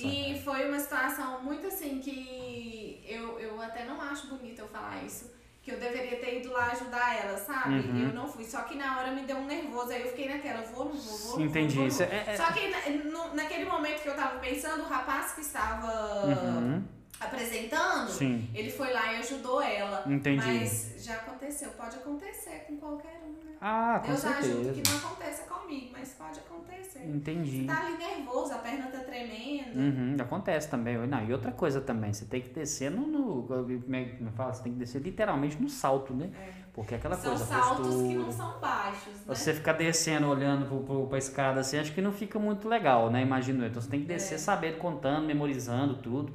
S3: E foi uma situação muito assim que eu, eu até não acho bonito eu falar isso. Que eu deveria ter ido lá ajudar ela, sabe?
S1: Uhum.
S3: Eu não fui. Só que na hora me deu um nervoso. Aí eu fiquei naquela, vou, não vou, vou. não vou,
S1: Entendi.
S3: vou, não
S1: Isso é,
S3: vou.
S1: é-
S3: Só que na- no- naquele momento que eu tava pensando, o rapaz que estava
S1: Uhum,
S3: apresentando,
S1: Sim,
S3: ele foi lá e ajudou ela.
S1: entendi.
S3: Mas já aconteceu, pode acontecer com qualquer um, né?
S1: ah, com
S3: Deus ajuda
S1: certeza.
S3: que tá não aconteça comigo, mas pode acontecer. Você
S1: Entendi.
S3: tá ali nervoso, a perna tá tremendo.
S1: Uhum, acontece também. Não, e outra coisa também, você tem que descer no. no- como é que me fala? Você tem que descer literalmente no salto, né? Porque é aquela
S3: São
S1: coisa. a
S3: saltos que
S1: postura.
S3: não são baixos, né?
S1: Você ficar descendo, olhando pro, pro, pra escada assim, acho que não fica muito legal, né? Imagino eu. Então você tem que descer
S3: É.
S1: sabendo, contando, memorizando tudo.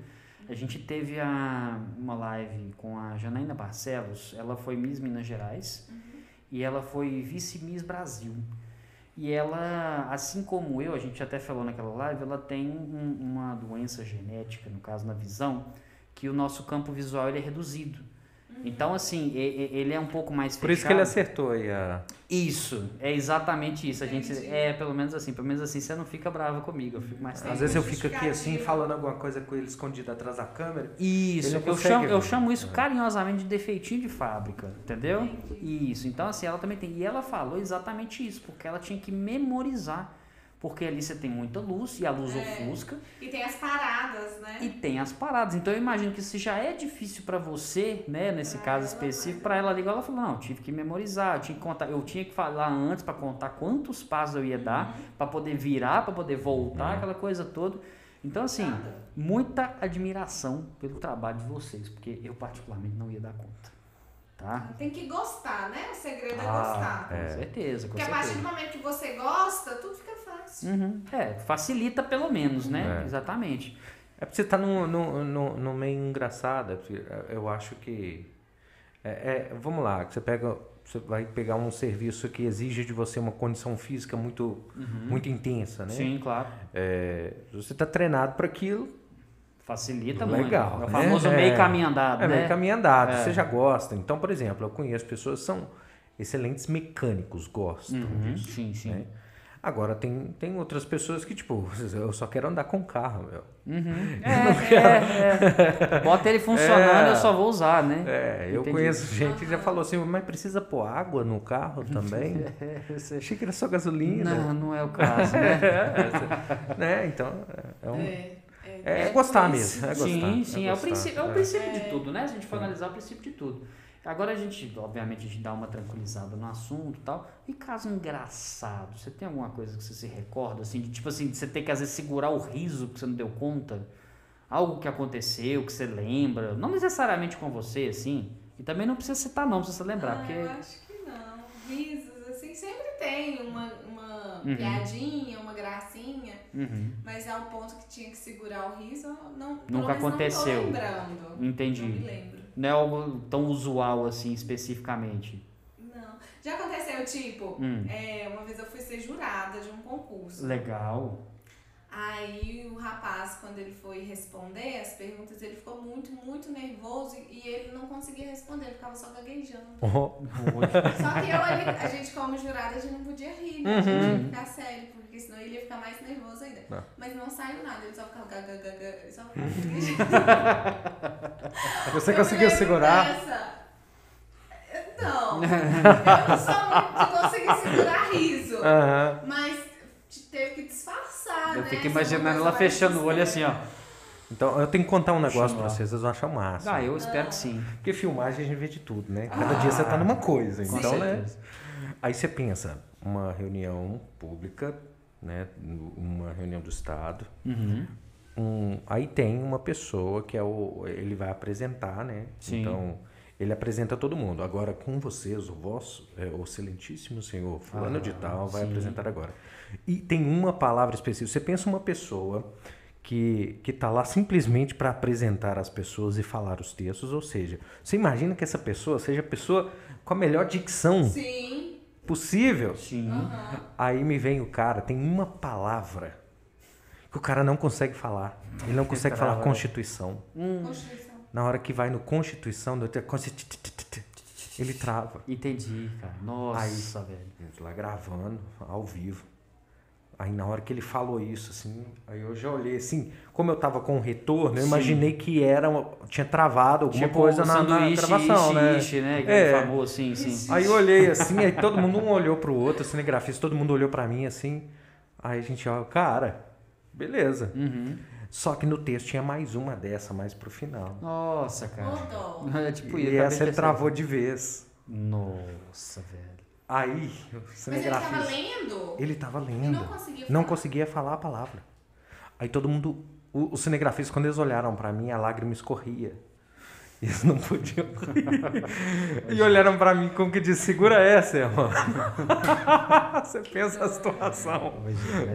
S1: A gente teve a, uma live com a Janaína Barcelos, ela foi Miss Minas Gerais
S3: Uhum.
S1: e ela foi vice-Miss Brasil. E ela, assim como eu, a gente até falou naquela live, ela tem um- uma doença genética, no caso na visão, que o nosso campo visual ele é reduzido.
S3: Uhum.
S1: Então, assim, e- e- ele é um pouco mais
S2: Por isso que ele
S1: fechado.
S2: acertou aí a.
S1: Isso, é exatamente isso. A gente
S3: Entendi.
S1: é pelo menos assim, pelo menos assim você não fica brava comigo, eu fico mais
S2: Às
S1: tranquilo.
S2: vezes eu fico aqui assim, falando alguma coisa com ele escondido atrás da câmera.
S1: Isso,
S2: Ele não
S1: eu
S2: consegue
S1: chamo, eu
S2: ver.
S1: chamo isso
S2: É.
S1: carinhosamente de defeitinho de fábrica, entendeu?
S3: Entendi.
S1: Isso, então assim, ela também tem. E ela falou exatamente isso, porque ela tinha que memorizar. Porque ali você tem muita luz e a luz
S3: É.
S1: ofusca
S3: E tem as paradas, né?
S1: e tem as paradas. Então eu imagino que se já é difícil pra você, né, nesse
S3: Pra
S1: caso
S3: ela,
S1: específico,
S3: né?
S1: pra ela ligar, ela falou: "Não, eu tive que memorizar, eu tinha que contar, eu tinha que falar antes pra contar quantos passos eu ia dar".
S3: Uhum.
S1: Pra poder virar, pra poder
S2: É.
S1: voltar, aquela coisa toda. Então, assim,
S3: Nada.
S1: muita admiração pelo trabalho de vocês, porque eu particularmente não ia dar conta, tá?
S3: Tem que gostar, né? O segredo é
S1: Ah,
S3: gostar.
S1: com certeza, com
S3: Porque é a partir do
S1: certeza.
S3: momento que você gosta, tudo fica fácil.
S1: Uhum. É, facilita pelo menos, né?
S2: É.
S1: Exatamente.
S2: É porque você tá num, num, num, num meio engraçado. é porque Eu acho que. É, é, vamos lá, que você pega. Você vai pegar um serviço que exige de você uma condição física muito, muito intensa, né?
S1: Uhum. Sim, claro.
S2: É, você tá treinado para aquilo,
S1: Facilita
S2: Legal,
S1: muito. É o
S2: né?
S1: famoso
S2: É.
S1: meio caminho andado,
S2: É
S1: né?
S2: meio caminho andado,
S1: É.
S2: você já gosta. Então, por exemplo, eu conheço pessoas que são excelentes mecânicos, gostam
S1: Uhum,
S2: disso.
S1: Sim, sim.
S2: né? Agora, tem, tem outras pessoas que, tipo, eu só quero andar com carro, meu.
S1: É, é, é. Bota ele funcionando,
S2: É.
S1: eu só vou usar, né?
S2: É, eu
S1: Entendi. Ah.
S2: conheço gente que já falou assim, mas precisa pôr água no carro também?
S1: É, você-
S2: Achei que era só gasolina.
S1: Não, não é o caso, né?
S2: É, né? Então, é, é um- é
S3: é
S2: gostar
S3: por isso.
S2: mesmo. É
S1: sim,
S2: gostar,
S1: sim, é, o
S2: gostar,
S1: princípio, é o
S2: é.
S1: princípio de tudo, né? Se a gente for analisar, é o princípio de tudo. Agora a gente, obviamente, a gente dá uma tranquilizada no assunto e tal. E caso engraçado, você tem alguma coisa que você se recorda, assim, de tipo assim, de você ter que às vezes segurar o riso que você não deu conta? Algo que aconteceu, que você lembra, não necessariamente com você, assim. E também não precisa citar não, precisa lembrar,
S3: Ah,
S1: porque.
S3: Eu acho que não. Risos, assim, sempre tem uma, uma
S1: Uhum.
S3: piadinha, uma gracinha,
S1: Uhum,
S3: mas ao ponto que tinha que segurar o riso, eu não, pelo
S1: Nunca
S3: menos Não
S1: aconteceu.
S3: tô lembrando. Não
S2: Uhum.
S3: me
S1: entendi.
S3: lembro.
S1: Não é algo tão usual assim, especificamente.
S3: Não. Já aconteceu, tipo,
S1: Hum,
S3: é, uma vez eu fui ser jurada de um concurso.
S1: legal.
S3: Aí o rapaz, quando ele foi responder as perguntas, ele ficou muito, muito nervoso e e ele não conseguia responder, ele ficava só gaguejando.
S2: Oh,
S3: Só que eu, ali, a gente como jurada, a gente não podia rir, né? A
S1: Uhum.
S3: gente tinha que ficar sério, porque senão ele ia ficar mais nervoso ainda.
S2: Não. Uhum.
S3: Mas não saiu nada, ele só ficava gagagaga, ele só
S2: você
S3: Eu
S2: conseguiu
S3: me lembro
S2: segurar?
S3: dessa. Não, eu não sou muito de conseguir segurar riso,
S2: Aham.
S3: mas te- teve que disfarçar,
S1: Eu
S3: né?
S1: fico
S3: Essa é uma
S1: imaginando
S3: coisa
S1: ela
S3: mais
S1: fechando o olho
S3: difícil.
S1: assim, ó.
S2: Então, eu tenho que contar um negócio
S1: Chamar.
S2: pra vocês, vocês vão achar o máximo.
S1: Ah, eu espero que sim.
S2: Porque filmagem a gente vê de tudo, né? Cada dia você tá numa coisa.
S1: com
S2: Então, né?
S1: certeza.
S2: Aí você pensa, uma reunião pública, né? Uma reunião do Estado.
S1: Uhum.
S2: Um- aí tem uma pessoa que é o. Ele vai apresentar, né?
S1: Sim.
S2: Então, ele apresenta todo mundo. Agora, com vocês, o vosso, é, o excelentíssimo senhor, fulano de tal, vai apresentar agora. E tem uma palavra específica. Você pensa uma pessoa que, que tá lá simplesmente para apresentar as pessoas e falar os textos, ou seja, você imagina que essa pessoa seja a pessoa com a melhor dicção
S3: Sim.
S2: possível.
S1: Sim.
S3: Uhum.
S2: Aí me vem o cara, tem uma palavra que o cara não consegue falar. Ele não consegue
S1: trava,
S2: falar
S1: né?
S2: Constituição.
S3: Constituição.
S2: Na hora que vai no Constituição, do- Consti- ele trava.
S1: Entendi, cara. Nossa, velho.
S2: Eu tô Lá gravando, ao vivo. Aí na hora que ele falou isso, assim, aí eu já olhei assim, como eu tava com o retorno, eu
S1: Sim.
S2: imaginei que era uma- tinha travado alguma
S1: tipo
S2: coisa
S1: o
S2: na, na
S1: sanduíche,
S2: gravação,
S1: ishi,
S2: né?
S1: ishi, né? Que
S2: É.
S1: é. famoso, sim, sim.
S2: Aí eu olhei assim, aí todo mundo um olhou pro outro, o cinegrafista, todo mundo olhou pra mim assim. Aí a gente, ó, cara, beleza.
S1: Uhum.
S2: Só que no texto tinha mais uma dessa, mais pro final.
S1: Nossa, cara.
S3: Mudou.
S1: É tipo isso.
S2: e essa ele travou de vez.
S1: Nossa, velho.
S2: Aí, o
S3: Mas ele tava
S2: cinegrafista.
S3: lendo?
S2: é Ele tava lendo.
S3: E não conseguia
S2: Não
S3: falar.
S2: conseguia falar a palavra. Aí todo mundo. o- Os cinegrafistas, quando eles olharam pra mim, a lágrima escorria. Eles não podiam rir. E olharam pra mim como que diz, segura essa, irmão. Você pensa a situação.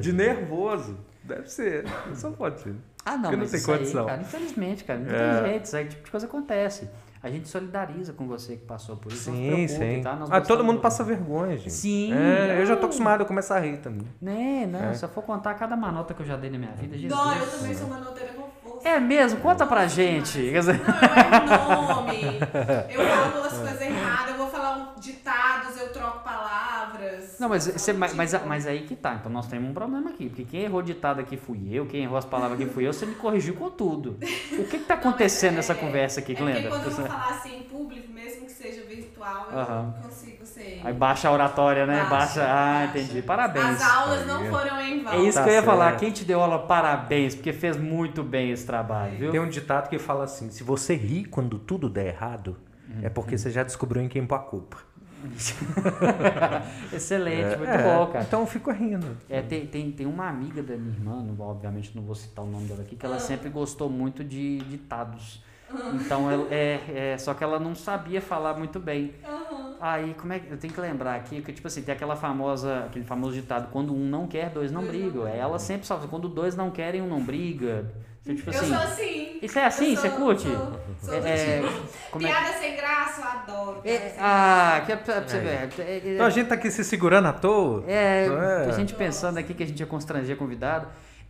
S2: De nervoso. Deve ser. Só pode ser.
S1: Ah, não,
S2: Porque não
S1: mas
S2: tem
S1: isso aí,
S2: condição.
S1: cara, infelizmente, cara, não
S2: É.
S1: tem jeito, isso aí, tipo de coisa acontece. A gente solidariza com você que passou por isso, não se
S2: Sim,
S1: preocupe,
S2: sim.
S1: tá? Nós
S2: Ah,
S1: gostamos
S2: todo mundo
S1: do-
S2: passa vergonha, gente.
S1: Sim.
S2: É, eu já tô acostumado a começar a rir também.
S1: Né, não,
S2: É.
S1: se eu for contar cada manota que eu já dei na minha vida, Jesus.
S3: Dói, eu também sou um uma noteira com força.
S1: É mesmo, conta pra gente. Quer dizer,
S3: Não, eu erro nome. Eu falo as coisas erradas, eu vou falar um- ditados, eu troco palavras.
S1: Não, mas, você, mas, mas,
S3: É
S1: mas aí que tá. Então nós temos um problema aqui. Porque quem errou o ditado aqui fui eu, quem errou as palavras aqui fui eu, você me corrigiu com tudo. O que que tá acontecendo nessa conversa aqui,
S3: é porque
S1: Glenda?
S3: quando eu vou falar assim em público, mesmo que seja virtual, eu
S1: Aham.
S3: não consigo ser.
S1: Aí baixa a oratória, né? Baixa.
S3: Baixa,
S1: Ah,
S3: baixa.
S1: entendi. Parabéns.
S3: As aulas não
S2: Aí.
S3: foram em vão.
S1: É isso
S2: Tá
S1: que eu ia falar.
S2: certo.
S1: Quem te deu aula, parabéns, porque fez muito bem esse trabalho, viu?
S2: Tem um ditado que fala assim: se você ri quando tudo der errado, é
S1: Uhum.
S2: porque você já descobriu em quem pôr a culpa.
S1: Excelente, muito
S2: um- É,
S1: bom, cara.
S2: Então eu fico rindo.
S1: É, tem, tem, tem uma amiga da minha irmã, não- obviamente não vou citar o nome dela aqui, que ela sempre gostou muito de ditados. Então, ela, é, é, só que ela não sabia falar muito bem. Aí, como é que. Eu tenho que lembrar aqui que, tipo assim, tem aquela famosa, aquele famoso ditado: quando um não quer, dois não brigam. É, Ela sempre sabe, quando dois não querem, um não briga. Então, tipo
S3: Eu
S1: assim.
S3: sou assim.
S1: Isso é assim?
S3: Eu
S1: Você
S3: sou-
S1: curte?
S3: Sou, sou do
S1: É,
S3: tipo.
S1: como é que-
S3: Piada sem graça, eu adoro. piada
S1: É,
S3: sem
S1: ah, que é pra, pra você ver. é- é-
S2: Então a gente tá aqui se segurando à toa.
S1: É,
S2: Não é?
S1: a gente pensando aqui que a gente ia constranger convidado.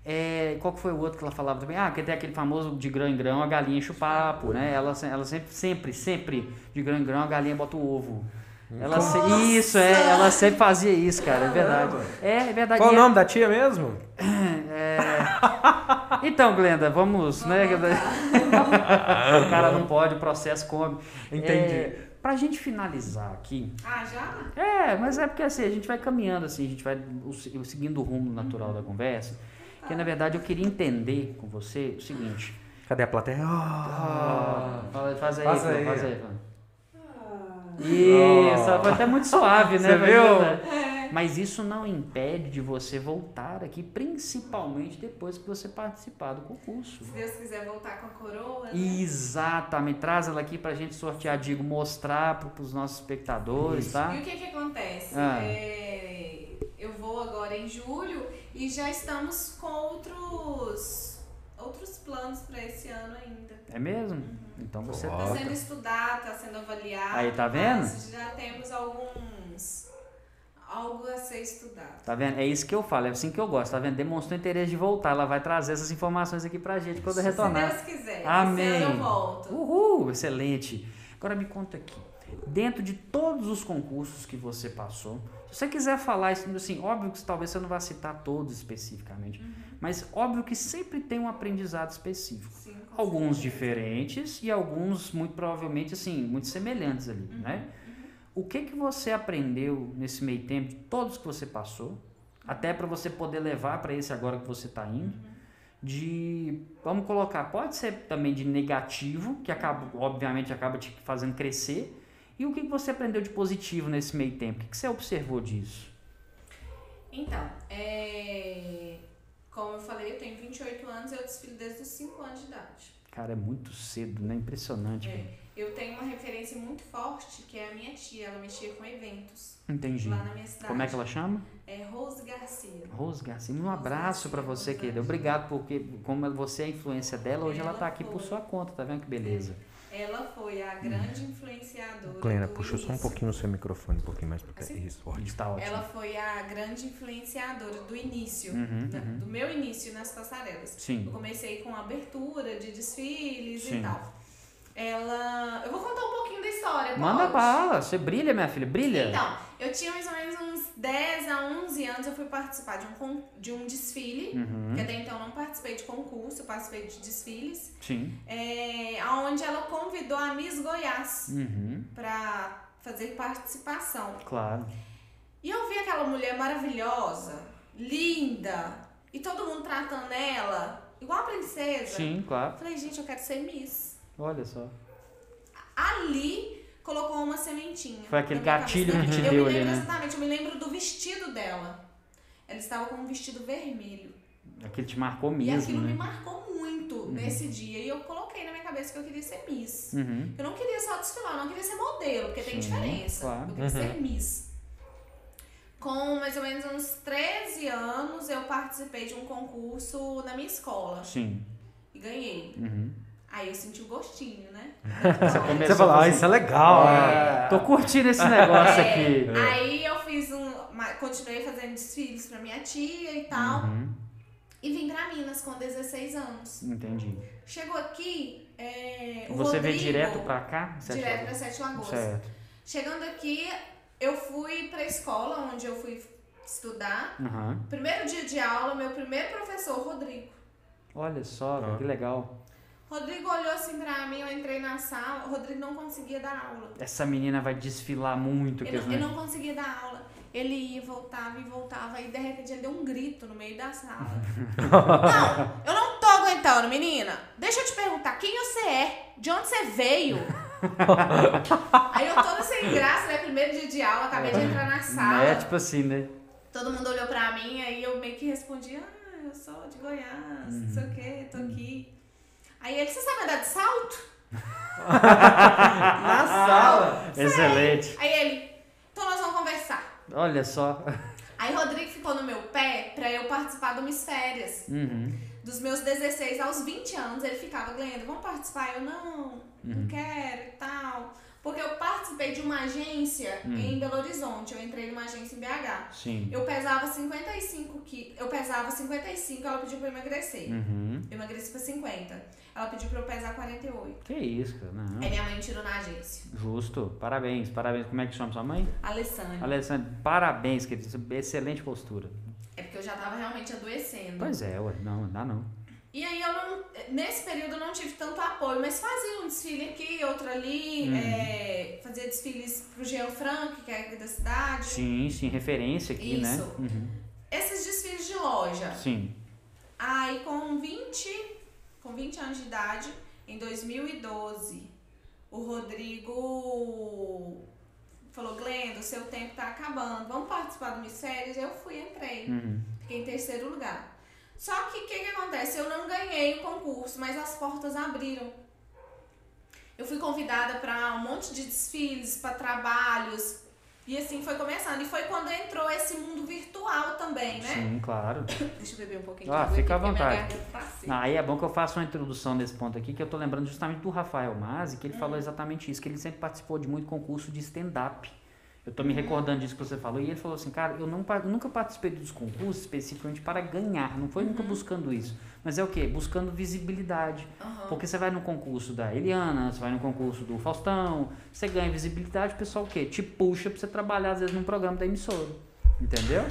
S1: É, qual que foi o outro que ela falava também? Ah, que tem aquele famoso de grão em grão, a galinha enche o papo, né? Ela, se- ela sempre, sempre, sempre, de grão em grão, a galinha bota o ovo. Ela se-
S3: Nossa!
S1: isso, é, ela sempre fazia isso, cara, é verdade. É, é verdade.
S2: Qual o
S1: E é-
S2: nome da tia mesmo?
S1: Então, Glenda, vamos, né? o cara não pode, o processo come.
S2: Entendi.
S1: É, pra gente finalizar aqui,
S3: Ah, já?
S1: É, mas é porque assim, a gente vai caminhando, assim, a gente vai o- o- seguindo o rumo natural da conversa. Que na verdade eu queria entender com você o seguinte.
S2: Cadê a plateia? Ah,
S1: Fala- faz aí,
S2: Faz
S1: Fran,
S2: aí.
S1: faz aí. Fran. Isso,
S2: Ah.
S1: foi até muito suave, né?
S2: Você
S1: Mas,
S2: viu?
S1: né? Mas isso não impede de você voltar aqui, principalmente depois que você participar do concurso.
S3: Se Deus quiser voltar com a coroa. né?
S1: Exatamente, traz ela aqui pra gente sortear, digo, mostrar pro- pros nossos espectadores, tá?
S3: E o que que acontece?
S1: Ah.
S3: É, eu vou agora em julho e já estamos com outros, outros planos para esse ano ainda.
S1: É mesmo? Então você
S2: Ó.
S3: Está
S2: Ótimo.
S3: sendo estudado, está sendo avaliado.
S1: Aí, tá vendo?
S3: mas já temos alguns... Algo a ser estudado.
S1: Tá vendo? É isso que eu falo, é assim que eu gosto, tá vendo? Demonstrou interesse de voltar, ela vai trazer essas informações aqui pra gente quando eu
S3: Se
S1: retornar.
S3: Deus quiser.
S1: Amém.
S3: Esse ano eu volto.
S1: Uhul, excelente. Agora me conta aqui, dentro de todos os concursos que você passou, se você quiser falar isso, assim, óbvio que talvez você não vá citar todos especificamente, mas óbvio que sempre tem um aprendizado específico.
S3: Sim, com
S1: Alguns
S3: certeza.
S1: diferentes e alguns, muito provavelmente, assim, muito semelhantes ali,
S3: Uhum,
S1: né? O que que você aprendeu nesse meio
S3: Uhum.
S1: tempo de todos que você passou, até para você poder levar para esse agora que você está tá indo, de, vamos colocar, pode ser também de negativo, que acaba, obviamente acaba te fazendo crescer. E o que que você aprendeu de positivo nesse meio tempo? O que que você observou disso?
S3: Então, é, como eu falei, eu tenho 28 anos e eu desfilo desde os 5 anos de idade.
S1: Cara, é muito cedo, né? Impressionante.
S3: É.
S1: velho.
S3: Eu tenho uma referência muito forte, que é a minha tia. Ela mexia com eventos
S1: Entendi.
S3: lá na minha cidade.
S1: Como é que ela chama?
S3: É Rose Garcia.
S1: Rose Garcia, um abraço pra você, querida. Obrigado, porque como você é a influência dela, hoje ela tá aqui por sua conta, tá vendo que beleza?
S3: Ela foi a grande
S1: Hum.
S3: influenciadora.
S2: Glena,
S3: do
S2: puxa só um
S3: início.
S2: pouquinho o seu microfone, um pouquinho mais pra cá.
S3: Assim?
S2: Isso, ótimo.
S1: Está tá ótimo.
S3: Ela foi a grande influenciadora do início,
S1: Uhum,
S3: da-
S1: uhum.
S3: do meu início nas passarelas. Eu
S1: Sim.
S3: comecei com abertura de desfiles
S1: Sim.
S3: e tal. Ela. Eu vou contar um pouquinho da história.
S1: Manda
S3: pode?
S1: bala, você brilha, minha filha, brilha.
S3: Então, eu tinha mais ou menos uns 10 a 11 anos, eu fui participar de um, con- de um desfile,
S1: Uhum,
S3: que até então eu não participei de concurso, eu participei de desfiles,
S1: Sim.
S3: é, onde ela convidou a Miss Goiás
S1: Uhum,
S3: pra fazer participação.
S1: Claro.
S3: E eu vi aquela mulher maravilhosa, linda, e todo mundo tratando ela igual a princesa.
S1: Sim,
S3: Eu
S1: claro.
S3: Falei, gente, eu quero ser Miss.
S1: Olha só.
S3: Ali colocou uma sementinha.
S1: Foi aquele
S3: na minha
S1: gatilho
S3: cabeça.
S1: que te
S3: Eu
S1: deu
S3: me
S1: ali,
S3: lembro
S1: né?
S3: Exatamente, eu me lembro do vestido dela. Ela estava com um vestido vermelho.
S1: Aquilo te marcou
S3: e
S1: mesmo,
S3: aquilo me
S1: né?
S3: marcou muito nesse dia. E eu coloquei na minha cabeça que eu queria ser Miss.
S1: Uhum.
S3: Eu não queria só desfilar, eu não queria ser modelo, porque tem
S1: Sim,
S3: diferença.
S1: claro. Uhum.
S3: Eu queria ser Miss. Com mais ou menos uns 13 anos, eu participei de um concurso na minha escola
S1: Sim.
S3: e ganhei.
S1: Uhum.
S3: Aí eu senti o gostinho, né?
S1: começa-
S2: Você fala,
S1: assim."
S2: ah, isso é legal. né?
S1: Ah, Tô curtindo esse negócio
S3: É,
S1: aqui.
S3: Aí eu fiz um. ma- Continuei fazendo desfiles pra minha tia e tal.
S1: Uhum,
S3: E vim pra Minas com 16 anos.
S1: Entendi.
S3: Chegou aqui. é, o
S1: Você veio
S3: Rodrigo,
S1: direto pra cá? Sete
S3: Direto pra
S1: horas?
S3: Sete Lagoas.
S1: Certo.
S3: Chegando aqui, eu fui pra escola onde eu fui estudar.
S1: Uhum.
S3: Primeiro dia de aula, meu primeiro professor, Rodrigo.
S1: Olha só,
S2: Ah.
S1: que legal.
S3: Rodrigo olhou assim pra mim, eu entrei na sala, o Rodrigo não conseguia dar aula.
S1: Essa menina vai desfilar muito,
S3: Ele
S1: quer
S3: não, ele
S1: dizer.
S3: não conseguia dar aula. Ele ia, voltava e voltava, e de repente ele deu um grito no meio da sala. não, eu não tô aguentando, menina. Deixa eu te perguntar, quem você é? De onde você veio? Aí eu toda sem graça, né? Primeiro dia de aula, acabei de entrar na sala.
S1: É tipo assim, né?
S3: Todo mundo olhou pra mim, aí eu meio que respondi, ah, eu sou de Goiás, não
S1: Uhum.
S3: sei o que, tô aqui. Aí ele, você sabe andar de salto?
S2: Na sala.
S1: Excelente.
S3: Aí ele, então nós vamos conversar.
S1: Olha só.
S3: Aí Rodrigo ficou no meu pé pra eu participar de umas férias.
S1: Uhum.
S3: Dos meus 16 aos 20 anos, ele ficava, Glenda, vamos participar? Eu, não, não quero e tal. Porque eu participei de uma agência em Belo Horizonte, eu entrei numa agência em BH.
S1: Sim.
S3: Eu pesava 55 quilos, eu pesava 55, ela pediu pra eu emagrecer.
S1: Uhum.
S3: Eu emagreci pra 50. Ela pediu pra eu pesar 48.
S1: Que isso, cara. Não.
S3: Aí minha mãe tirou na agência.
S1: Justo. Parabéns, parabéns. Como é que chama sua mãe?
S3: Alessandra.
S1: Alessandro, parabéns, querido. é Excelente postura.
S3: É porque eu já tava realmente adoecendo.
S1: Pois é, ué. Não, não dá não.
S3: E aí eu não. Nesse período eu não tive tanto apoio, mas fazia um desfile aqui, outro ali. é, fazia desfiles pro Jean Frank, que é aqui da cidade.
S1: Sim, sim. Referência aqui, né?
S3: Isso.
S1: Uhum.
S3: Esses desfiles de loja.
S1: Sim.
S3: Aí com 20, com 20 anos de idade, em 2012, o Rodrigo falou, Glenda, o seu tempo tá acabando, vamos participar do Miss Férias? Eu fui, entrei,
S1: Uhum.
S3: fiquei em terceiro lugar. Só que o que, que acontece? Eu não ganhei o concurso, mas as portas abriram. Eu fui convidada para um monte de desfiles, para trabalhos, e assim foi começando. E foi quando entrou esse mundo virtual também, né?
S1: Sim, claro.
S3: Deixa eu beber um pouquinho
S1: Ah,
S3: de água
S1: fica
S3: aqui,
S1: à
S3: porque minha
S1: vontade.
S3: garganta tá seca.
S1: Ah, aí é bom que eu faça uma introdução nesse ponto aqui, que eu tô lembrando justamente do Rafael Masi, que ele falou exatamente isso, que ele sempre participou de muito concurso de stand-up. Eu tô me recordando disso que você falou, e ele falou assim, cara, eu não pa- nunca participei dos concursos especificamente para ganhar, não foi nunca buscando isso. Mas é o quê? Buscando visibilidade.
S3: Aham.
S1: Porque você vai no concurso da Eliana, você vai no concurso do Faustão, você ganha visibilidade, o pessoal o quê? Te puxa pra você trabalhar, às vezes, num programa da emissora. Entendeu?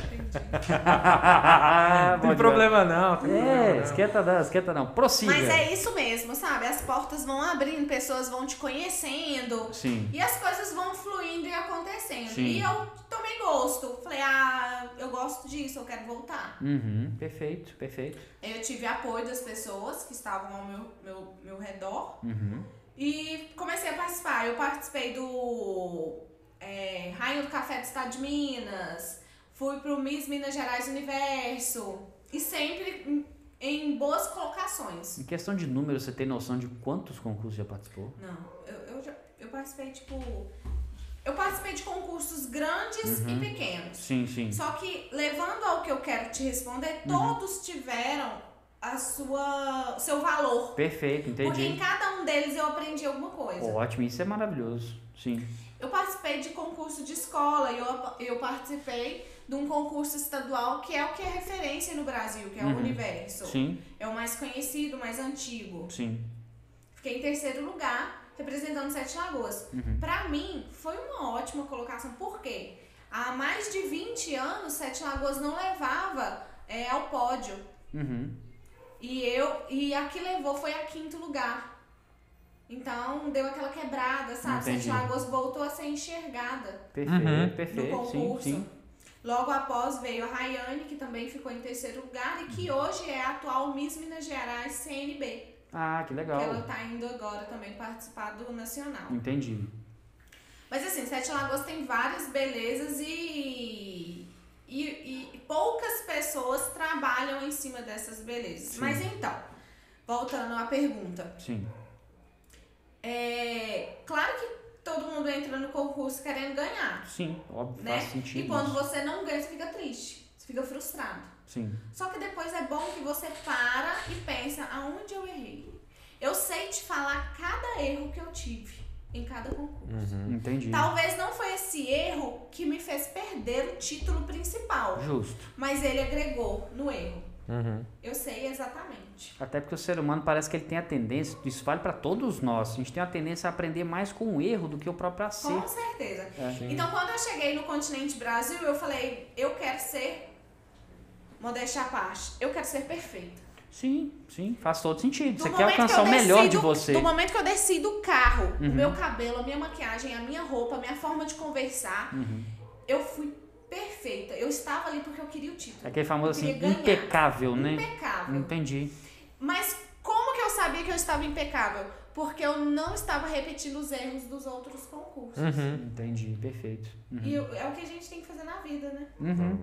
S2: Não tem
S1: Bom
S2: problema não. Tem problema
S1: é,
S2: não.
S1: esquenta não, esquenta não. Prossiga.
S3: Mas é isso mesmo, sabe? As portas vão abrindo, pessoas vão te conhecendo.
S1: Sim.
S3: E as coisas vão fluindo e acontecendo.
S1: Sim.
S3: E eu tomei gosto. Falei, ah, eu eu gosto disso, eu quero voltar.
S1: Uhum, perfeito, perfeito.
S3: Eu tive apoio das pessoas que estavam ao meu, meu, meu redor
S1: Uhum.
S3: e comecei a participar. Eu participei do é, Rainha do Café do Estado de Minas, fui pro Miss Minas Gerais Universo e sempre em- em boas colocações.
S1: Em questão de número, você tem noção de quantos concursos já participou?
S3: Não, eu, eu, já- eu participei, tipo. Eu participei de concursos grandes
S1: Uhum.
S3: e pequenos.
S1: Sim, sim.
S3: Só que, levando ao que eu quero te responder,
S1: Uhum.
S3: todos tiveram a sua seu valor.
S1: Perfeito,
S3: Porque em
S1: entendi.
S3: cada um deles eu aprendi alguma coisa.
S1: Ótimo, isso é maravilhoso. Sim.
S3: Eu participei de concurso de escola e eu, eu participei de um concurso estadual que é o que é referência no Brasil, que é
S1: Uhum.
S3: o Universo.
S1: Sim,
S3: É o mais conhecido, mais antigo.
S1: sim.
S3: Fiquei em terceiro lugar, representando Sete Lagoas.
S1: Uhum.
S3: Pra mim, foi uma ótima colocação. Por quê? Há mais de 20 anos, Sete Lagoas não levava é, ao pódio.
S1: Uhum.
S3: E eu e a que levou foi a quinto lugar. Então deu aquela quebrada, sabe?
S1: Entendi.
S3: Sete Lagoas voltou a ser enxergada
S1: Perfeito,
S2: Uhum.
S3: no
S1: perfeito. Sim,
S3: concurso.
S1: sim.
S3: Logo após veio a Rayane, que também ficou em terceiro lugar e que hoje é a atual Miss Minas Gerais CNB.
S1: Ah, que
S3: Que ela
S1: legal.
S3: tá indo agora também participar do Nacional.
S1: Entendi.
S3: Mas assim, Sete Lagoas tem várias belezas e, e, e poucas pessoas trabalham em cima dessas belezas.
S1: Sim.
S3: Mas então, voltando à pergunta.
S1: Sim.
S3: É, claro que todo mundo entra no concurso querendo ganhar,
S1: Sim, óbvio,
S3: né?
S1: faz sentido.
S3: E quando
S1: isso.
S3: você não ganha, você fica triste, você fica frustrado.
S1: Sim.
S3: Só que depois é bom que você para e pensa aonde eu errei. Eu sei te falar cada erro que eu tive em cada concurso.
S1: Entendi.
S3: Talvez não foi esse erro que me fez perder o título principal,
S1: Justo.
S3: mas ele agregou no erro.
S2: Uhum.
S3: Eu sei exatamente.
S1: Até porque o ser humano parece que ele tem a tendência, isso vale pra todos nós, a gente tem a tendência a aprender mais com o erro do que o próprio
S3: Com
S1: acerto.
S3: certeza.
S1: É.
S3: Então, quando eu cheguei no continente Brasil, eu falei, eu quero ser, modéstia à parte, eu quero ser perfeita.
S1: Sim, sim, faz todo sentido.
S3: Do
S1: você quer
S2: é
S3: momento que
S1: alcançar
S3: eu
S1: o melhor de
S3: decido-
S1: você.
S3: Do momento que eu decido o carro,
S1: Uhum.
S3: o meu cabelo, a minha maquiagem, a minha roupa, a minha forma de conversar,
S1: Uhum.
S3: eu fui perfeita. Eu estava ali porque eu queria o título.
S1: Aquele famoso assim,
S3: Eu queria ganhar.
S1: impecável, né?
S3: Impecável.
S2: Uhum.
S1: Entendi.
S3: Mas como que eu sabia que eu estava impecável? Porque eu não estava repetindo os erros dos outros concursos.
S2: Uhum.
S1: Entendi, perfeito.
S3: E eu- é o que a gente tem que fazer na vida, né?
S1: Uhum.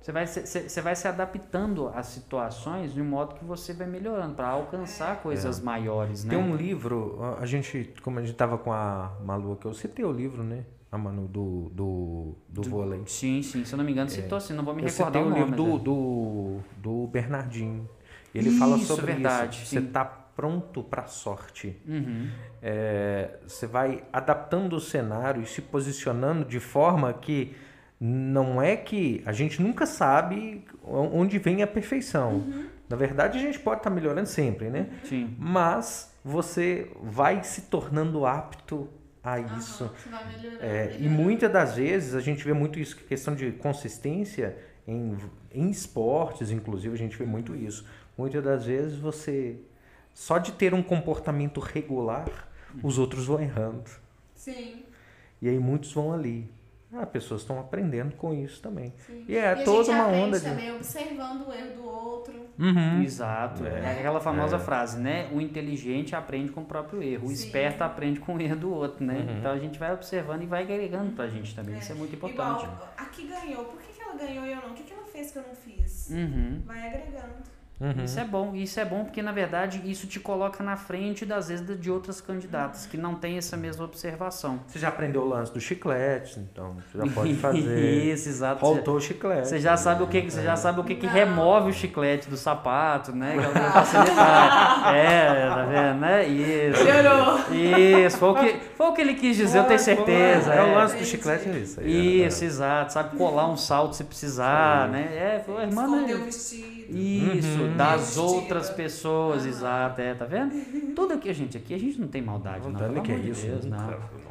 S1: Você vai, se- se- você vai se adaptando às situações de um modo que você vai melhorando para alcançar
S3: É.
S1: coisas maiores, né?
S2: É. Tem um livro, a- a gente, como a gente tava com a Malu aqui, eu citei o livro, né? A Manu, do, do, do vôlei.
S1: Sim, sim, se eu não me engano, citou assim, não vou me
S2: É. Eu
S1: recordar
S2: citei
S1: o
S2: o
S1: nome.
S2: livro do,
S1: dela.
S2: do, do Bernardinho. Ele fala
S1: Isso,
S2: sobre
S1: verdade,
S2: isso.
S1: sim.
S2: Você tá pronto pra sorte.
S1: Uhum.
S2: É, você vai adaptando o cenário e se posicionando de forma que não é que a gente nunca sabe o- onde vem a perfeição.
S1: Uhum.
S2: Na verdade, a gente pode estar melhorando sempre, né?
S1: Sim.
S2: Mas você vai se tornando apto a isso.
S3: Aham, você vai melhorar.
S2: É, e
S3: melhorar.
S2: muitas das vezes a gente vê muito isso, questão de consistência em, em esportes, inclusive, a gente vê muito isso. Muitas das vezes você, só de ter um comportamento regular,
S3: Uhum.
S2: os outros vão errando.
S3: Sim.
S2: E aí muitos vão ali. Ah, pessoas estão aprendendo com isso também.
S3: Sim.
S2: E é
S3: a
S2: toda
S3: gente
S2: uma
S3: aprende
S2: onda de-
S3: também observando o erro do outro. Uhum.
S1: Exato. É, aquela famosa frase, né? O inteligente aprende com o próprio erro, o
S3: Sim.
S1: esperto aprende com o erro do outro, né?
S2: Uhum.
S1: Então a gente vai observando e vai agregando pra gente também.
S3: É.
S1: Isso é muito importante.
S3: Igual, a que ganhou, por que, que ela ganhou e eu não? O que, que ela fez que eu não fiz?
S1: Uhum.
S3: Vai agregando.
S2: Uhum.
S1: Isso é bom, isso é bom porque na verdade isso te coloca na frente das vezes de- de outras candidatas que não têm essa mesma observação.
S2: Você já aprendeu o lance do chiclete, então você já pode fazer.
S1: Isso, exato. Você-
S2: Faltou o chiclete.
S1: Você já sabe o que, você já sabe o que, que
S3: Não.
S1: remove o chiclete do sapato, né? Que é o que facilitar. é, tá vendo, né? Isso.
S3: Melhorou.
S1: Isso, foi o que, foi o que ele quis dizer, eu tenho certeza.
S2: É, o
S1: é.
S2: lance do
S3: Entendi.
S2: chiclete é isso. aí, é.
S1: Isso, exato. Sabe colar um salto se precisar, né? É, foi a irmã
S3: Escondeu
S1: dele.
S3: o vestido.
S1: Isso,
S2: Uhum.
S1: das
S3: Vestida.
S1: outras pessoas,
S3: Aham.
S1: exato, é, tá vendo? Tudo aqui, gente, aqui a gente não tem maldade, não.
S2: Vontade
S1: pelo
S2: que é
S1: amor de
S2: isso.
S1: Deus,
S2: nunca.
S1: não.
S2: Nossa,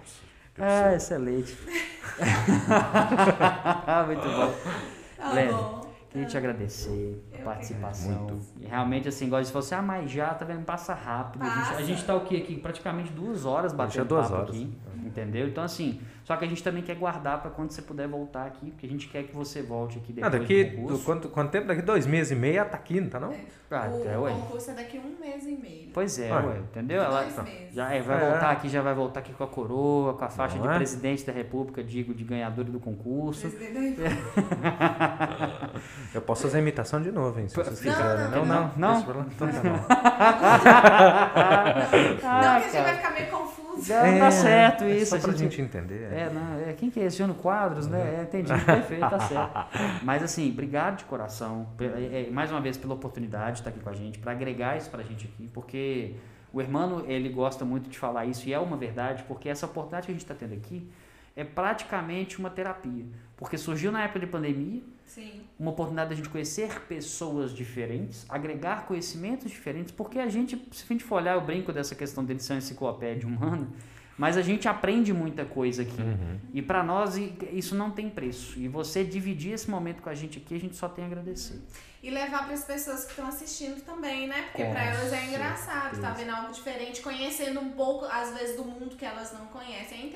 S1: Ah, excelente. Muito bom.
S3: Tá
S1: Leve.
S3: bom.
S1: Queria te agradecer
S3: Eu
S1: a participação.
S2: Muito.
S1: E realmente, assim, igual você falou assim, ah, mas já, tá vendo? Passa rápido. A gente, a
S3: Passa.
S1: gente tá o quê aqui? Praticamente duas horas batendo
S2: duas
S1: papo
S2: horas.
S1: aqui, entendeu? Então, assim, Só que a gente também quer guardar para quando você puder voltar aqui, porque a gente quer que você volte aqui
S2: Ah,
S1: depois
S2: daqui,
S1: do concurso.
S2: do- quanto, quanto tempo? Daqui dois meses e meio ela tá aqui, não tá não?
S1: Ah, até,
S3: o
S1: ué.
S3: concurso é daqui a um mês e meio.
S1: Pois é,
S2: Ah,
S1: ué, entendeu? Ela
S3: Dois meses.
S1: já é, vai
S2: É.
S1: voltar aqui, já vai voltar aqui com a coroa, com a faixa
S2: Não
S1: de
S2: é?
S1: presidente da república, digo, de ganhadora do concurso.
S2: Eu posso fazer a imitação de novo, hein? Se vocês
S3: Não,
S2: quiserem.
S3: não,
S2: não.
S1: não.
S2: Deixa pra lá. Então tá bom.
S3: Não,
S1: Ah,
S3: que a gente vai
S1: cara.
S3: ficar meio confuso.
S1: Não, tá certo
S2: é
S1: isso.
S2: Só pra
S1: a gente-
S2: gente entender.
S1: É, não, é, quem que é? Luciano Quadros, né? É, entendi, perfeito, tá certo. Mas assim, obrigado de coração, pe- é, é, mais uma vez pela oportunidade de estar aqui com a gente, para agregar isso pra gente aqui, porque o Hermano, ele gosta muito de falar isso e é uma verdade, porque essa oportunidade que a gente está tendo aqui é praticamente uma terapia, porque surgiu na época de pandemia,
S3: Sim.
S1: uma oportunidade da gente conhecer pessoas diferentes, agregar conhecimentos diferentes, porque a gente, se a gente for olhar, eu brinco dessa questão de ser uma enciclopédia humana, mas a gente aprende muita coisa aqui.
S2: Uhum.
S1: E para nós i- isso não tem preço. E você dividir esse momento com a gente aqui, a gente só tem a agradecer.
S3: E levar para as pessoas que estão assistindo também, né? Porque
S1: Com
S3: para elas é
S1: certeza.
S3: engraçado, tá vendo algo diferente, conhecendo um pouco, às vezes, do mundo que elas não conhecem. É
S2: Sim,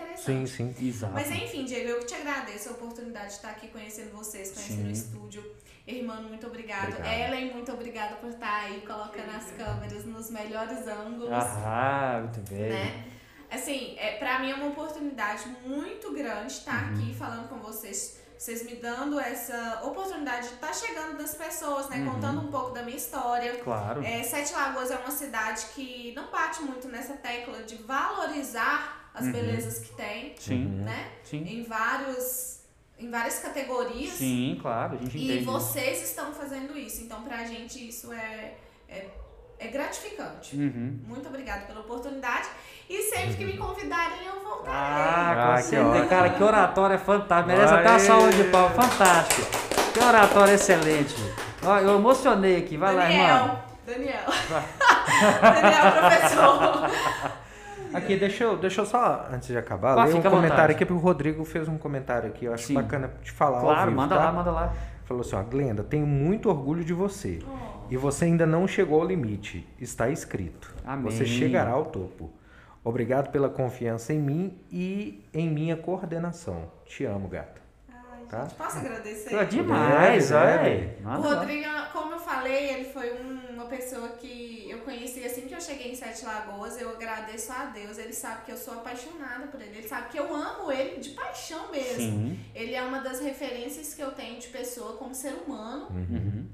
S3: interessante.
S2: sim.
S1: Exato.
S3: Mas é enfim, Diego, eu que te agradeço a oportunidade de estar aqui conhecendo vocês, conhecendo
S1: Sim.
S3: o estúdio. Irmão, muito obrigado.
S2: Obrigado.
S3: Ellen, muito obrigada por estar aí colocando as câmeras nos melhores ângulos.
S1: Ah, muito bem.
S3: né? Assim, é, pra mim é uma oportunidade muito grande
S1: Uhum.
S3: estar aqui falando com vocês. Vocês me dando essa oportunidade de estar chegando das pessoas,
S1: Uhum.
S3: né? Contando um pouco da minha história.
S1: Claro.
S3: É, Sete Lagoas é uma cidade que não bate muito nessa tecla de valorizar as belezas que tem,
S1: Uhum.
S2: Uhum.
S1: Sim,
S3: né?
S1: sim.
S3: Em vários. Em várias categorias.
S1: Sim, claro, a gente
S3: E
S1: entende.
S3: vocês estão fazendo isso. Então, pra gente, isso é, é, é gratificante.
S1: Uhum.
S3: Muito obrigada pela oportunidade. E sempre que me convidarem, eu voltarei.
S1: Ah, com
S2: Ah, que
S1: certeza.
S2: ótimo.
S1: Cara, que oratória fantástica. Merece até uma
S2: Aê.
S1: salva de palmas. Fantástico. Que oratória excelente. Ó, eu emocionei aqui. Vai lá,
S3: Daniel.
S1: irmão.
S3: Daniel. Daniel, professor.
S2: Aqui, deixa eu, deixa eu só, antes de acabar,
S1: Ah,
S2: ler um
S1: É. fica à vontade.
S2: comentário aqui, porque o Rodrigo fez um comentário aqui, eu acho
S1: Sim.
S2: bacana te falar. ao
S1: Claro,
S2: vivo,
S1: manda
S2: tá?
S1: lá, manda lá.
S2: Falou assim, ó, Glenda, tenho muito orgulho de você. E você ainda não chegou ao limite. Está escrito.
S1: Amém.
S2: Você chegará ao topo. Obrigado pela confiança em mim e em minha coordenação. Te amo, gata.
S3: Ai,
S2: Tá.
S3: gente, posso agradecer?
S1: É demais,
S2: Deve,
S1: olha
S2: deve.
S1: aí.
S3: O
S1: Manda lá.
S3: Rodrigo, como eu falei, ele foi um- uma pessoa que eu conheci assim que eu cheguei em Sete Lagoas. Eu agradeço a Deus. Ele sabe que eu sou apaixonada por ele. Ele sabe que eu amo ele de paixão mesmo.
S1: Sim.
S3: Ele é uma das referências que eu tenho de pessoa como ser humano.
S1: Uhum.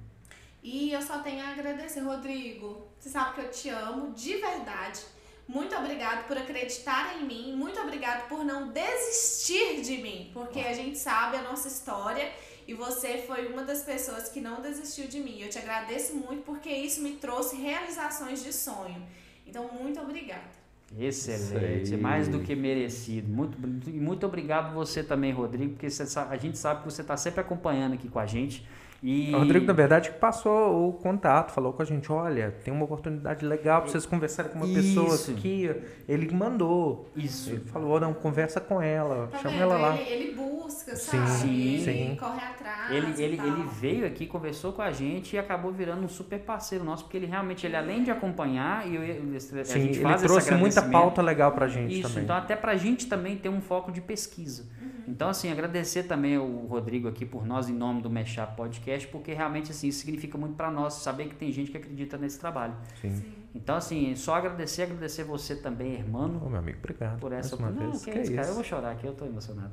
S3: E eu só tenho a agradecer, Rodrigo. Você sabe que eu te amo de verdade. Muito obrigado por acreditar em mim. Muito obrigado por não desistir de mim, porque a gente sabe a nossa história e você foi uma das pessoas que não desistiu de mim. Eu te agradeço muito porque isso me trouxe realizações de sonho. Então, muito obrigada.
S1: Excelente,
S2: Isso aí.
S1: mais do que merecido. Muito, e muito obrigado você também, Rodrigo, porque você sa- a gente sabe que você está sempre acompanhando aqui com a gente. E
S2: O Rodrigo, na verdade, que passou o contato, falou com a gente, olha, tem uma oportunidade legal pra vocês conversarem com uma
S1: Isso.
S2: pessoa que ele mandou.
S1: Isso.
S2: Ele falou, não, conversa com ela,
S3: Tá
S2: chama
S3: vendo?
S2: ela lá.
S3: Ele, ele busca,
S2: Sim,
S3: sabe?
S1: sim,
S3: ele
S2: sim.
S3: corre atrás.
S1: Ele,
S3: e
S1: ele,
S3: tal.
S1: ele veio aqui, conversou com a gente e acabou virando um super parceiro nosso, porque ele realmente, ele além de acompanhar, e eu, eu- a
S2: Sim,
S1: gente
S2: ele
S1: faz esse
S2: trouxe muita
S1: agradecimento.
S2: pauta legal pra gente
S1: Isso,
S2: também.
S1: então até pra gente também ter um foco de pesquisa. Então, assim, agradecer também o Rodrigo aqui por nós, em nome do Meshap Podcast, porque realmente, assim, isso significa muito pra nós, saber que tem gente que acredita nesse trabalho.
S2: Sim.
S1: Então, assim, só agradecer, agradecer você também, irmão,
S2: Ô, meu amigo, obrigado.
S1: por essa
S2: mais uma
S1: Não,
S2: vez.
S1: que é
S2: Que é
S1: isso, cara, eu
S2: isso?
S1: vou chorar aqui, eu tô emocionado.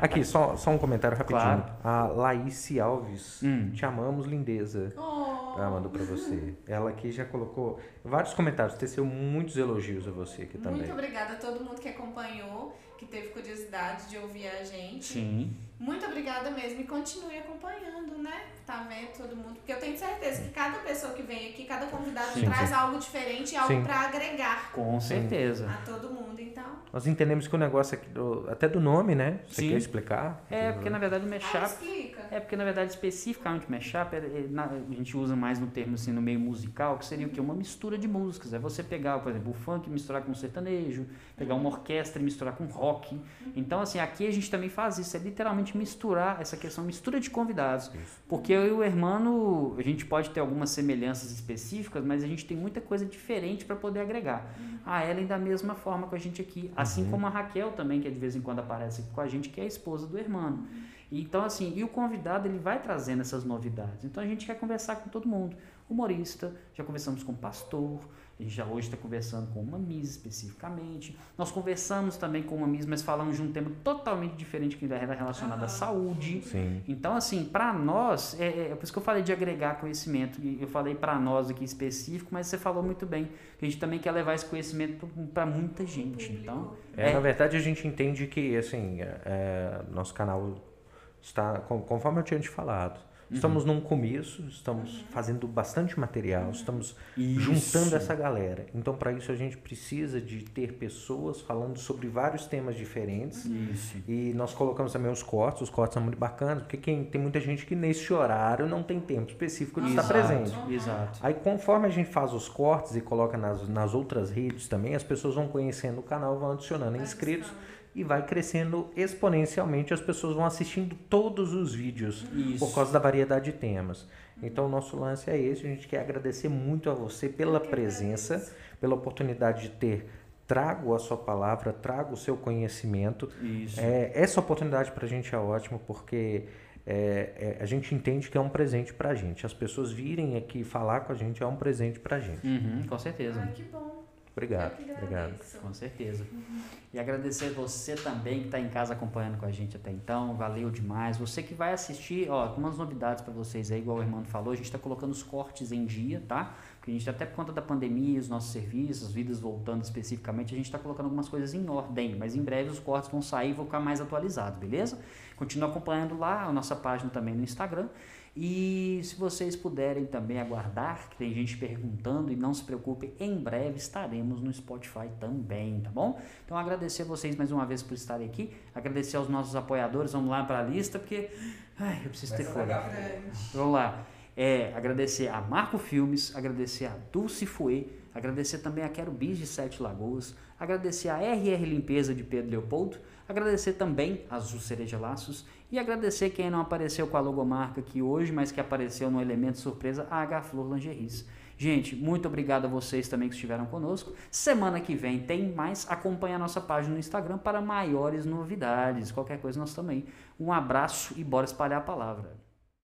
S2: Aqui, só, só um comentário rapidinho.
S1: Claro.
S2: A Laís Alves.
S1: Hum.
S2: Te amamos, lindeza.
S1: Tá
S3: Oh.
S2: Ela mandou pra você. Ela aqui já colocou vários comentários, teceu muitos elogios a você aqui também.
S3: Muito obrigada a todo mundo que acompanhou, que teve curiosidade de ouvir a gente.
S1: Sim,
S3: Muito obrigada mesmo e continue acompanhando, né? Tá vendo todo mundo? Porque eu tenho certeza que cada pessoa que vem aqui, cada convidado
S2: Sim,
S3: traz algo diferente e algo
S2: Sim.
S3: pra agregar
S1: com certeza.
S3: a todo mundo. Então,
S2: Nós entendemos que o negócio aqui, do- até do nome, né? Você
S1: Sim.
S2: quer explicar?
S1: É, porque na verdade o
S3: ah,
S1: Meshap
S3: explica.
S1: É porque, na verdade, especificamente mashup, é- é- na- a gente usa mais no termo assim, no meio musical, que seria o quê? Uma mistura de músicas. É você pegar, por exemplo, o funk e misturar com um o sertanejo, pegar uma orquestra e misturar com rock. Então, assim, aqui a gente também faz isso. É literalmente de misturar essa questão, mistura de convidados. Porque eu e o hermano, a gente pode ter algumas semelhanças específicas, mas a gente tem muita coisa diferente para poder agregar. A Ellen da mesma forma com a gente aqui, assim como a Raquel também, que de vez em quando aparece aqui com a gente, que é a esposa do hermano. Então, assim, e o convidado ele vai trazendo essas novidades. Então a gente quer conversar com todo mundo. Humorista, já conversamos com pastor, a gente já hoje está conversando com uma Miss especificamente. Nós conversamos também com uma Miss, mas falamos de um tema totalmente diferente que era relacionado à saúde.
S2: Sim.
S1: Então, assim, para nós, é, é por isso que eu falei de agregar conhecimento, e eu falei para nós aqui específico, mas você falou muito bem, que a gente também quer levar esse conhecimento para muita gente. Então,
S2: É, Na verdade, a gente entende que, assim, é, é, nosso canal está, con- conforme eu tinha te falado,
S1: Uhum.
S2: estamos num começo, estamos fazendo bastante material, estamos
S1: Isso.
S2: juntando essa galera. Então, para isso, a gente precisa de ter pessoas falando sobre vários temas diferentes.
S1: isso.
S2: E nós colocamos também os cortes, os cortes são muito bacanas, porque quem, tem muita gente que nesse horário não tem tempo específico de estar
S1: Exato,
S2: Tá presente.
S1: Exato.
S2: Aí conforme a gente faz os cortes e coloca nas, nas outras redes também, as pessoas vão conhecendo o canal, vão adicionando inscritos e vai crescendo exponencialmente. As pessoas vão assistindo todos os vídeos
S1: Isso.
S2: por causa da variedade de temas. Então o nosso lance é esse. A gente quer agradecer muito a você pela presença, pela oportunidade de ter trago a sua palavra, trago o seu conhecimento.
S1: Isso.
S2: É, essa oportunidade para a gente é ótima porque é, é, a gente entende que é um presente para a gente. As pessoas virem aqui falar com a gente é um presente para a gente.
S1: Uhum, com certeza.
S4: Ai, que bom.
S2: Obrigado,
S4: Eu que
S2: obrigado.
S4: agradeço.
S1: Com certeza. E agradecer você também que está em casa acompanhando com a gente até então. Valeu demais. Você que vai assistir, ó, algumas novidades para vocês aí, igual o irmão falou, a gente está colocando os cortes em dia, tá? Porque a gente, até por conta da pandemia, os nossos serviços, as vidas voltando especificamente, a gente está colocando algumas coisas em ordem, mas em breve os cortes vão sair e vão ficar mais atualizados, beleza? Continua acompanhando lá a nossa página também no Instagram. E se vocês puderem também aguardar, que tem gente perguntando, e não se preocupe, em breve estaremos no Spotify também, tá bom? Então agradecer a vocês mais uma vez por estarem aqui, agradecer aos nossos apoiadores, vamos lá para a lista, porque ai, eu preciso ter folha. Vamos lá. É, agradecer a Marco Filmes, agradecer a Dulce Fouet, agradecer também a Quero Bis de Sete Lagoas, agradecer a RR Limpeza de Pedro Leopoldo, agradecer também a Azul Cereja Laços e agradecer quem não apareceu com a logomarca aqui hoje, mas que apareceu no elemento surpresa, a H Flor Lingeries. Gente, muito obrigado a vocês também que estiveram conosco. Semana que vem tem mais. Acompanhe a nossa página no Instagram para maiores novidades. Qualquer coisa nós também. Um abraço e bora espalhar a palavra.